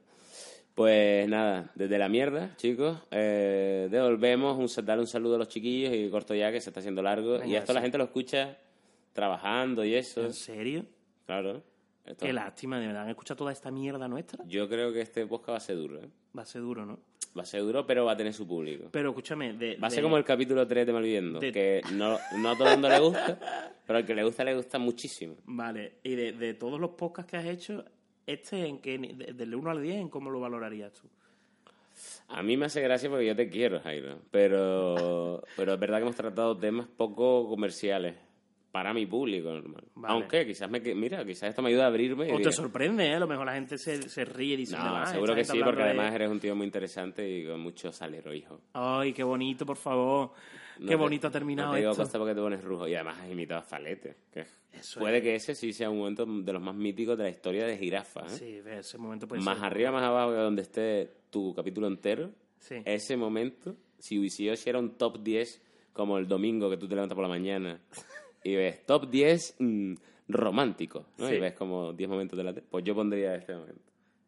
Speaker 1: Pues nada, desde la mierda, chicos, eh, devolvemos un, sa- darle un saludo a los chiquillos y corto ya que se está haciendo largo.
Speaker 2: Venga,
Speaker 1: y esto la
Speaker 2: sí.
Speaker 1: gente lo escucha trabajando y eso.
Speaker 2: ¿En serio?
Speaker 1: Claro. Esto-
Speaker 2: Qué lástima, de verdad. ¿Han escuchado toda esta mierda nuestra?
Speaker 1: Yo creo que este podcast va a ser duro, ¿eh?
Speaker 2: Va a ser duro, ¿no?
Speaker 1: Va a ser duro, pero va a tener su público.
Speaker 2: Pero escúchame, de,
Speaker 1: Va a ser
Speaker 2: de-
Speaker 1: como el capítulo 3 de Malviviendo,
Speaker 2: de-
Speaker 1: que no, no a todo el mundo le gusta, pero al que le gusta, le gusta muchísimo.
Speaker 2: Vale, y de, de todos los podcasts que has hecho, este en que del 1 al 10, ¿en cómo lo valorarías tú?
Speaker 1: A mí me hace gracia porque yo te quiero, Jairo, pero, pero es verdad que hemos tratado temas poco comerciales para mi público normal.
Speaker 2: Vale.
Speaker 1: Aunque quizás me... que- Mira, quizás esto me ayuda a abrirme. y
Speaker 2: O te
Speaker 1: diga,
Speaker 2: sorprende, ¿eh? A lo mejor la gente se, se ríe y dice,
Speaker 1: No,
Speaker 2: "Ah, esta
Speaker 1: seguro que
Speaker 2: gente
Speaker 1: sí, porque
Speaker 2: hablando de-
Speaker 1: además eres un tío muy interesante y con mucho salero, hijo.
Speaker 2: Ay, qué bonito, por favor.
Speaker 1: No
Speaker 2: qué
Speaker 1: te-
Speaker 2: bonito ha
Speaker 1: no
Speaker 2: terminado
Speaker 1: te digo
Speaker 2: esto.
Speaker 1: cosas porque te pones rojo. Y además has imitado a Falete. que
Speaker 2: Eso
Speaker 1: puede que ese sí sea un momento de los más míticos de la historia de Jirafa. ¿eh?
Speaker 2: Sí, ve, ese momento puede
Speaker 1: más
Speaker 2: ser-
Speaker 1: arriba, más abajo, que donde esté tu capítulo entero,
Speaker 2: Sí.
Speaker 1: ese momento, si Wisioshi era un top 10, como el domingo que tú te levantas por la mañana y ves top 10 mm, romántico, ¿no?
Speaker 2: Sí.
Speaker 1: Y ves como 10 momentos de la tele. Pues yo pondría este momento.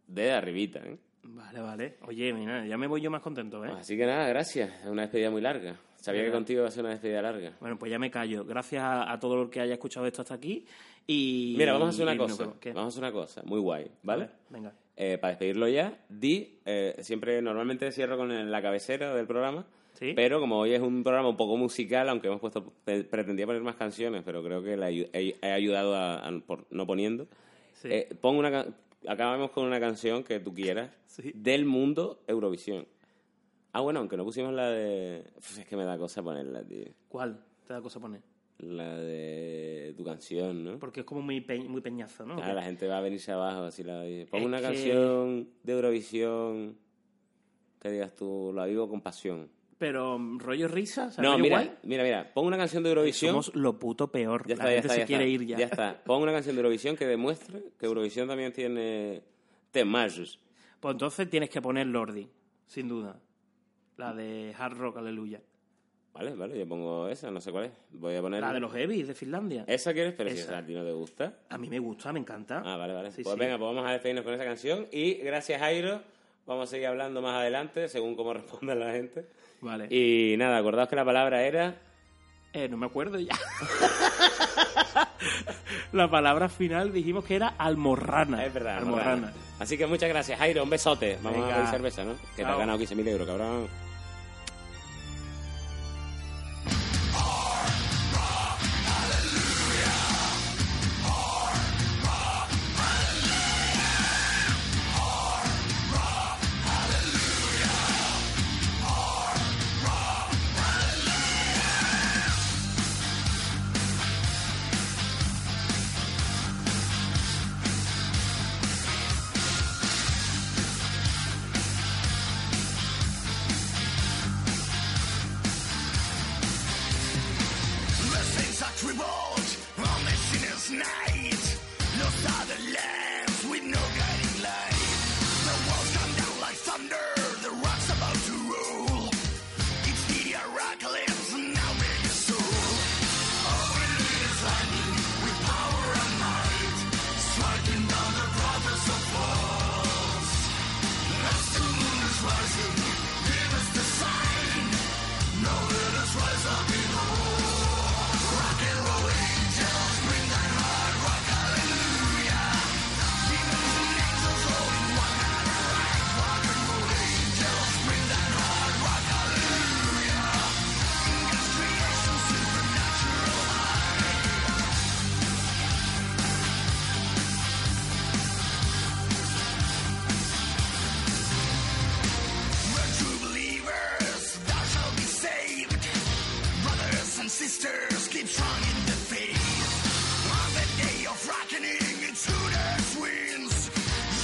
Speaker 1: De arribita, ¿eh? Pues
Speaker 2: Vale, vale. Oye, mira, ya me voy yo más contento, ¿eh?
Speaker 1: Así que nada, gracias. Es una despedida muy larga. Sabía que
Speaker 2: Venga.
Speaker 1: contigo iba a ser una despedida larga.
Speaker 2: Bueno, pues ya me callo. Gracias a, a todo el que haya escuchado esto hasta aquí. Y.
Speaker 1: Mira, vamos a hacer
Speaker 2: y
Speaker 1: una
Speaker 2: nos
Speaker 1: cosa.
Speaker 2: vemos. ¿Qué?
Speaker 1: Vamos a hacer una cosa. Muy guay, ¿vale?
Speaker 2: Venga.
Speaker 1: Eh, para despedirlo ya, di, eh, siempre normalmente cierro con el- la cabecera del programa,
Speaker 2: Sí.
Speaker 1: pero como hoy es un programa un poco musical, aunque hemos puesto, pe- pretendía poner más canciones, pero creo que la ayu- he, he ayudado a, a- por no poniendo.
Speaker 2: Sí.
Speaker 1: Eh, pongo una, ca- acabamos con una canción que tú quieras
Speaker 2: Sí.
Speaker 1: del mundo Eurovisión. Ah, bueno, aunque no pusimos la de... Uf, Es que me da cosa ponerla, tío.
Speaker 2: ¿Cuál? Te da cosa poner.
Speaker 1: La de tu canción, ¿no?
Speaker 2: Porque es como muy, pe- muy peñazo, ¿no?
Speaker 1: Claro, la gente va a venirse abajo así la oye. Pon
Speaker 2: Es
Speaker 1: una
Speaker 2: que-
Speaker 1: canción de Eurovisión que digas tú, la vivo con pasión.
Speaker 2: Pero mm, rollo risa, ¿sabes?
Speaker 1: No,
Speaker 2: Rollo
Speaker 1: mira,
Speaker 2: guay.
Speaker 1: mira, mira, pon una canción de Eurovisión.
Speaker 2: Somos lo puto peor.
Speaker 1: Ya
Speaker 2: la
Speaker 1: está, ya
Speaker 2: gente
Speaker 1: está,
Speaker 2: se
Speaker 1: ya
Speaker 2: quiere
Speaker 1: está.
Speaker 2: ir ya.
Speaker 1: Ya está. Pon una canción de Eurovisión que demuestre que Eurovisión también tiene temas.
Speaker 2: Pues entonces tienes que poner Lordi, sin duda. La de Hard Rock, aleluya.
Speaker 1: Vale, vale, yo pongo esa, no sé cuál es. Voy a poner.
Speaker 2: La de los heavies de Finlandia.
Speaker 1: ¿Esa quieres? Pero si
Speaker 2: Esa.
Speaker 1: esa a ti no te gusta.
Speaker 2: A mí me gusta, me encanta.
Speaker 1: Ah, vale, vale.
Speaker 2: Sí,
Speaker 1: pues
Speaker 2: sí.
Speaker 1: venga, pues vamos a despedirnos con esa canción. Y gracias, Jairo. Vamos a seguir hablando más adelante, según cómo responda la gente.
Speaker 2: Vale.
Speaker 1: Y nada, acordaos que la palabra era.
Speaker 2: Eh, no me acuerdo ya. la palabra final dijimos que era almorrana.
Speaker 1: Es verdad,
Speaker 2: Almorrana.
Speaker 1: Morgana. Así que muchas gracias, Jairo. Un besote. Vamos
Speaker 2: Venga.
Speaker 1: a pedir cerveza, ¿no? Que te has
Speaker 2: Chao.
Speaker 1: ganado 15.000 euros, cabrón.
Speaker 6: Things that revolt on the sinner's night. Lost are the lands with no guiding light. The walls come down like thunder, the rock's about to roll. It's the Heracles, now we're your soul. All we need is lightning with power and might, striking down the prophets of false. As the moon is rising, give us the sign. Now let us rise up in True believers, thou shalt be saved. Brothers and sisters, keep strong in the faith. On the day of reckoning, it's who that wins.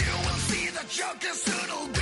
Speaker 6: You will see the Joker's soon will be.